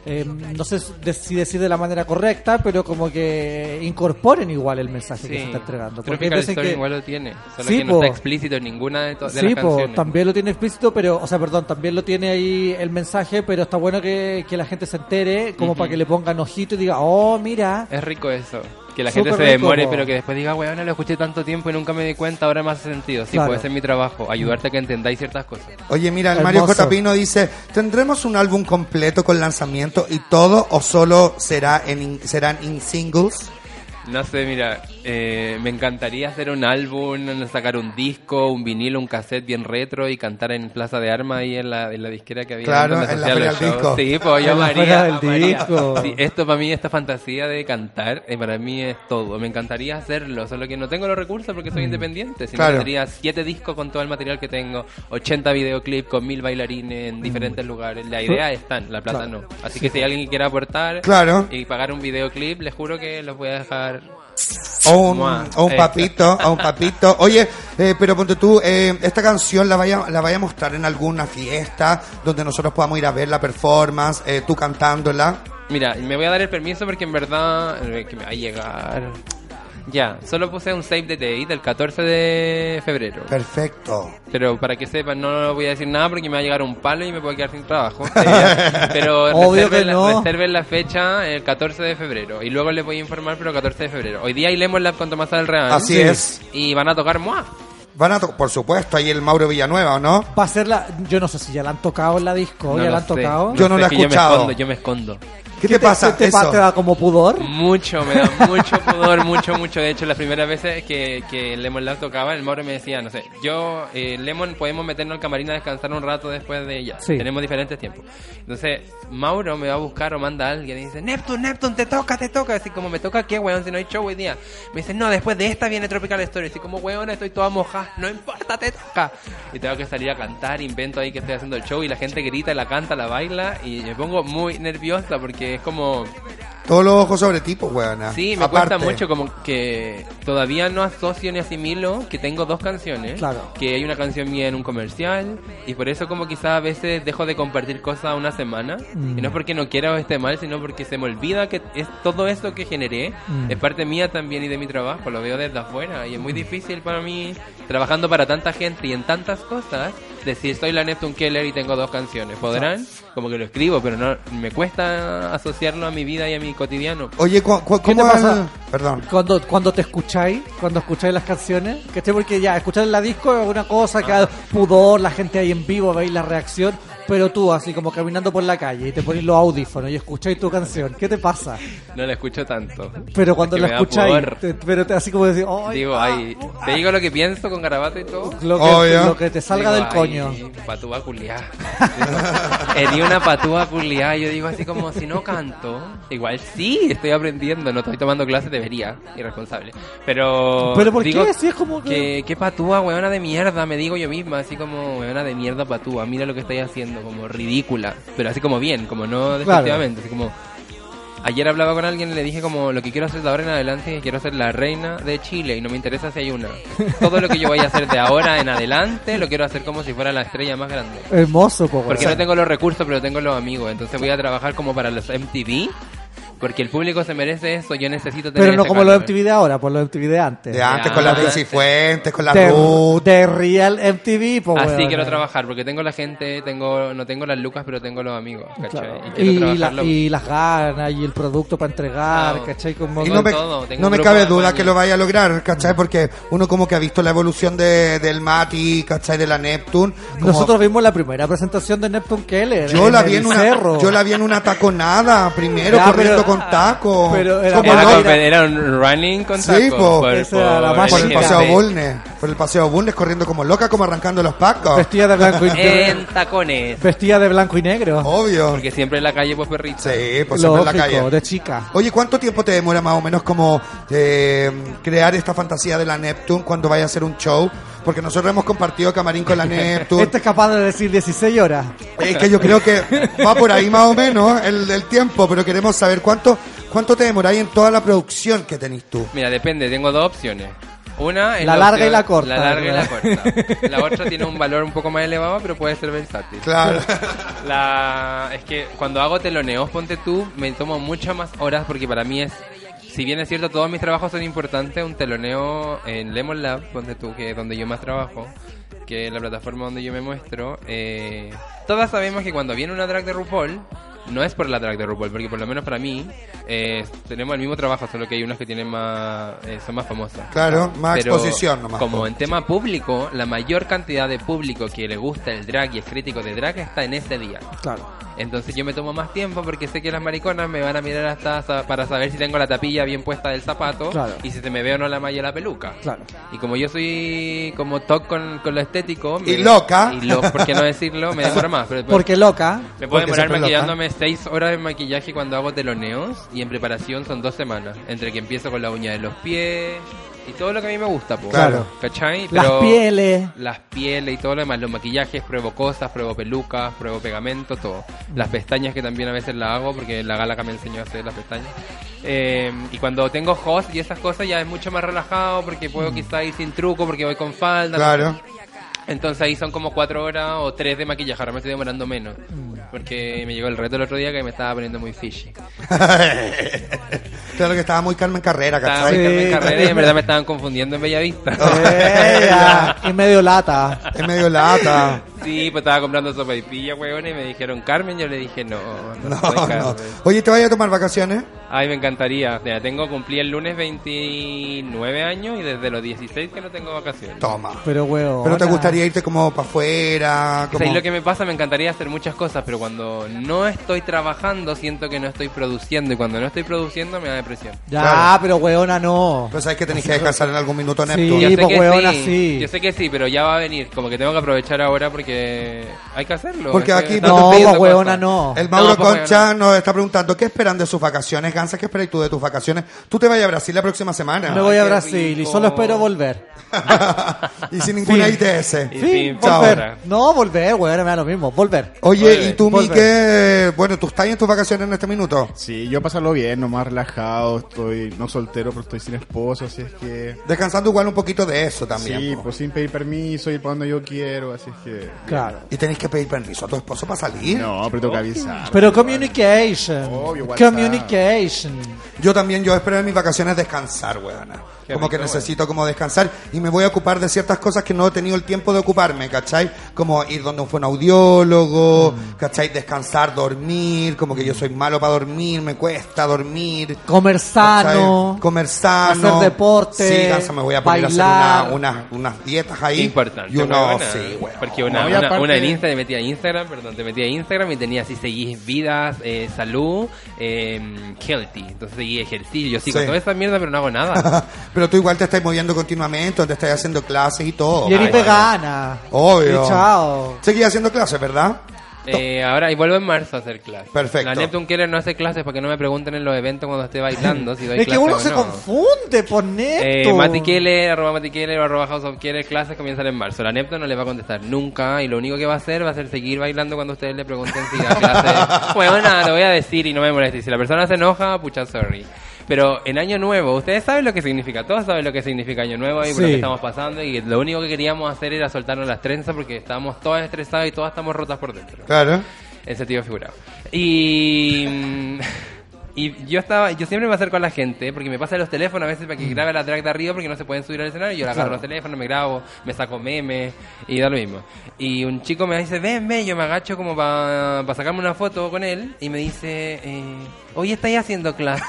Speaker 4: eh, no sé de- si decir de la manera correcta, pero como que incorporen igual el mensaje que se está entregando.
Speaker 17: Creo
Speaker 4: Porque
Speaker 17: que
Speaker 4: hay veces
Speaker 17: Calzón
Speaker 4: que-
Speaker 17: igual lo tiene, solo
Speaker 4: Sí,
Speaker 17: que no
Speaker 4: po.
Speaker 17: está explícito en ninguna de, to- de
Speaker 4: sí,
Speaker 17: las
Speaker 4: po,
Speaker 17: canciones.
Speaker 4: también lo tiene explícito, pero, o sea, perdón, también lo tiene ahí el mensaje, pero está bueno que, que la gente se entere, como
Speaker 17: Ujú.
Speaker 4: para que le pongan ojito y diga, oh, mira.
Speaker 17: Es rico eso. Que la
Speaker 4: Súper
Speaker 17: gente se
Speaker 4: rico,
Speaker 17: demore,
Speaker 4: po.
Speaker 17: pero que después diga, weón, lo escuché tanto tiempo y nunca me di cuenta, ahora me hace sentido. Sí,
Speaker 3: Claro.
Speaker 17: puede ser mi trabajo, ayudarte a que entendáis ciertas cosas.
Speaker 3: Oye, mira, el
Speaker 17: Hermoso.
Speaker 3: Mario J. Pino dice, ¿tendremos un álbum completo con lanzamiento y todo o solo será en in- serán in singles?
Speaker 17: No sé, mira, eh, me encantaría hacer un álbum, sacar un disco, un vinilo, un cassette bien retro y cantar en Plaza de Armas ahí en la, en la disquera que había.
Speaker 3: Claro,
Speaker 17: donde
Speaker 3: en la
Speaker 17: hacía
Speaker 3: Feria
Speaker 17: los
Speaker 3: del
Speaker 17: shows.
Speaker 3: Disco.
Speaker 17: Sí, pues yo
Speaker 4: En la
Speaker 17: amaría,
Speaker 4: Feria del
Speaker 17: amaría.
Speaker 4: Disco.
Speaker 17: Sí, esto para mí, esta fantasía de cantar, eh, para mí es todo. Me encantaría hacerlo, solo que no tengo los recursos porque soy
Speaker 4: Mm.
Speaker 17: independiente. Si
Speaker 4: Claro.
Speaker 17: no, tendría siete discos con todo el material que tengo, 80 videoclips con mil bailarines en diferentes lugares. La idea está, la plata
Speaker 4: Mm. Claro.
Speaker 17: no. Así que si alguien quiere aportar
Speaker 3: Claro.
Speaker 17: y pagar un videoclip, les juro que los voy a dejar
Speaker 3: O un,
Speaker 17: Mua, Eh,
Speaker 3: o un
Speaker 17: extra.
Speaker 3: papito, o un papito. Oye, eh, pero ponte tú, eh, esta canción la vaya, la vaya a mostrar en alguna fiesta donde nosotros podamos ir a ver la performance, eh, tú cantándola.
Speaker 17: Mira, me voy a dar el permiso porque en verdad eh, que me va a llegar. Ya, solo puse un save the date del 14 de febrero.
Speaker 3: Perfecto.
Speaker 17: Pero para que sepan, no voy a decir nada porque me va a llegar un palo y me puedo quedar sin trabajo. Eh, pero
Speaker 4: Obvio que
Speaker 17: reserven, la-
Speaker 4: no.
Speaker 17: reserven la fecha el 14 de febrero. Y luego les voy a informar, pero 14 de febrero. Hoy día hay Lemon Lab con Tomás del Real.
Speaker 3: Así es.
Speaker 17: Y van a tocar Moa.
Speaker 3: Van a, to- por supuesto, ahí el Mauro Villanueva, ¿o ¿no?
Speaker 4: Va a ser la, yo no sé si ya la han tocado en la disco,
Speaker 17: No
Speaker 4: ya
Speaker 17: lo
Speaker 4: la han
Speaker 17: sé.
Speaker 4: tocado.
Speaker 3: Yo no
Speaker 17: sé
Speaker 3: la he
Speaker 17: que
Speaker 3: escuchado.
Speaker 17: Yo me escondo, yo me escondo.
Speaker 3: ¿Qué te pasa?
Speaker 4: ¿Te,
Speaker 3: Eso.
Speaker 4: pa- te da como pudor?
Speaker 17: Mucho, me da mucho pudor, mucho, mucho. De hecho, las primeras veces que, que Lemon Lab tocaba, el Mauro me decía, no sé, yo, eh, Lemon, podemos meternos al camarín a descansar un rato después de ella.
Speaker 4: Sí.
Speaker 17: Tenemos diferentes tiempos. Entonces, Mauro me va a buscar o manda a alguien y dice, Neptune, Neptune, te toca, te toca. Así como, ¿me toca qué, weón? Si no hay show hoy día. Me dice, no, después de esta viene Tropical Story. Así como, weón, estoy toda mojada, no importa, te toca. Y tengo que salir a cantar, invento ahí que estoy haciendo el show y la gente grita, la canta, la baila y me pongo muy nerviosa porque es como...
Speaker 3: Todos los ojos sobre ti, pues, weona.
Speaker 17: Sí, me
Speaker 3: Aparte.
Speaker 17: cuesta mucho como que todavía no asocio ni asimilo que tengo dos canciones,
Speaker 3: Claro.
Speaker 17: que hay una canción mía en un comercial y por eso como quizás a veces dejo de compartir cosas una semana
Speaker 4: Mm.
Speaker 17: y no es porque no quiera o esté mal, sino porque se me olvida que es todo eso que generé
Speaker 4: Mm.
Speaker 17: es parte mía también y de mi trabajo, lo veo desde afuera y es muy difícil para mí trabajando para tanta gente y en tantas cosas decir soy la Neptune Keller y tengo dos canciones, ¿podrán? Como que lo escribo, pero no me cuesta asociarlo a mi vida y a mi cotidiano.
Speaker 3: Oye, cu- cu-
Speaker 4: ¿Qué te
Speaker 3: ¿cómo
Speaker 4: pasa?
Speaker 3: Perdón.
Speaker 4: Cuando, cuando te escucháis, cuando escucháis las canciones, ¿cachai? Porque ya, escuchar en la disco es una cosa
Speaker 3: Ah.
Speaker 4: que da pudor, la gente ahí en vivo, veis la reacción, pero tú así como caminando por la calle y te pones los audífonos y escucháis tu canción, ¿qué te pasa?
Speaker 17: No la escucho tanto.
Speaker 4: Pero cuando
Speaker 17: Es que
Speaker 4: la
Speaker 17: me da
Speaker 4: escucháis,
Speaker 17: pudor.
Speaker 4: te- pero te- así como decís, "Ay,
Speaker 17: digo, ay, te digo lo que pienso con garabato y todo.
Speaker 4: Lo que- lo que te salga del coño.
Speaker 17: Patúa culiá. Herí una patúa culiá. Yo digo así como, si no canto, igual sí, estoy aprendiendo, no estoy tomando clases, debería, irresponsable. Pero.
Speaker 4: ¿Pero por
Speaker 17: digo
Speaker 4: qué? Si es como que-
Speaker 17: que. Qué patúa, weona de mierda, me digo yo misma, así como, weona de mierda patúa, mira lo que estáis haciendo, como ridícula. Pero así como bien, como no definitivamente, así como. Ayer hablaba con alguien y le dije como lo que quiero hacer de ahora en adelante es que quiero ser la reina de Chile y no me interesa si hay una. Todo lo que yo vaya a hacer de ahora en adelante lo quiero hacer como si fuera la estrella más grande.
Speaker 4: hermoso, po,
Speaker 17: Porque
Speaker 4: weón.
Speaker 17: no tengo los recursos, pero tengo los amigos. Entonces voy a trabajar como para los MTV. Porque el público se merece eso. Yo necesito tener
Speaker 4: Pero no
Speaker 17: ese
Speaker 4: como los
Speaker 17: valor.
Speaker 4: MTV de ahora, por los MTV de antes.
Speaker 3: De antes, con la Lucy Fuentes, con la
Speaker 4: de,
Speaker 3: Ruth.
Speaker 4: de Real MTV, po,
Speaker 17: Así
Speaker 4: pues, weón.
Speaker 17: quiero trabajar, porque tengo la gente, tengo no tengo las lucas, pero tengo los amigos. ¿cachai?
Speaker 4: Claro.
Speaker 17: Y quiero
Speaker 4: Y, la-
Speaker 17: trabajarlo.
Speaker 4: y las ganas y el producto para entregar, Ah, ¿cachai? Como
Speaker 3: Y no me, no me cabe duda que lo vaya a lograr, ¿cachai? Porque uno como que ha visto la evolución de, del Mati, ¿cachai? De la Neptune. como-
Speaker 4: Nosotros vimos la primera presentación de Neptune Keller.
Speaker 3: yo la, vi
Speaker 4: el
Speaker 3: en una,
Speaker 4: cerro.
Speaker 3: yo la vi en una taconada primero,
Speaker 4: Ya,
Speaker 3: corriendo
Speaker 4: pero-
Speaker 3: con taco.
Speaker 4: pero era-
Speaker 3: Como
Speaker 17: Era,
Speaker 3: no-
Speaker 17: con- era un running con
Speaker 3: Sí,
Speaker 17: taco,
Speaker 3: po.
Speaker 17: por- por-
Speaker 3: por el
Speaker 17: LGBT.
Speaker 3: paseo Bulnes. Por el paseo Bulnes, corriendo como loca, como arrancando los pacos.
Speaker 4: Vestida de blanco y
Speaker 17: En tacones.
Speaker 4: Vestida de blanco y negro.
Speaker 3: Obvio.
Speaker 17: Porque siempre en la calle, pues perrito.
Speaker 3: Sí,
Speaker 4: Lógico,
Speaker 3: pues siempre en la calle.
Speaker 4: de chica.
Speaker 3: Oye, ¿cuánto tiempo te demora más o menos como eh, crear esta fantasía de la Neptune cuando vaya a hacer un show? Porque nosotros hemos compartido camarín con la Neptune.
Speaker 4: Este es capaz de decir 16 horas.
Speaker 3: Es que yo creo que va por ahí más o menos el, el tiempo, pero queremos saber cuánto cuánto te demoráis en toda la producción que tenéis tú.
Speaker 17: Mira, depende, tengo dos opciones. Una es
Speaker 3: La larga y la
Speaker 17: opción-
Speaker 3: corta,
Speaker 17: La larga y la
Speaker 3: ¿verdad?
Speaker 17: corta. La otra tiene un valor un poco más elevado, pero puede ser versátil.
Speaker 3: Claro.
Speaker 17: La, es que cuando hago teloneos, ponte tú, me tomo muchas más horas porque para mí es. Si bien es cierto, todos mis trabajos son importantes, un teloneo en Lemon Lab, ponte tú, que es donde yo más trabajo, que es la plataforma donde yo me muestro. eh, todas sabemos que cuando viene una drag de RuPaul, no es por la drag de RuPaul, porque por lo menos para mí eh, tenemos el mismo trabajo, solo que hay unas que tienen más, eh, son más famosas.
Speaker 3: Claro, más exposición nomás.
Speaker 17: Como en tema público, la mayor cantidad de público que le gusta el drag y es crítico de drag está en ese día.
Speaker 4: Claro.
Speaker 17: Entonces yo me tomo más tiempo porque sé que las mariconas me van a mirar hasta sa- para saber si tengo la tapilla bien puesta del zapato
Speaker 4: Claro.
Speaker 17: y si se me ve o no la malla de la peluca.
Speaker 4: Claro.
Speaker 17: Y como yo soy como toc con, con lo estético...
Speaker 3: Y loca.
Speaker 17: Y lo, ¿Por qué no decirlo? Me demora más. pero-
Speaker 4: Porque loca.
Speaker 17: Me puedo
Speaker 4: Porque
Speaker 17: demorar
Speaker 4: siempre loca.
Speaker 17: maquillándome 6 horas de maquillaje cuando hago teloneos y en preparación son dos semanas. Entre que empiezo con la uña de los pies y todo lo que a mí me gusta. po.
Speaker 4: Claro.
Speaker 17: ¿Cachai?
Speaker 4: Las pieles.
Speaker 17: Las pieles y todo lo demás. Los maquillajes, pruebo cosas, pruebo pelucas, pruebo pegamento, todo. Las pestañas que también a veces las hago porque la galaca me enseñó a hacer las pestañas. Eh, y cuando tengo host y esas cosas ya es mucho más relajado porque puedo quizá ir sin truco porque voy con falda.
Speaker 3: Claro.
Speaker 17: Entonces ahí son como cuatro horas o tres de maquillaje, ahora me estoy demorando menos. Porque me llegó el reto el otro día que me estaba poniendo muy fishy.
Speaker 3: Claro que estaba muy Carmen Carrera,
Speaker 17: Estaba
Speaker 3: ¿cachai?
Speaker 17: en Carmen Carrera y en verdad me estaban confundiendo en Bellavista.
Speaker 4: Ella, y medio lata.
Speaker 3: Es medio lata.
Speaker 17: Sí, pues estaba comprando sopa y pilla, weón, y me dijeron Carmen, yo le dije no, no,
Speaker 3: No,
Speaker 17: soy Carmen.
Speaker 3: no. Oye, ¿te vayas a tomar vacaciones?
Speaker 17: Ay, me encantaría. Mira, tengo, cumplí el lunes 29 años y desde los 16 que no tengo vacaciones.
Speaker 3: Toma.
Speaker 4: Pero, weón.
Speaker 3: Pero te gustaría irte como para afuera, como...
Speaker 17: ¿Sabes lo que me pasa? Me encantaría hacer muchas cosas, pero cuando no estoy trabajando siento que no estoy produciendo y cuando no estoy produciendo me da depresión.
Speaker 4: Ya, pero weona, no.
Speaker 3: Pero sabes que tenés que descansar en algún minuto, Neptuno.
Speaker 4: Sí, pues weona, sí.
Speaker 17: Yo sé que sí, pero ya va a venir. Como que tengo que aprovechar ahora porque hay que hacerlo.
Speaker 3: Porque
Speaker 17: Estoy-
Speaker 3: aquí...
Speaker 17: estamos pidiendo
Speaker 3: pues,
Speaker 17: cosas.
Speaker 3: El Mauro
Speaker 17: No, pues,
Speaker 3: Concha
Speaker 17: weona.
Speaker 3: nos está preguntando, ¿qué esperan de sus vacaciones? Gansa, ¿qué esperas tú de tus vacaciones? Tú te vas a Brasil la próxima semana.
Speaker 4: Me voy a Brasil y solo espero volver.
Speaker 3: Y sin ninguna
Speaker 4: Fin.
Speaker 3: ITS.
Speaker 4: Sí, volver. No, volver, weón, me da lo mismo. Volver.
Speaker 3: Oye, ¿y tú,
Speaker 4: Volver.
Speaker 3: Mike? Bueno, ¿tú estás en tus vacaciones en este minuto?
Speaker 12: Sí, yo pasarlo bien, nomás relajado, estoy no soltero, pero estoy sin esposo, así es que...
Speaker 3: Descansando igual un poquito de eso también.
Speaker 12: Sí,
Speaker 3: po.
Speaker 12: pues sin pedir permiso, ir para donde yo quiero, así es que...
Speaker 4: Claro.
Speaker 3: ¿Y tenés que pedir permiso a tu esposo para salir?
Speaker 12: No, pero tengo que avisar.
Speaker 4: Pero communication.
Speaker 12: Obvio, WhatsApp.
Speaker 4: communication.
Speaker 3: Yo también, yo espero en mis vacaciones descansar, weona.
Speaker 12: Qué
Speaker 3: Como que
Speaker 12: rico,
Speaker 3: necesito como descansar y me voy a ocupar de ciertas cosas que no he tenido el tiempo de ocuparme, ¿cachai? Como ir donde fue un audiólogo,
Speaker 17: Mm.
Speaker 3: ¿cachai? Descansar, dormir, como que yo soy malo para dormir, me cuesta dormir.
Speaker 4: Comer sano.
Speaker 3: ¿cachai? Comer sano.
Speaker 4: hacer deporte,
Speaker 3: Sí, cansa, me voy a poner a
Speaker 4: bailar.
Speaker 3: hacer una- unas- unas dietas ahí.
Speaker 17: Importante.
Speaker 3: Y uno,
Speaker 17: weona.
Speaker 3: sí, weona.
Speaker 17: Porque una,
Speaker 3: No, y
Speaker 17: una,
Speaker 3: aparte-
Speaker 17: una en Instagram, te metía a Instagram, perdón, te metía a Instagram y tenía así, seguís vidas, eh, salud, eh, healthy. Entonces seguí ejercicio, yo sigo
Speaker 3: Sí.
Speaker 17: toda esa mierda, pero no hago nada.
Speaker 3: Pero tú igual te estás moviendo continuamente, te estás haciendo clases y todo.
Speaker 4: Y eres
Speaker 3: Ay,
Speaker 4: vegana.
Speaker 3: Obvio.
Speaker 4: Y chao.
Speaker 3: Seguí haciendo clases, ¿verdad?
Speaker 17: Eh, ahora, y vuelvo en marzo a hacer clases.
Speaker 3: Perfecto.
Speaker 17: La Neptune quiere no hacer clases para que no me pregunten en los eventos cuando esté bailando si doy
Speaker 4: Es que
Speaker 17: clases
Speaker 4: uno
Speaker 17: o
Speaker 4: se
Speaker 17: no.
Speaker 4: confunde por neto.
Speaker 17: Eh, Mati Keller, arroba Mati Keller, arroba House of Keller, clases comienzan en marzo. La Neptune no les va a contestar nunca y lo único que va a hacer va a ser seguir bailando cuando ustedes le pregunten si da clases. bueno, nada, lo voy a decir y no me moleste. Si la persona se enoja, pucha, sorry. Pero en Año Nuevo, ustedes saben lo que significa, todos saben lo que significa Año Nuevo y por lo
Speaker 4: Sí.
Speaker 17: que estamos pasando y lo único que queríamos hacer era soltarnos las trenzas porque estábamos todas estresadas y todas estamos rotas por dentro
Speaker 3: Claro.
Speaker 17: en sentido figurado. Y, mm, y yo estaba, yo siempre me acerco a la gente, porque me pasa los teléfonos a veces para que grabe la track de arriba porque no se pueden subir al escenario, yo la agarro
Speaker 4: Mm. Claro.
Speaker 17: los teléfonos, me grabo, me saco memes y da lo mismo. Y un chico me dice, ven, ven, yo me agacho como para sacarme una foto con él y me dice, eh, hoy estáis haciendo clase.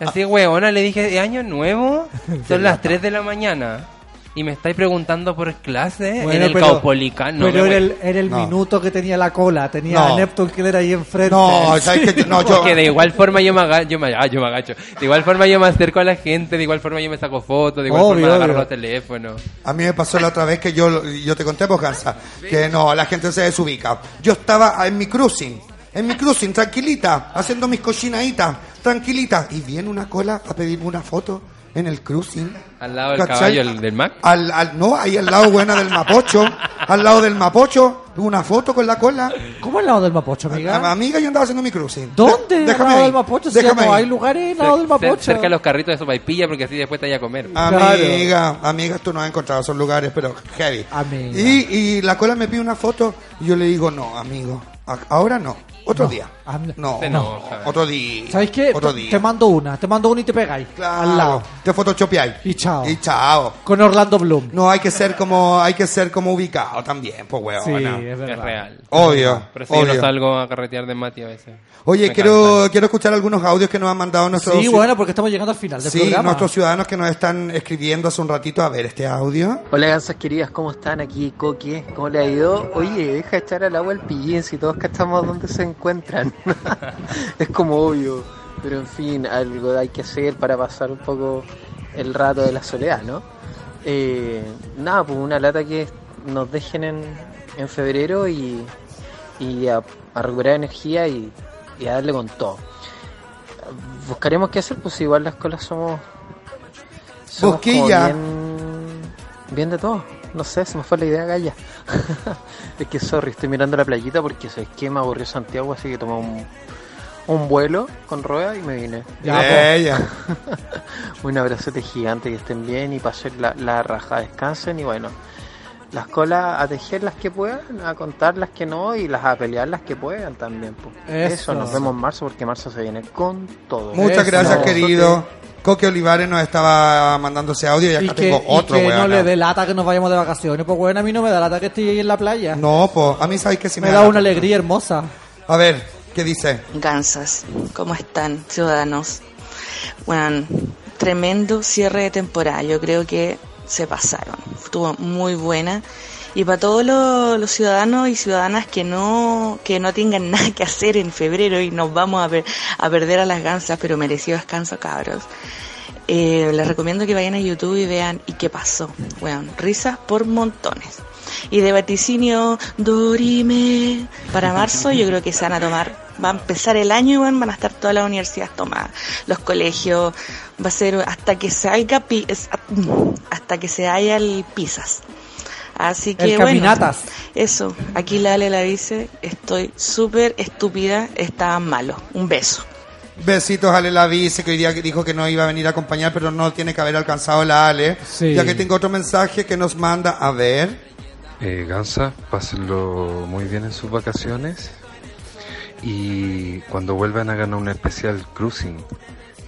Speaker 17: Así, huevona, le dije, "¿De año nuevo, son las 3 de la mañana. Y me estáis preguntando por clase en
Speaker 4: Bueno,
Speaker 17: el
Speaker 4: pero-
Speaker 17: Caupolicano.
Speaker 4: Pero
Speaker 17: me
Speaker 4: era
Speaker 17: voy".
Speaker 4: el, era el minuto que tenía la cola. Tenía
Speaker 17: No.
Speaker 4: a Neptune Keller ahí enfrente.
Speaker 3: No, Oh, ¿sabes qué? No, yo-
Speaker 17: Porque de igual forma yo me, aga- yo, me, ah, yo me agacho. De igual forma yo me acerco a la gente, de igual forma yo me saco fotos, de igual
Speaker 3: Obvio,
Speaker 17: forma agarro
Speaker 3: obio.
Speaker 17: los teléfonos.
Speaker 3: A mí me pasó la otra vez que yo, yo te conté, pues, Gansa, que no, la gente se desubica. Yo estaba en mi cruising, en mi cruising, tranquilita, haciendo mis cochinaditas, tranquilita. Y viene una cola a pedirme una foto en el cruising.
Speaker 17: Al lado del
Speaker 3: ¿Cachai?
Speaker 17: caballo el- del Mac.
Speaker 3: Al, al- no, ahí al lado, buena del Mapocho, al lado del Mapocho, una foto con la cola.
Speaker 4: ¿Cómo al lado del Mapocho,
Speaker 3: amiga? Amiga, yo andaba haciendo mi cruising.
Speaker 4: ¿Dónde?
Speaker 3: De-
Speaker 4: Al
Speaker 3: déjame
Speaker 4: lado
Speaker 3: ahí,
Speaker 4: del Mapocho, si
Speaker 3: déjame
Speaker 4: ya no
Speaker 3: ahí.
Speaker 4: hay lugares al lado del Mapocho.
Speaker 17: Cerca de los carritos de sopaipilla porque así después te vaya a comer.
Speaker 3: Ah, Amiga, amigas, tú no has encontrado esos lugares, pero heavy. Y, y la cola me pide una foto y yo le digo, no, amigo, a- ahora no, otro día. No,
Speaker 17: Este
Speaker 4: Se
Speaker 3: no,
Speaker 4: enoja.
Speaker 3: otro día.
Speaker 4: ¿Sabes qué?
Speaker 3: Otro
Speaker 4: Te-
Speaker 3: día.
Speaker 4: Ah, Te mando una, te mando una y te pegáis. Al lado.
Speaker 3: Te photoshopeáis. Y chao. Y chao.
Speaker 4: Con Orlando Bloom.
Speaker 3: No, hay que ser como, hay que ser como ubicado también, pues weón.
Speaker 17: Es real.
Speaker 3: Obvio,
Speaker 17: Pero sí, yo
Speaker 3: obvio.
Speaker 17: no salgo a carretear de Mati a veces.
Speaker 3: Oye,
Speaker 17: Me
Speaker 3: quiero, quiero escuchar algunos audios que nos han mandado nuestros
Speaker 4: Sí, bueno, porque estamos llegando al final del
Speaker 3: sí,
Speaker 4: programa.
Speaker 3: nuestros ciudadanos que nos están escribiendo hace un ratito. A ver, este audio.
Speaker 18: Hola, gansas queridas, ¿cómo están? Aquí Coque, ¿cómo le ha ido? Oye, deja echar al agua el pillín si todos cachamos dónde se encuentran. es como obvio, pero en fin, algo hay que hacer para pasar un poco el rato de la soledad, ¿no? Eh, nada, pues una lata que nos dejen en, en febrero y, y a, a recuperar energía y, y a darle con todo. Buscaremos qué hacer, pues igual las colas somos... somos como
Speaker 3: Busquilla.
Speaker 18: bien- Bien de todo. No sé, se me fue la idea, Gaya. es que, sorry, estoy mirando la playita porque se que me aburrió Santiago, así que tomé un, un vuelo con rueda y me vine.
Speaker 3: Ya, pues.
Speaker 18: ella.
Speaker 3: Bella.
Speaker 18: un abrazote gigante, que estén bien y pasen la, la raja, descansen y bueno, las colas a tejer las que puedan, a contar las que no y las a pelear las que puedan también. po.
Speaker 3: Eso.
Speaker 18: Eso. nos vemos en marzo porque marzo se viene con todo.
Speaker 3: Muchas
Speaker 18: Eso.
Speaker 3: gracias, querido. Coque Olivares nos estaba mandando ese audio y acá
Speaker 4: Y que,
Speaker 3: tengo
Speaker 4: y
Speaker 3: otro,
Speaker 4: que no
Speaker 3: weona.
Speaker 4: le dé lata que nos vayamos de vacaciones. Pues, weón, a mí no me da lata que esté ahí en la playa.
Speaker 3: No, po, a mí sabéis que sí me,
Speaker 4: Me da
Speaker 3: lata.
Speaker 4: una alegría hermosa.
Speaker 3: A ver, ¿qué dice?
Speaker 19: Gansas, ¿cómo están, ciudadanos? Bueno, tremendo cierre de temporada. Yo creo que se pasaron. Estuvo muy buena. Y para todos los, los ciudadanos y ciudadanas que no, que no tengan nada que hacer en febrero y nos vamos a, ver, a perder a las gansas, pero merecido descanso, cabros. eh, les recomiendo que vayan a YouTube y vean y qué pasó. Bueno, risas por montones. Y de vaticinio, Dorime. Para marzo yo creo que se van a tomar, va a empezar el año y bueno, van a estar todas las universidades tomadas, los colegios, va a ser hasta que salga, pi- es- hasta que se haya el pisas. Así que
Speaker 4: El
Speaker 19: bueno,
Speaker 4: caminatas.
Speaker 19: eso, aquí la Ale la dice, estoy súper estúpida, estaba malo. Un beso.
Speaker 3: Besitos a Ale Lavice, que hoy día dijo que no iba a venir a acompañar, pero no tiene que haber alcanzado la Ale.
Speaker 20: Sí.
Speaker 3: Ya que tengo otro mensaje que nos manda, a ver.
Speaker 20: Eh, Gansa, pásenlo muy bien en sus vacaciones y cuando vuelvan hagan un especial cruising,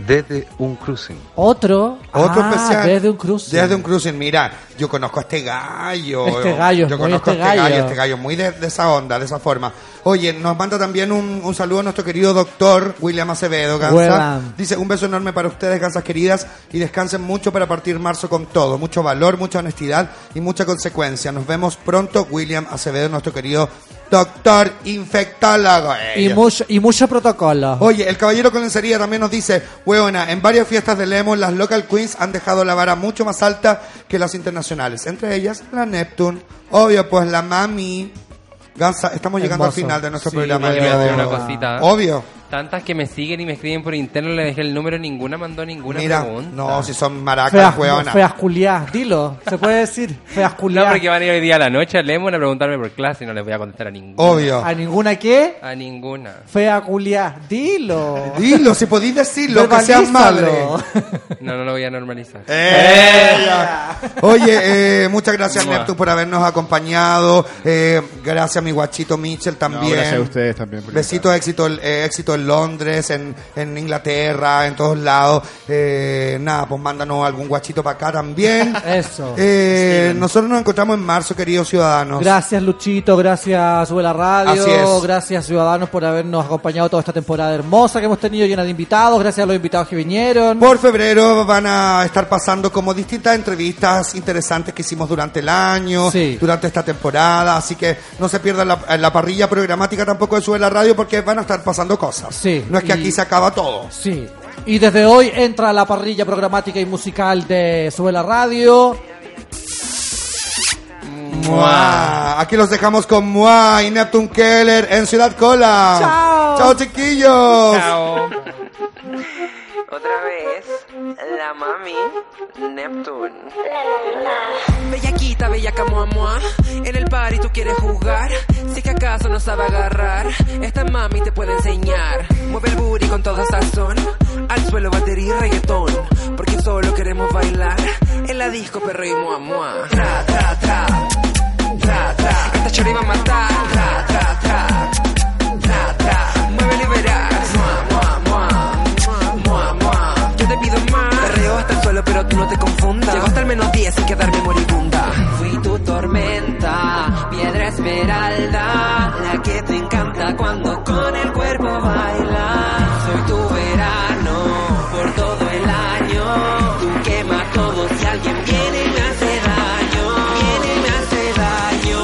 Speaker 20: desde un cruising.
Speaker 4: Otro.
Speaker 3: Otro
Speaker 4: Ah,
Speaker 3: especial.
Speaker 4: Desde un cruce.
Speaker 3: Desde un cruising, mira, yo conozco a este gallo.
Speaker 4: Este gallo es
Speaker 3: Yo
Speaker 4: muy
Speaker 3: conozco
Speaker 4: este
Speaker 3: a este gallo,
Speaker 4: gallo.
Speaker 3: este gallo, muy de, de esa onda, de esa forma. Oye, nos manda también un, un saludo a nuestro querido doctor William Acevedo, Gansa.
Speaker 4: Buena.
Speaker 3: Dice, un beso enorme para ustedes, Gansas queridas, y descansen mucho para partir marzo con todo. Mucho valor, mucha honestidad y mucha consecuencia. Nos vemos pronto, William Acevedo, nuestro querido doctor infectólogo. Eh,
Speaker 4: Y mucho, y mucho protocolo.
Speaker 3: Oye, el caballero con lencería también nos dice, hueona, en varias fiestas de Lemos las local queens han dejado la vara mucho más alta que las internacionales. Entre ellas, la Neptune. Obvio, pues la mami. Gansa, estamos llegando
Speaker 17: Hermoso.
Speaker 3: al final de nuestro
Speaker 17: Sí,
Speaker 3: programa.
Speaker 17: yo
Speaker 3: el día
Speaker 17: quiero
Speaker 3: de
Speaker 17: decir una
Speaker 3: hoy.
Speaker 17: cosita.
Speaker 3: Obvio.
Speaker 17: Tantas que me siguen y me escriben por interno, le dejé el número, ninguna mandó ninguna
Speaker 3: Mira,
Speaker 17: pregunta.
Speaker 3: no, si son maracas,
Speaker 4: Feas,
Speaker 3: hueona.
Speaker 4: feas culiadas, dilo. Se puede decir. Feas
Speaker 17: No,
Speaker 4: culiadas.
Speaker 17: porque van a ir hoy día a la noche a Lemon a preguntarme por clase y no les voy a contestar a ninguna.
Speaker 3: Obvio.
Speaker 4: ¿A ninguna qué?
Speaker 17: A ninguna.
Speaker 4: Fea culiada. Dilo.
Speaker 3: Dilo, si podéis decirlo, que seas madre.
Speaker 4: Verbalízalo.
Speaker 17: No, no lo voy a normalizar. Eh.
Speaker 3: ¡Ella! Oye, eh, muchas gracias
Speaker 17: Mua.
Speaker 3: Neptune por habernos acompañado. Eh, gracias a mi guachito Mitchell también.
Speaker 12: No, gracias a ustedes también. por
Speaker 3: Besitos, éxito, eh, éxito en Londres, en, en Inglaterra, en todos lados. Eh, nada, pues mándanos algún guachito para acá también.
Speaker 4: Eso.
Speaker 3: Eh, nosotros nos encontramos en marzo, queridos ciudadanos.
Speaker 4: Gracias Luchito, gracias Suela Radio,
Speaker 3: Así es.
Speaker 4: gracias Ciudadanos por habernos acompañado toda esta temporada hermosa que hemos tenido llena de invitados, gracias a los invitados que vinieron.
Speaker 3: Por febrero van a estar pasando como distintas entrevistas interesantes que hicimos durante el año, durante esta temporada, así que no se pierdan la, la parrilla programática tampoco de Sube la Radio porque van a estar pasando cosas.
Speaker 4: Sí.
Speaker 3: No es que
Speaker 4: Y-
Speaker 3: aquí se acaba todo.
Speaker 4: Sí. Y desde hoy entra la parrilla programática y musical de Suela Radio.
Speaker 3: Mua. Aquí los dejamos con Mua y Neptune Keller en Ciudad Cola.
Speaker 7: Chao.
Speaker 3: Chao chiquillos.
Speaker 11: Otra vez, la mami Neptune.
Speaker 21: Bellaquita, bellaca, mua, mua. En el party tú quieres jugar. Si es que acaso no sabe agarrar, esta mami te puede enseñar. Mueve el booty con toda sazón. Al suelo batería y reggaetón. Porque solo queremos bailar. En la disco perro y mua, mua. Tra, tra, tra. Tra, tra. Esta chora iba a matar. Tra, tra, tra. Tra, tra. Mueve liberar. Mua, mua, mua. Mua, mua. Yo te pido más. Perreo hasta el suelo, pero tú no te confundas. Llegó hasta el menos 10 sin quedarme moribunda. Fui tu tormenta, piedra esmeralda, la que te encanta cuando con el cuerpo baila. Soy tu verano, por todo el año. Tú quemas todo si alguien viene y me hace daño. Viene y me hace daño.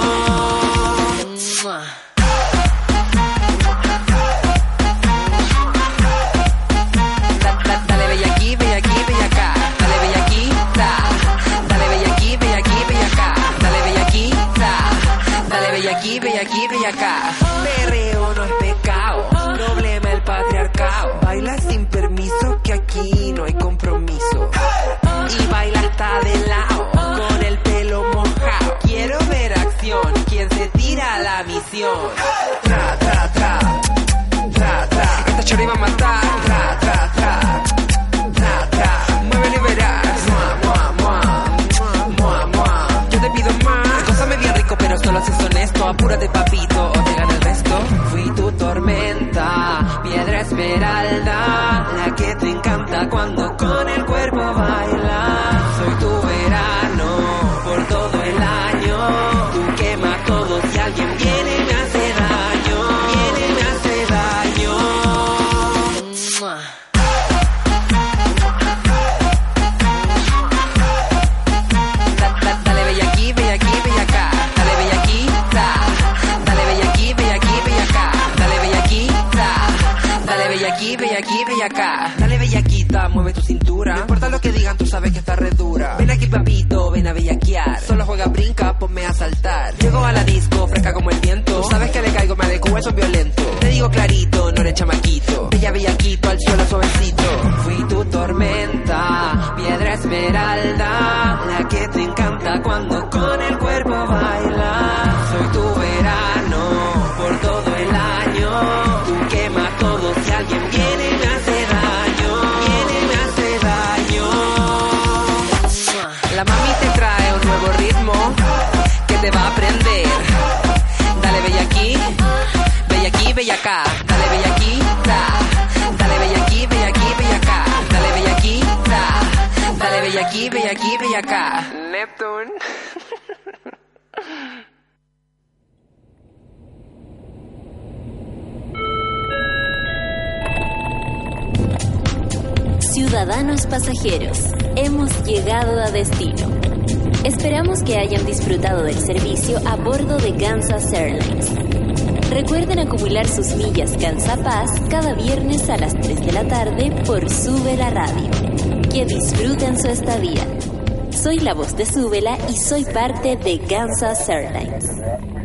Speaker 21: Da- da- Dale bella aquí, bella aquí, bella acá. Dale bella aquí, da. Dale bella aquí, bella aquí, bella acá. Dale bella aquí, da. Dale bella aquí, bella aquí, bella acá. Perreo no es pecado, problema el patriarcado. Baila sin permiso que aquí no hay compromiso. Y baila hasta de lado, con el pelo mojado. Quiero ver acción, quien se tira a la misión. Tra, tra, tra. Tra, tra. Esta chora iba a matar. Tra, tra, tra. Tra, tra. Mueve liberar. Mua, mua, mua. Mua, mua. Yo te pido más. Gózame aquí, bella acá. Dale, bellaquita, mueve tu cintura. No importa lo que digan, tú sabes que está re dura. Ven aquí, papito, ven a bellaquear. Solo juega, brinca, ponme a saltar. Llego a la disco, fresca como el viento. Sabes que le caigo, me adecuo, eso es violento. Te digo clarito, no le chamaquito. Bella, bellaquito, al suelo suavecito. Fui tu tormenta, piedra esmeralda. La que te encanta cuando con el cuerpo baila. Soy tu verano, por todo el año. Tú quemas todo si alguien viene y me hace daño. Viene y me hace daño. La mami te trae un nuevo ritmo que te va a aprender. Dale bella aquí, bella aquí, bella acá. Dale bella aquí, ta. Dale bella aquí, bella aquí, bella acá. Dale bella aquí, ta. Dale bella aquí, bella aquí, bella acá. Neptune.
Speaker 2: Ciudadanos pasajeros, hemos llegado a destino. Esperamos que hayan disfrutado del servicio a bordo de Kansas Airlines. Recuerden acumular sus millas Kansas Paz cada viernes a las 3 de la tarde por Súbela Radio. Que disfruten su estadía. Soy la voz de Súbela y soy parte de Kansas Airlines.